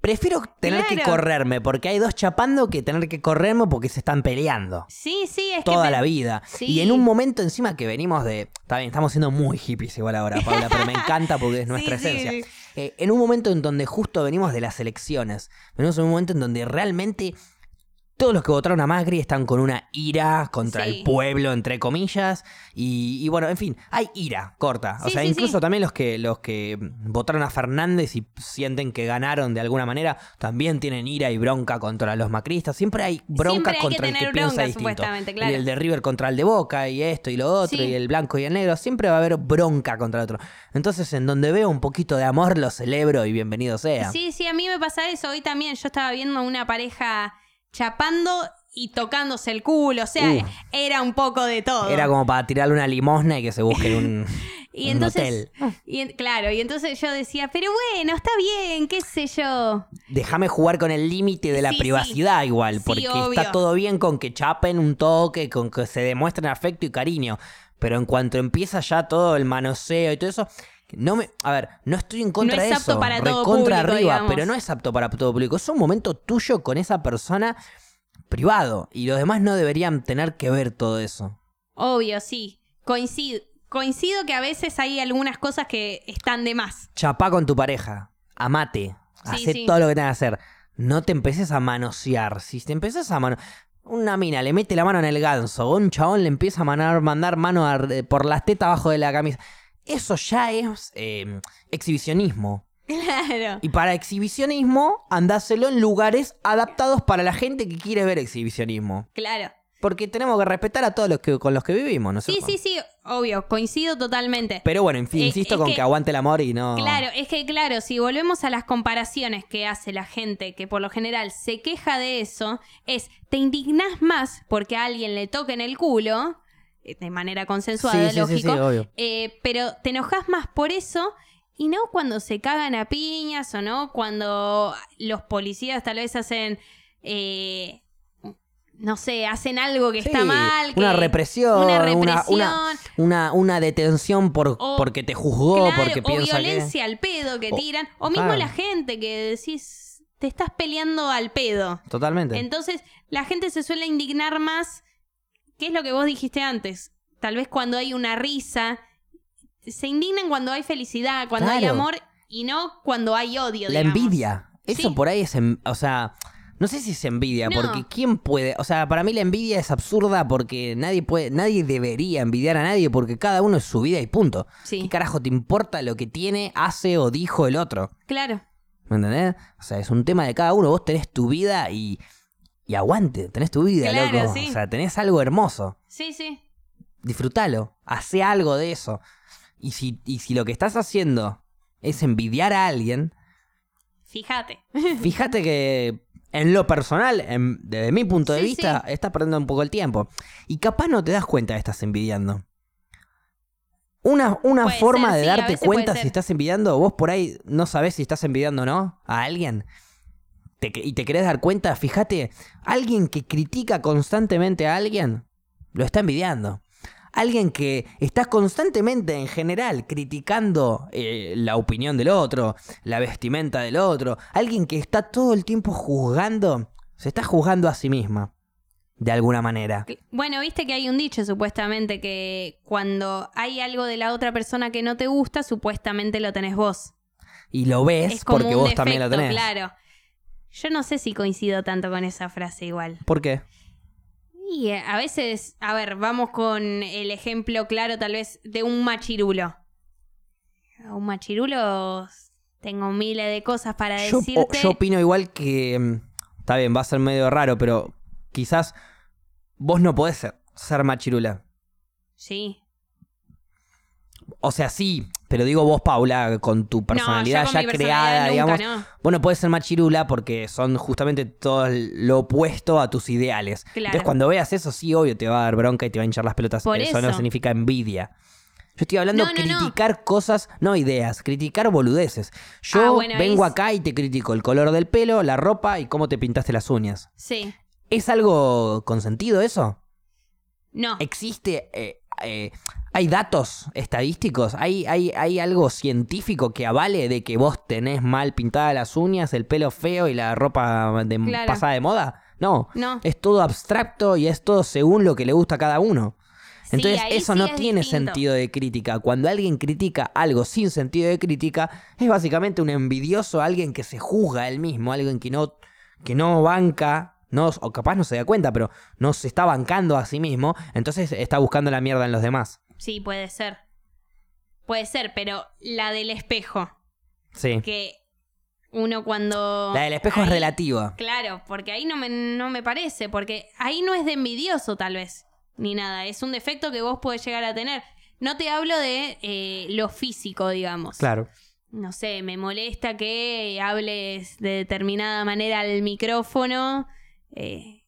Speaker 1: Prefiero tener que
Speaker 2: Claro.
Speaker 1: correrme porque hay dos chapando que tener que correrme porque se están peleando
Speaker 2: Sí, sí, es
Speaker 1: toda
Speaker 2: que.
Speaker 1: la vida.
Speaker 2: Sí.
Speaker 1: Y en un momento encima que venimos de... Está bien, estamos siendo muy hippies igual ahora, Paula, pero me encanta porque es nuestra
Speaker 2: Sí, sí,
Speaker 1: esencia.
Speaker 2: sí.
Speaker 1: Eh, en un momento en donde justo venimos de las elecciones, venimos en un momento en donde realmente todos los que votaron a Macri están con una ira contra
Speaker 2: Sí.
Speaker 1: el pueblo, entre comillas, y, y bueno, en fin, hay ira corta. o
Speaker 2: Sí,
Speaker 1: sea,
Speaker 2: sí,
Speaker 1: incluso
Speaker 2: sí.
Speaker 1: también los que, los que votaron a Fernández y sienten que ganaron de alguna manera, también tienen ira y bronca contra los macristas. Siempre hay bronca
Speaker 2: Siempre hay que
Speaker 1: contra el que
Speaker 2: tener
Speaker 1: piensa
Speaker 2: bronca,
Speaker 1: distinto.
Speaker 2: supuestamente, claro.
Speaker 1: Y el de River contra el de Boca y esto y lo otro
Speaker 2: Sí.
Speaker 1: y el blanco y el negro. Siempre va a haber bronca contra el otro. Entonces, en donde veo un poquito de amor, lo celebro y bienvenido sea.
Speaker 2: Sí, sí, a mí me pasa eso. Hoy también yo estaba viendo una pareja chapando y tocándose el culo. O sea,
Speaker 1: Uh.
Speaker 2: era un poco de todo.
Speaker 1: Era como para tirarle una limosna y que se busquen un,
Speaker 2: y
Speaker 1: un
Speaker 2: entonces,
Speaker 1: hotel.
Speaker 2: y en- claro, y entonces yo decía, pero bueno, está bien, qué sé yo.
Speaker 1: Déjame jugar con el límite de la
Speaker 2: Sí, sí.
Speaker 1: privacidad igual,
Speaker 2: Sí,
Speaker 1: porque
Speaker 2: obvio.
Speaker 1: está todo bien con que chapen un toque, con que se demuestren afecto y cariño. Pero en cuanto empieza ya todo el manoseo y todo eso, no me, a ver, no estoy en contra
Speaker 2: No es
Speaker 1: de
Speaker 2: apto
Speaker 1: eso,
Speaker 2: para todo
Speaker 1: recontra
Speaker 2: público,
Speaker 1: arriba,
Speaker 2: digamos.
Speaker 1: pero no es apto para todo público. Es un momento tuyo con esa persona privado y los demás no deberían tener que ver todo eso.
Speaker 2: Obvio, sí. Coincido. Coincido que a veces hay algunas cosas que están de más.
Speaker 1: Chapá con tu pareja, amate,
Speaker 2: Sí,
Speaker 1: hacé
Speaker 2: sí.
Speaker 1: todo lo que tengas que hacer. No te empeces a manosear. Si te empeces a mano una mina le mete la mano en el ganso, o un chabón le empieza a manar- mandar mano ar- eh, por las tetas abajo de la camisa. Eso ya es eh, exhibicionismo.
Speaker 2: Claro.
Speaker 1: Y para exhibicionismo, andáselo en lugares adaptados para la gente que quiere ver exhibicionismo.
Speaker 2: Claro.
Speaker 1: Porque tenemos que respetar a todos los que con los que vivimos, ¿no es
Speaker 2: Sí,
Speaker 1: cierto?
Speaker 2: sí, sí, obvio, coincido totalmente.
Speaker 1: Pero bueno, infi-
Speaker 2: Eh,
Speaker 1: insisto
Speaker 2: es
Speaker 1: con
Speaker 2: que-
Speaker 1: que... aguante el amor y no.
Speaker 2: Claro, es que claro, si volvemos a las comparaciones que hace la gente, que por lo general se queja de eso, es te indignás más porque a alguien le toquen el culo, eh, de manera consensuada,
Speaker 1: Sí, sí, sí, sí,
Speaker 2: lógico,
Speaker 1: obvio.
Speaker 2: eh, pero te enojas más por eso y no cuando se cagan a piñas o no cuando los policías tal vez hacen, eh, no sé, hacen algo que
Speaker 1: Sí,
Speaker 2: está mal.
Speaker 1: una
Speaker 2: que-
Speaker 1: represión,
Speaker 2: Una
Speaker 1: una-
Speaker 2: represión.
Speaker 1: una- una, una detención por,
Speaker 2: O-
Speaker 1: porque te juzgó,
Speaker 2: Claro,
Speaker 1: Oh, porque
Speaker 2: o
Speaker 1: piensa que-
Speaker 2: violencia al pedo que
Speaker 1: O-
Speaker 2: tiran. O mismo
Speaker 1: claro.
Speaker 2: la gente que decís, te estás peleando al pedo.
Speaker 1: Totalmente.
Speaker 2: Entonces, la gente se suele indignar más. ¿Qué es lo que vos dijiste antes? Tal vez cuando hay una risa. Se indignan cuando hay felicidad, cuando hay
Speaker 1: Claro.
Speaker 2: amor y no cuando hay odio.
Speaker 1: La
Speaker 2: digamos.
Speaker 1: envidia. Eso
Speaker 2: Sí.
Speaker 1: por ahí es, en- o sea, no sé si es envidia,
Speaker 2: No.
Speaker 1: porque quién puede, o sea, para mí la envidia es absurda porque nadie puede, nadie debería envidiar a nadie porque cada uno es su vida y punto.
Speaker 2: Sí.
Speaker 1: ¿Qué carajo te importa lo que tiene, hace o dijo el otro?
Speaker 2: Claro.
Speaker 1: ¿Me entendés? O sea, es un tema de cada uno, vos tenés tu vida y y aguante, tenés tu vida,
Speaker 2: Claro,
Speaker 1: loco.
Speaker 2: sí.
Speaker 1: O sea, tenés algo hermoso.
Speaker 2: Sí, sí.
Speaker 1: disfrútalo, hace algo de eso. Y si, y si lo que estás haciendo es envidiar a alguien,
Speaker 2: Fíjate.
Speaker 1: fíjate que en lo personal, en- desde mi punto de
Speaker 5: Sí,
Speaker 1: vista, estás perdiendo un poco el tiempo. Y capaz no te das cuenta que estás envidiando. Una, una
Speaker 2: Puede
Speaker 1: forma
Speaker 2: ser,
Speaker 1: de
Speaker 2: sí, a
Speaker 1: darte
Speaker 2: veces
Speaker 1: cuenta
Speaker 2: puede ser.
Speaker 1: si estás envidiando, vos por ahí no sabés si estás envidiando o no a alguien. Te que- y te querés dar cuenta, fíjate, alguien que critica constantemente a alguien, lo está envidiando. Alguien que está constantemente en general criticando eh, la opinión del otro, la vestimenta del otro, alguien que está todo el tiempo juzgando, se está juzgando a sí misma, de alguna manera.
Speaker 2: Bueno, viste que hay un dicho supuestamente que cuando hay algo de la otra persona que no te gusta, supuestamente lo tenés vos.
Speaker 1: Y lo ves porque vos también lo
Speaker 2: defecto,
Speaker 1: tenés.
Speaker 2: Claro. Yo no sé si coincido tanto con esa frase igual.
Speaker 1: ¿Por qué?
Speaker 2: Y eh, a veces, a ver, vamos con el ejemplo claro tal vez de un machirulo. A Un machirulo, tengo miles de cosas para
Speaker 1: Yo, o-
Speaker 2: decirte.
Speaker 1: yo opino igual que. mm, Está bien, va a ser medio raro, pero quizás vos no podés ser, ser machirula.
Speaker 2: sí.
Speaker 1: O sea, sí, pero digo vos, Paula, con tu personalidad
Speaker 2: no, yo con
Speaker 1: ya
Speaker 2: mi
Speaker 1: creada,
Speaker 2: personalidad
Speaker 1: digamos.
Speaker 2: nunca, no.
Speaker 1: Vos no podés ser machirula porque son justamente todo lo opuesto a tus ideales. Entonces,
Speaker 2: Claro.
Speaker 1: cuando veas eso, sí, obvio, te va a dar bronca y te va a hinchar las pelotas.
Speaker 2: Por
Speaker 1: no
Speaker 2: eso.
Speaker 1: significa envidia. Yo estoy hablando
Speaker 2: No,
Speaker 1: de
Speaker 2: no, no.
Speaker 1: criticar cosas, no ideas, criticar boludeces. Yo
Speaker 2: Ah, bueno,
Speaker 1: vengo
Speaker 2: es-
Speaker 1: acá y te critico el color del pelo, la ropa y cómo te pintaste las uñas.
Speaker 2: Sí.
Speaker 1: ¿Es algo consentido eso?
Speaker 2: No.
Speaker 1: ¿Existe? eh, eh, ¿Hay datos estadísticos? ¿Hay, hay, ¿Hay algo científico que avale de que vos tenés mal pintadas las uñas, el pelo feo y la ropa de
Speaker 2: Claro.
Speaker 1: pasada de moda? No.
Speaker 2: No.
Speaker 1: Es todo abstracto y es todo según lo que le gusta a cada uno.
Speaker 2: Sí,
Speaker 1: Entonces
Speaker 2: ahí
Speaker 1: eso
Speaker 2: sí
Speaker 1: no
Speaker 2: es
Speaker 1: tiene
Speaker 2: distinto.
Speaker 1: sentido de crítica. Cuando alguien critica algo sin sentido de crítica, es básicamente un envidioso, alguien que se juzga a él mismo, alguien que no, que no banca, no, o capaz no se da cuenta, pero no se está bancando a sí mismo, entonces está buscando la mierda en los demás.
Speaker 2: Sí, puede ser. Puede ser, pero la del espejo.
Speaker 1: Sí.
Speaker 2: Que uno cuando.
Speaker 1: La del espejo es
Speaker 2: ahí-
Speaker 1: relativa.
Speaker 2: Claro, porque ahí no me, no me parece, porque ahí no es de envidioso tal vez, ni nada, es un defecto que vos podés llegar a tener. No te hablo de eh, lo físico, digamos.
Speaker 1: Claro.
Speaker 2: No sé, me molesta que hables de determinada manera al micrófono eh,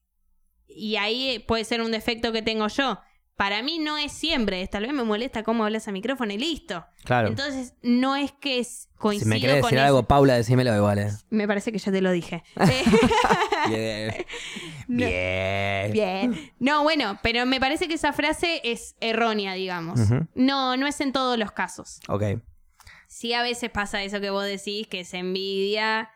Speaker 2: y ahí puede ser un defecto que tengo yo. Para mí no es siempre, es, tal vez me molesta cómo hablas al micrófono y listo.
Speaker 1: Claro.
Speaker 2: Entonces no es que es-
Speaker 1: si
Speaker 2: coincido
Speaker 1: me querés
Speaker 2: con
Speaker 1: decir
Speaker 2: eso.
Speaker 1: algo, Paula, decímelo igual. eh.
Speaker 2: Me parece que ya te lo dije.
Speaker 1: Bien.
Speaker 2: No.
Speaker 1: Bien.
Speaker 2: Bien. No, bueno, pero me parece que esa frase es errónea, digamos.
Speaker 1: Ujú.
Speaker 2: No, no es en todos los casos.
Speaker 1: Ok.
Speaker 2: Sí, a veces pasa eso que vos decís, que es envidia.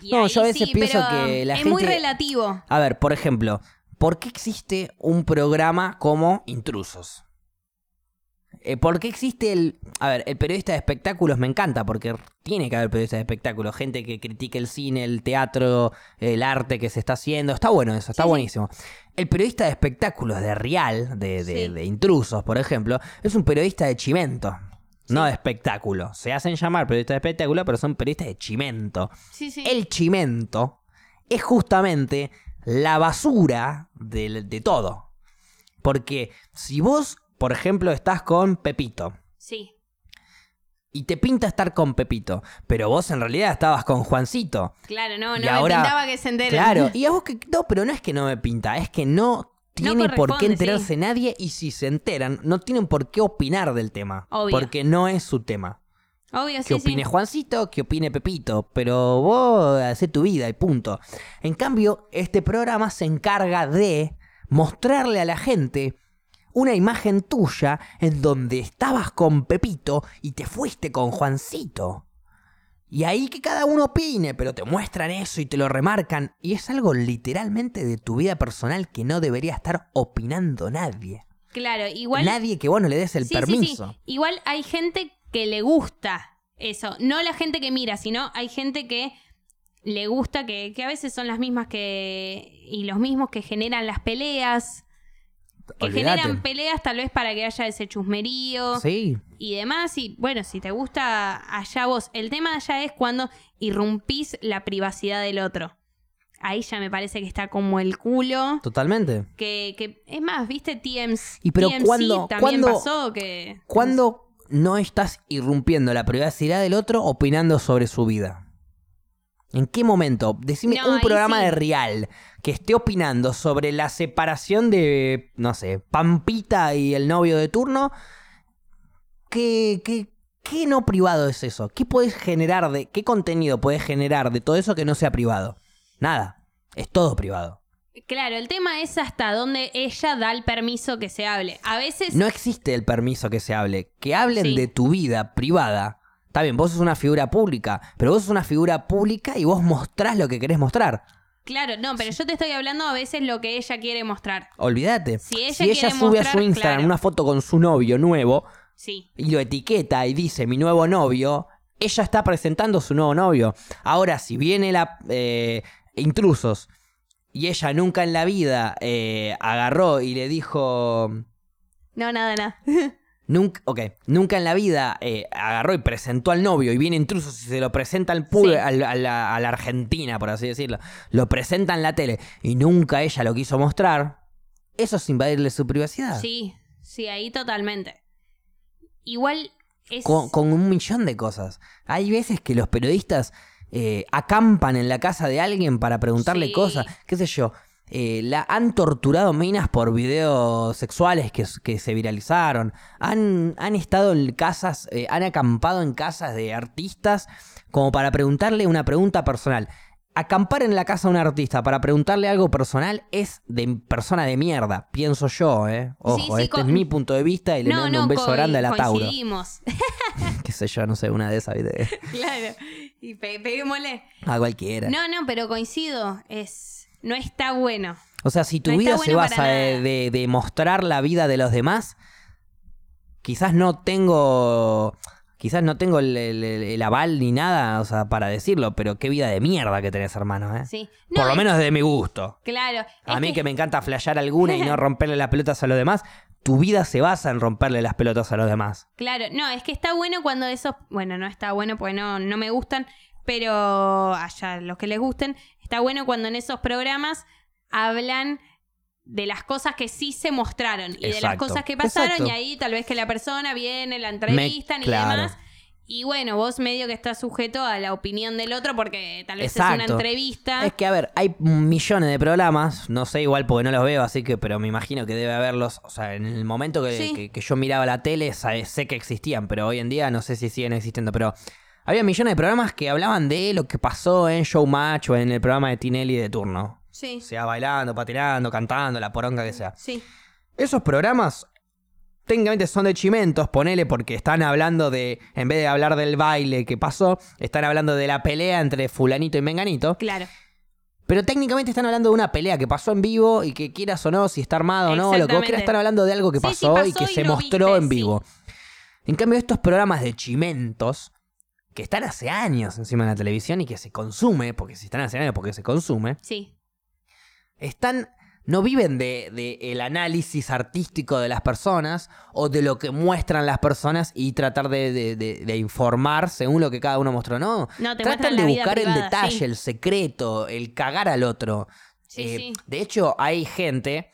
Speaker 2: y
Speaker 1: No,
Speaker 2: ahí
Speaker 1: yo a veces
Speaker 2: sí,
Speaker 1: pienso
Speaker 2: pero
Speaker 1: que la
Speaker 2: es muy
Speaker 1: gente-
Speaker 2: relativo.
Speaker 1: A ver, por ejemplo, ¿por qué existe un programa como Intrusos? Eh, ¿Por qué existe el... A ver, el periodista de espectáculos me encanta, porque tiene que haber periodistas de espectáculos, gente que critique el cine, el teatro, el arte que se está haciendo. Está bueno eso, está
Speaker 2: Sí, sí.
Speaker 1: buenísimo. El periodista de espectáculos de Real, de, de-
Speaker 2: Sí.
Speaker 1: de Intrusos, por ejemplo, es un periodista de chimento. No de espectáculo. Se hacen llamar periodistas de espectáculo, pero son periodistas de chimento.
Speaker 2: Sí, sí.
Speaker 1: El chimento es justamente la basura del- de, todo. Porque si vos, por ejemplo, estás con Pepito
Speaker 2: Sí.
Speaker 1: y te pinta estar con Pepito, pero vos en realidad estabas con Juancito.
Speaker 2: Claro, no,
Speaker 1: Y
Speaker 2: no me
Speaker 1: ahora-
Speaker 2: pintaba que se enteren.
Speaker 1: Claro, y a vos que. No, pero no es que no me pinta, es que no tiene por qué
Speaker 2: corresponde,
Speaker 1: enterarse nadie y si se enteran, no tienen por qué opinar del tema.
Speaker 2: Obvio.
Speaker 1: Porque no es su tema.
Speaker 2: Obvio,
Speaker 1: Que
Speaker 2: sí, sí.
Speaker 1: opine Juancito, que opine Pepito, pero vos hacé tu vida y punto. En cambio, este programa se encarga de mostrarle a la gente una imagen tuya en donde estabas con Pepito y te fuiste con Juancito. Y ahí que cada uno opine, pero te muestran eso y te lo remarcan. Y es algo literalmente de tu vida personal que no debería estar opinando nadie.
Speaker 2: Claro, igual.
Speaker 1: Nadie que vos no le des el
Speaker 2: Sí, sí, sí.
Speaker 1: permiso.
Speaker 2: Igual hay gente que le gusta eso. No la gente que mira, sino hay gente que le gusta, que, que a veces son las mismas que. y los mismos que generan las peleas. Que
Speaker 1: Olvídate.
Speaker 2: generan peleas tal vez para que haya ese chusmerío
Speaker 1: Sí.
Speaker 2: y demás. Y bueno, si te gusta allá vos. El tema allá es cuando irrumpís la privacidad del otro. Ahí ya me parece que está como el culo.
Speaker 1: Totalmente.
Speaker 2: Que, que- es más, viste TMS,
Speaker 1: Y pero
Speaker 2: TMZ
Speaker 1: cuando-
Speaker 2: también
Speaker 1: cuando-
Speaker 2: pasó que
Speaker 1: ¿Cuándo no estás irrumpiendo la privacidad del otro opinando sobre su vida? ¿En qué momento? Decime
Speaker 2: No,
Speaker 1: un
Speaker 2: ahí
Speaker 1: programa
Speaker 2: sí.
Speaker 1: de Real que esté opinando sobre la separación de, no sé, Pampita y el novio de turno. ¿Qué, qué, qué no privado es eso? ¿Qué puedes generar de, qué contenido puedes generar de todo eso que no sea privado? Nada. Es todo privado.
Speaker 2: Claro, el tema es hasta dónde ella da el permiso que se hable. A veces
Speaker 1: No existe el permiso que se hable. Que hablen
Speaker 2: Sí.
Speaker 1: de tu vida privada. Está bien, vos sos una figura pública, pero vos sos una figura pública y vos mostrás lo que querés mostrar.
Speaker 2: Claro, no, pero yo te estoy hablando a veces lo que ella quiere mostrar.
Speaker 1: Olvídate.
Speaker 2: Si ella quiere
Speaker 1: sube a su
Speaker 2: mostrar,
Speaker 1: Instagram
Speaker 2: claro.
Speaker 1: una foto con su novio nuevo
Speaker 2: Sí.
Speaker 1: y lo etiqueta y dice mi nuevo novio, ella está presentando su nuevo novio. Ahora, si viene la eh, intrusos y ella nunca en la vida eh, agarró y le dijo
Speaker 2: No, nada, nada.
Speaker 1: Nunca, ok, nunca en la vida eh, agarró y presentó al novio y viene intrusos y se lo presenta al pub-
Speaker 2: Sí.
Speaker 1: al- a, la, a la Argentina, por así decirlo. Lo presenta en la tele y nunca ella lo quiso mostrar. Eso es invadirle su privacidad.
Speaker 2: Sí, sí, ahí totalmente. Igual es.
Speaker 1: Con, con un millón de cosas. Hay veces que los periodistas eh, acampan en la casa de alguien para preguntarle
Speaker 2: Sí.
Speaker 1: cosas. ¿Qué sé yo? eh, la, han torturado minas por videos sexuales que, que se viralizaron. Han, han estado en casas, eh, han acampado en casas de artistas como para preguntarle una pregunta personal. Acampar en la casa de un artista para preguntarle algo personal es de persona de mierda, pienso yo, ¿eh? Ojo,
Speaker 2: sí,
Speaker 1: este
Speaker 2: con-
Speaker 1: es mi punto de vista y le
Speaker 2: no,
Speaker 1: mando
Speaker 2: no,
Speaker 1: un beso
Speaker 2: co-
Speaker 1: grande a la Tauro
Speaker 2: coincidimos.
Speaker 1: qué sé yo, no sé, una de esas, ¿viste?
Speaker 2: claro. Y pe- peguémosle.
Speaker 1: a cualquiera.
Speaker 2: No, no, pero coincido. Es. No está bueno.
Speaker 1: o sea, si tu
Speaker 2: no está
Speaker 1: vida se
Speaker 2: bueno
Speaker 1: basa
Speaker 2: para
Speaker 1: de,
Speaker 2: nada.
Speaker 1: de- de mostrar la vida de los demás, quizás no tengo, quizás no tengo el, el- el- el aval ni nada, o sea, para decirlo, pero qué vida de mierda que tenés, hermano, ¿eh?
Speaker 2: Sí. No,
Speaker 1: Por lo
Speaker 2: es-
Speaker 1: menos de mi gusto.
Speaker 2: Claro.
Speaker 1: A
Speaker 2: es
Speaker 1: mí que me encanta flashear alguna y no romperle las pelotas a los demás, tu vida se basa en romperle las pelotas a los demás.
Speaker 2: Claro, no, es que está bueno cuando esos, bueno, no está bueno porque no, no me gustan, pero allá los que les gusten, está bueno cuando en esos programas hablan de las cosas que sí se mostraron y de las
Speaker 1: Exacto,
Speaker 2: cosas que pasaron
Speaker 1: exacto.
Speaker 2: y ahí tal vez que la persona viene, la entrevistan y
Speaker 1: claro.
Speaker 2: demás. Y bueno, vos medio que estás sujeto a la opinión del otro porque tal vez es una
Speaker 1: Exacto.
Speaker 2: entrevista.
Speaker 1: Es que, a ver, hay millones de programas, no sé igual porque no los veo, así que, pero me imagino que debe haberlos. O sea, en el momento que,
Speaker 2: Sí.
Speaker 1: que- que yo miraba la tele, sabe- sé que existían, pero hoy en día no sé si siguen existiendo. Pero había millones de programas que hablaban de lo que pasó en Showmatch o en el programa de Tinelli de turno.
Speaker 2: Sí,
Speaker 1: Sea bailando, patinando, cantando, la poronga que sea.
Speaker 2: sí,
Speaker 1: Esos programas técnicamente son de chimentos, ponele, porque están hablando de, en vez de hablar del baile que pasó, están hablando de la pelea entre fulanito y menganito.
Speaker 2: claro.
Speaker 1: Pero técnicamente están hablando de una pelea que pasó en vivo y que quieras o no, si está armado o no, lo que vos
Speaker 2: Exactamente.
Speaker 1: quieras, están hablando de algo que
Speaker 2: Sí, sí,
Speaker 1: pasó, y
Speaker 2: pasó
Speaker 1: que
Speaker 2: y
Speaker 1: se
Speaker 2: lo
Speaker 1: mostró
Speaker 2: viste,
Speaker 1: en
Speaker 2: sí.
Speaker 1: vivo. En cambio, estos programas de chimentos, que están hace años encima de la televisión y que se consume, porque si están hace años, porque se consume,
Speaker 2: Sí,
Speaker 1: están no viven de, de el análisis artístico de las personas o de lo que muestran las personas y tratar de, de- de- de informar según lo que cada uno mostró. No,
Speaker 2: No, te
Speaker 1: tratan de
Speaker 2: muestran la vida
Speaker 1: buscar el
Speaker 2: privada,
Speaker 1: detalle,
Speaker 2: sí.
Speaker 1: el secreto, el cagar al otro.
Speaker 2: sí,
Speaker 1: Eh,
Speaker 2: sí.
Speaker 1: De hecho, hay gente,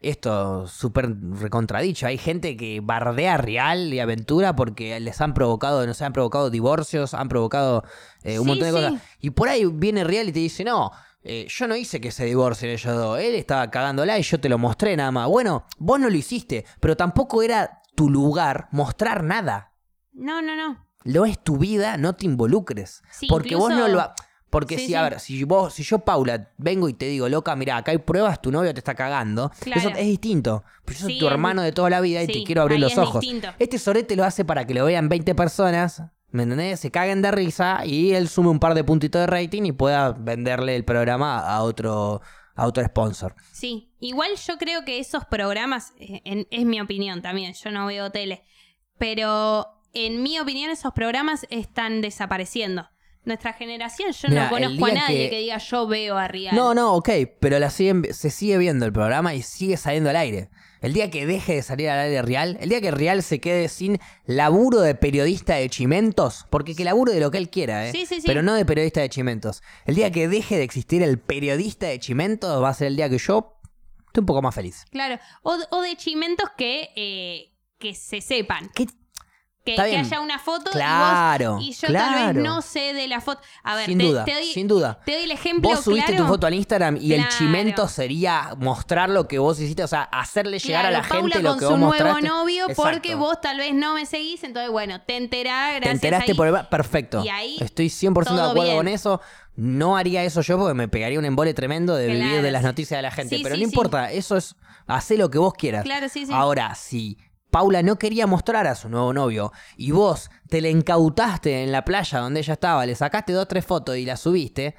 Speaker 1: esto súper recontradicho, hay gente que bardea Real y Aventura porque les han provocado, no sé, han provocado divorcios, han provocado eh, un
Speaker 2: Sí,
Speaker 1: montón de
Speaker 2: sí.
Speaker 1: cosas. Y por ahí viene Real y te dice, no, eh, yo no hice que se divorcien ellos dos, él estaba cagándola y yo te lo mostré nada más. Bueno, vos no lo hiciste, pero tampoco era tu lugar mostrar nada.
Speaker 2: No, no, no.
Speaker 1: Lo es tu vida, no te involucres.
Speaker 2: Sí,
Speaker 1: porque vos no
Speaker 2: incluso-
Speaker 1: lo. ha- Porque
Speaker 2: Sí,
Speaker 1: si, a
Speaker 2: sí.
Speaker 1: ver, si vos, si yo, Paula, vengo y te digo, loca, mira, acá hay pruebas, tu novio te está cagando.
Speaker 2: Claro.
Speaker 1: Eso es distinto. Pero yo soy
Speaker 2: Sí,
Speaker 1: tu
Speaker 2: es
Speaker 1: hermano de toda la vida y
Speaker 2: sí,
Speaker 1: te quiero abrir
Speaker 2: ahí
Speaker 1: los
Speaker 2: es
Speaker 1: ojos.
Speaker 2: distinto.
Speaker 1: Este sorete lo hace para que lo vean 20 personas, ¿me entendés? Se caguen de risa y él sume un par de puntitos de rating y pueda venderle el programa a otro, a otro sponsor.
Speaker 2: Sí, igual yo creo que esos programas, eh, en- es mi opinión también, yo no veo tele, pero en mi opinión esos programas están desapareciendo. Nuestra generación, yo
Speaker 1: Mirá, el
Speaker 2: no conozco a
Speaker 1: día
Speaker 2: nadie
Speaker 1: que-
Speaker 2: que... diga yo veo a Rihanna.
Speaker 1: No, no, ok, pero la siguen- se sigue viendo el programa y sigue saliendo al aire. El día que deje de salir al aire Real, el día que Real se quede sin laburo de periodista de chimentos, porque que laburo de lo que él quiera, ¿eh?
Speaker 2: Sí, sí, sí.
Speaker 1: pero no de periodista de chimentos. El día que deje de existir el periodista de chimentos va a ser el día que yo estoy un poco más feliz.
Speaker 2: Claro, o, o de chimentos que, eh, que se sepan.
Speaker 1: ¿Qué?
Speaker 2: Que,
Speaker 1: Está
Speaker 2: que
Speaker 1: bien.
Speaker 2: haya una foto y vos-
Speaker 1: Claro,
Speaker 2: y, yo tal
Speaker 1: claro.
Speaker 2: vez no sé de la foto. A ver,
Speaker 1: sin
Speaker 2: te,
Speaker 1: duda,
Speaker 2: te doy,
Speaker 1: sin duda.
Speaker 2: te doy el ejemplo
Speaker 1: Vos subiste
Speaker 2: claro.
Speaker 1: tu foto al Instagram y el
Speaker 2: Claro.
Speaker 1: chimento sería mostrar lo que vos hiciste, o sea, hacerle llegar
Speaker 2: Claro,
Speaker 1: a la
Speaker 2: Paula
Speaker 1: gente lo
Speaker 2: con
Speaker 1: que
Speaker 2: su
Speaker 1: vos
Speaker 2: nuevo
Speaker 1: mostraste.
Speaker 2: novio porque
Speaker 1: Exacto.
Speaker 2: vos tal vez no me seguís, entonces bueno, te enterás gracias
Speaker 1: Te enteraste
Speaker 2: ahí.
Speaker 1: por el... Perfecto.
Speaker 2: Y ahí,
Speaker 1: Estoy 100% de
Speaker 2: todo
Speaker 1: acuerdo
Speaker 2: bien.
Speaker 1: con eso. No haría eso yo porque me pegaría un embole tremendo de vivir
Speaker 2: Claro,
Speaker 1: de las
Speaker 2: sí.
Speaker 1: noticias de la gente.
Speaker 2: Sí,
Speaker 1: Pero
Speaker 2: sí,
Speaker 1: no
Speaker 2: sí.
Speaker 1: importa, eso es... Hacé lo que vos quieras.
Speaker 2: Claro, sí, sí.
Speaker 1: Ahora, si Paula no quería mostrar a su nuevo novio y vos te le incautaste en la playa donde ella estaba, le sacaste dos, tres fotos y la subiste...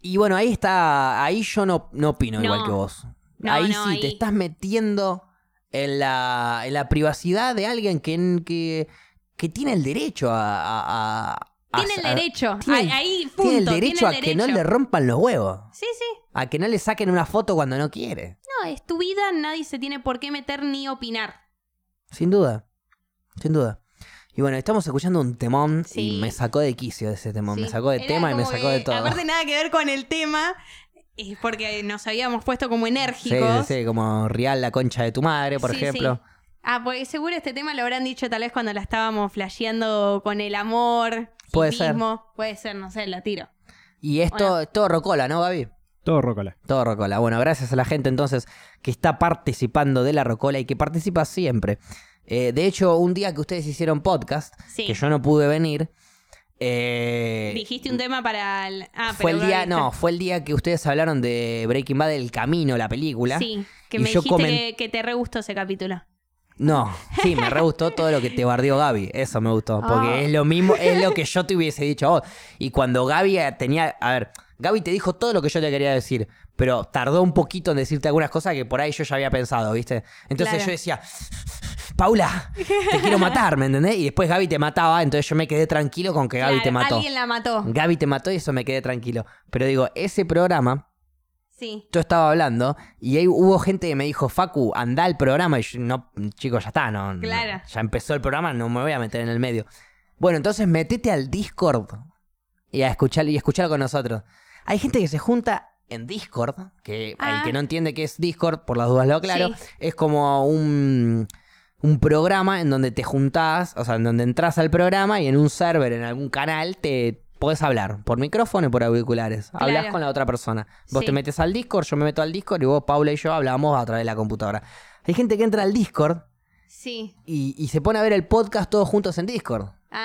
Speaker 1: Y bueno, ahí está, ahí yo no, no opino
Speaker 2: No.
Speaker 1: igual que vos.
Speaker 2: No,
Speaker 1: ahí
Speaker 2: no,
Speaker 1: sí, te
Speaker 2: ahí-
Speaker 1: estás metiendo en la, en la privacidad de alguien que, que, que tiene el derecho a... a- a- a-
Speaker 2: tiene el
Speaker 1: a-
Speaker 2: derecho.
Speaker 1: ah, tiene
Speaker 2: ahí,
Speaker 1: el-
Speaker 2: ahí, punto.
Speaker 1: tiene el derecho
Speaker 2: tiene
Speaker 1: a
Speaker 2: el
Speaker 1: que no
Speaker 2: derecho.
Speaker 1: le rompan los huevos.
Speaker 2: Sí, sí.
Speaker 1: A que no le saquen una foto cuando no quiere.
Speaker 2: No, es tu vida, nadie se tiene por qué meter ni opinar.
Speaker 1: Sin duda. Sin duda. Y bueno, estamos escuchando un temón
Speaker 2: Sí.
Speaker 1: y me sacó de quicio ese temón. Me
Speaker 2: Sí.
Speaker 1: sacó de
Speaker 2: Era
Speaker 1: tema y me
Speaker 2: como
Speaker 1: sacó de
Speaker 2: que,
Speaker 1: todo.
Speaker 2: Aparte nada que ver con el tema, es porque nos habíamos puesto como
Speaker 1: Sí, sí,
Speaker 2: enérgicos.
Speaker 1: sí, como Real la concha de tu madre, por
Speaker 2: Sí, sí.
Speaker 1: ejemplo.
Speaker 2: Ah, porque seguro este tema lo habrán dicho tal vez cuando la estábamos flasheando con el amor.
Speaker 1: Puede ser.
Speaker 2: hipismo. Puede ser, no sé, la tiro.
Speaker 1: Y esto
Speaker 2: Bueno.
Speaker 1: todo rocola, ¿no, Gaby?
Speaker 3: Todo Rocola.
Speaker 1: Todo Rocola. Bueno, gracias a la gente entonces que está participando de la Rocola y que participa siempre. Eh, de hecho, un día que ustedes hicieron podcast,
Speaker 2: Sí.
Speaker 1: que yo no pude venir, eh,
Speaker 2: Dijiste un tema para el. Ah,
Speaker 1: fue el
Speaker 2: pero
Speaker 1: día,
Speaker 2: Gaby-
Speaker 1: no, fue el día que ustedes hablaron de Breaking Bad, el camino, la película.
Speaker 2: Sí, que
Speaker 1: Y
Speaker 2: me
Speaker 1: yo
Speaker 2: dijiste
Speaker 1: comen-
Speaker 2: que, que te re gustó ese capítulo.
Speaker 1: No, sí, me re gustó todo lo que te bardeó Gaby. Eso me gustó. Porque
Speaker 2: Ah.
Speaker 1: es lo mismo, es lo que yo te hubiese dicho a vos. Y cuando Gaby eh, tenía. A ver, Gaby te dijo todo lo que yo te quería decir. Pero tardó un poquito en decirte algunas cosas que por ahí yo ya había pensado, ¿viste? Entonces
Speaker 2: Claro.
Speaker 1: yo decía. Paula, te quiero matar, ¿me entendés? Y después Gaby te mataba, entonces yo me quedé tranquilo con que Gaby
Speaker 2: Claro,
Speaker 1: te mató.
Speaker 2: Alguien la mató.
Speaker 1: Gaby te mató y eso me quedé tranquilo. Pero digo, ese programa
Speaker 2: Sí.
Speaker 1: yo estaba hablando y ahí hubo gente que me dijo, Facu, anda al programa. Y yo, no, chicos, ya está, no, no,
Speaker 2: Claro.
Speaker 1: Ya empezó el programa, no me voy a meter en el medio. Bueno, entonces metete al Discord y a escuchar y escuchar con nosotros. Hay gente que se junta en Discord, que
Speaker 2: Ah.
Speaker 1: el que no entiende qué es Discord, por las dudas lo aclaro, es como un, un programa en donde te juntás, o sea, en donde entras al programa y en un server, en algún canal, te podés hablar por micrófono y por auriculares. Hablas
Speaker 2: Claro.
Speaker 1: con la otra persona. Vos
Speaker 2: Sí.
Speaker 1: te metes al Discord, yo me meto al Discord y vos, Paula y yo hablamos a través de la computadora. Hay gente que entra al Discord
Speaker 2: Sí.
Speaker 1: y, y se pone a ver el podcast todos juntos en Discord.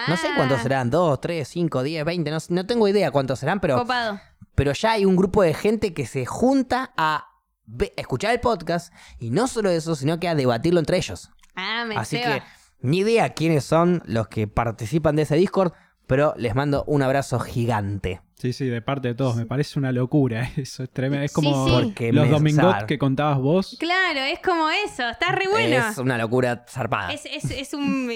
Speaker 1: No sé
Speaker 2: Ah.
Speaker 1: cuántos serán, 2, 3, 5, 10, 20, no, no tengo idea cuántos serán, pero
Speaker 2: Copado.
Speaker 1: pero ya hay un grupo de gente que se junta a ve- escuchar el podcast y no solo eso, sino que a debatirlo entre ellos.
Speaker 2: Ah, me
Speaker 1: Así
Speaker 2: ceba.
Speaker 1: que ni idea quiénes son los que participan de ese Discord, pero les mando un abrazo gigante.
Speaker 3: Sí, sí, de parte de todos. Me parece una locura. eh. Eso es tremendo. Es como
Speaker 2: sí.
Speaker 1: Porque
Speaker 3: los
Speaker 1: me-
Speaker 3: domingots
Speaker 1: zar-
Speaker 3: que contabas vos.
Speaker 2: Claro, es como eso. Está re bueno.
Speaker 1: Es una locura zarpada.
Speaker 2: Es, es, es un,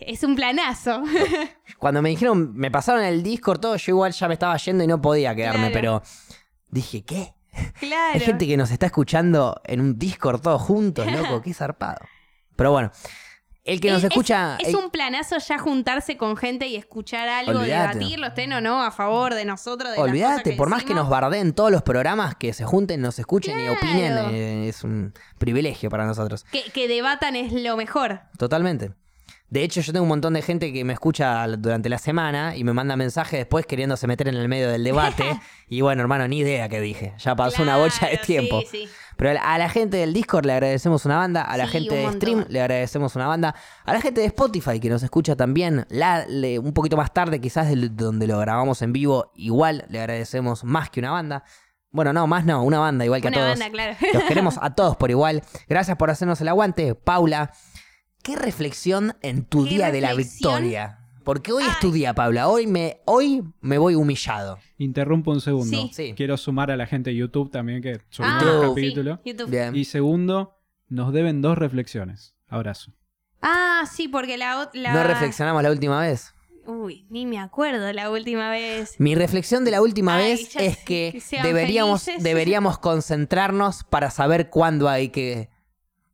Speaker 2: es un planazo.
Speaker 1: Cuando me dijeron, me pasaron el Discord todo, yo igual ya me estaba yendo y no podía quedarme, pero
Speaker 2: Claro.
Speaker 1: dije, ¿qué?
Speaker 2: claro.
Speaker 1: Hay gente que nos está escuchando en un Discord todos juntos, loco, qué zarpado. Pero bueno, el que nos
Speaker 2: Eh, Es- es-
Speaker 1: escucha... eh,
Speaker 2: Es,
Speaker 1: el-
Speaker 2: un planazo ya juntarse con gente y escuchar algo,
Speaker 1: Olvídate.
Speaker 2: debatirlo, estén o no, a favor de nosotros. De las cosas
Speaker 1: Olvídate,
Speaker 2: que
Speaker 1: por más que nos
Speaker 2: decimos.
Speaker 1: bardeen todos los programas, que se junten, nos escuchen y opinen,
Speaker 2: Claro.
Speaker 1: eh, es un privilegio para nosotros.
Speaker 2: Que, que debatan es lo mejor.
Speaker 1: Totalmente. De hecho, yo tengo un montón de gente que me escucha al- durante la semana y me manda mensajes después queriéndose meter en el medio del debate. y bueno, hermano, ni idea que dije. Ya pasó una bocha de
Speaker 2: Claro,
Speaker 1: tiempo.
Speaker 2: Sí, sí.
Speaker 1: Pero a la- a la gente del Discord le agradecemos una banda, a la
Speaker 2: Sí,
Speaker 1: gente
Speaker 2: un
Speaker 1: de
Speaker 2: montón.
Speaker 1: Stream le agradecemos una banda, a la gente de Spotify que nos escucha también la- le- un poquito más tarde, quizás de donde lo grabamos en vivo, igual le agradecemos más que una banda. Bueno, no, más no, una banda igual que
Speaker 2: Una
Speaker 1: a todos.
Speaker 2: banda, claro.
Speaker 1: Los queremos a todos por igual. Gracias por hacernos el aguante, Paula. ¿Qué reflexión en tu
Speaker 2: ¿Qué
Speaker 1: día de la
Speaker 2: reflexión?
Speaker 1: victoria? Porque hoy es tu día, Paula. Hoy me, hoy me voy humillado.
Speaker 3: Interrumpo un segundo.
Speaker 2: Sí.
Speaker 1: Sí.
Speaker 3: Quiero sumar a la gente de YouTube también que subió
Speaker 2: Ah,
Speaker 3: el
Speaker 1: YouTube.
Speaker 3: capítulo.
Speaker 2: Sí, YouTube.
Speaker 1: Bien.
Speaker 3: Y segundo, nos deben dos reflexiones. Abrazo.
Speaker 2: Ah, sí, porque la otra.
Speaker 1: ¿No reflexionamos la última vez?
Speaker 2: Uy, ni me acuerdo la última vez.
Speaker 1: Mi reflexión de la última
Speaker 2: Ay,
Speaker 1: vez
Speaker 2: ya
Speaker 1: es
Speaker 2: sé,
Speaker 1: que,
Speaker 2: que sean
Speaker 1: deberíamos,
Speaker 2: felices.
Speaker 1: deberíamos concentrarnos para saber cuándo hay que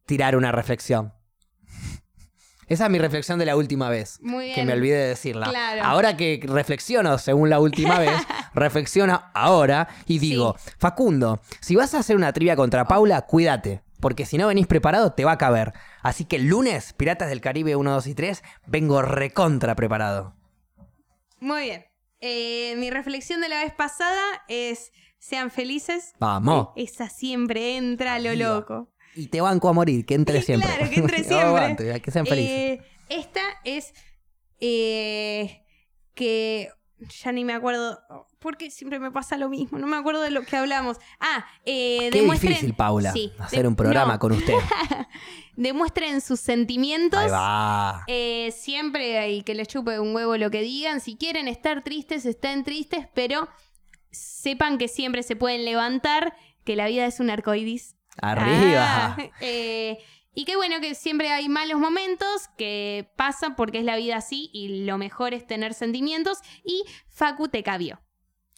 Speaker 1: tirar una reflexión. Esa es mi reflexión de la última vez.
Speaker 2: Muy bien.
Speaker 1: Que me olvidé de decirla.
Speaker 2: Claro.
Speaker 1: Ahora que reflexiono según la última vez, reflexiono ahora y digo, Facundo, si vas a hacer una trivia contra Paula, cuídate. porque si no venís preparado te va a caber. Así que el lunes, Piratas del Caribe 1, 2 y 3, vengo recontra preparado.
Speaker 2: Muy bien. Eh, mi reflexión de la vez pasada es: sean felices. E-,
Speaker 1: Vamos.
Speaker 2: Esa siempre entra a lo
Speaker 1: Arriba.
Speaker 2: loco.
Speaker 1: Y te banco a morir, que entre
Speaker 2: Sí,
Speaker 1: siempre.
Speaker 2: claro, que entre siempre.
Speaker 1: Aguante, que sean felices.
Speaker 2: Eh, esta es eh, que ya ni me acuerdo. Porque siempre me pasa lo mismo. No me acuerdo de lo que hablamos. Ah, eh,
Speaker 1: Qué
Speaker 2: demuestren,
Speaker 1: difícil, Paula,
Speaker 2: Sí,
Speaker 1: hacer
Speaker 2: de-
Speaker 1: un programa
Speaker 2: no,
Speaker 1: con usted.
Speaker 2: Demuestren sus sentimientos.
Speaker 1: Ahí va.
Speaker 2: Eh, siempre hay que les chupe un huevo lo que digan. Si quieren estar tristes, estén tristes, pero sepan que siempre se pueden levantar, que la vida es un arcoíris.
Speaker 1: Arriba.
Speaker 2: Ah, eh, y que bueno, que siempre hay malos momentos que pasan porque es la vida así y lo mejor es tener sentimientos. Y Facu te cabió.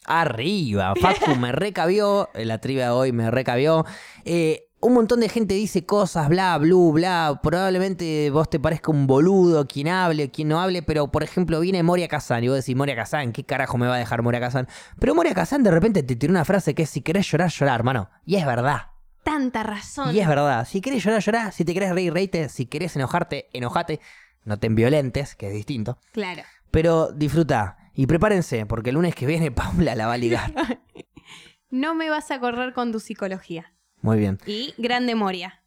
Speaker 1: Arriba, Facu me recabió, eh, la trivia de hoy me recabió. Eh, un montón de gente dice cosas, bla, blu, bla. Probablemente vos te parezca un boludo quien hable, quien no hable, pero por ejemplo viene Moria Kazan y vos decís, Moria Kazan, ¿qué carajo me va a dejar Moria Kazan? Pero Moria Kazan de repente te tiró una frase que es, si querés llorar, llorar, hermano. Y es verdad.
Speaker 2: Tanta razón.
Speaker 1: Y es verdad, si querés llorar, llorar, si te querés reír, reíte, si querés enojarte, enojate, no te violentes, que es distinto.
Speaker 2: Claro.
Speaker 1: Pero disfruta y prepárense, porque el lunes que viene Paula la va a ligar.
Speaker 2: No me vas a correr con tu psicología.
Speaker 1: Muy bien.
Speaker 2: Y grande Moria.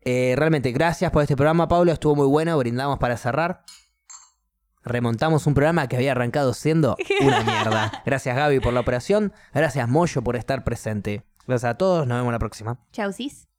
Speaker 1: Eh, realmente, gracias por este programa, Paula, estuvo muy bueno, brindamos para cerrar. Remontamos un programa que había arrancado siendo una mierda. Gracias Gaby por la operación, gracias Moyo por estar presente. Gracias a todos, nos vemos la próxima.
Speaker 2: Chausis.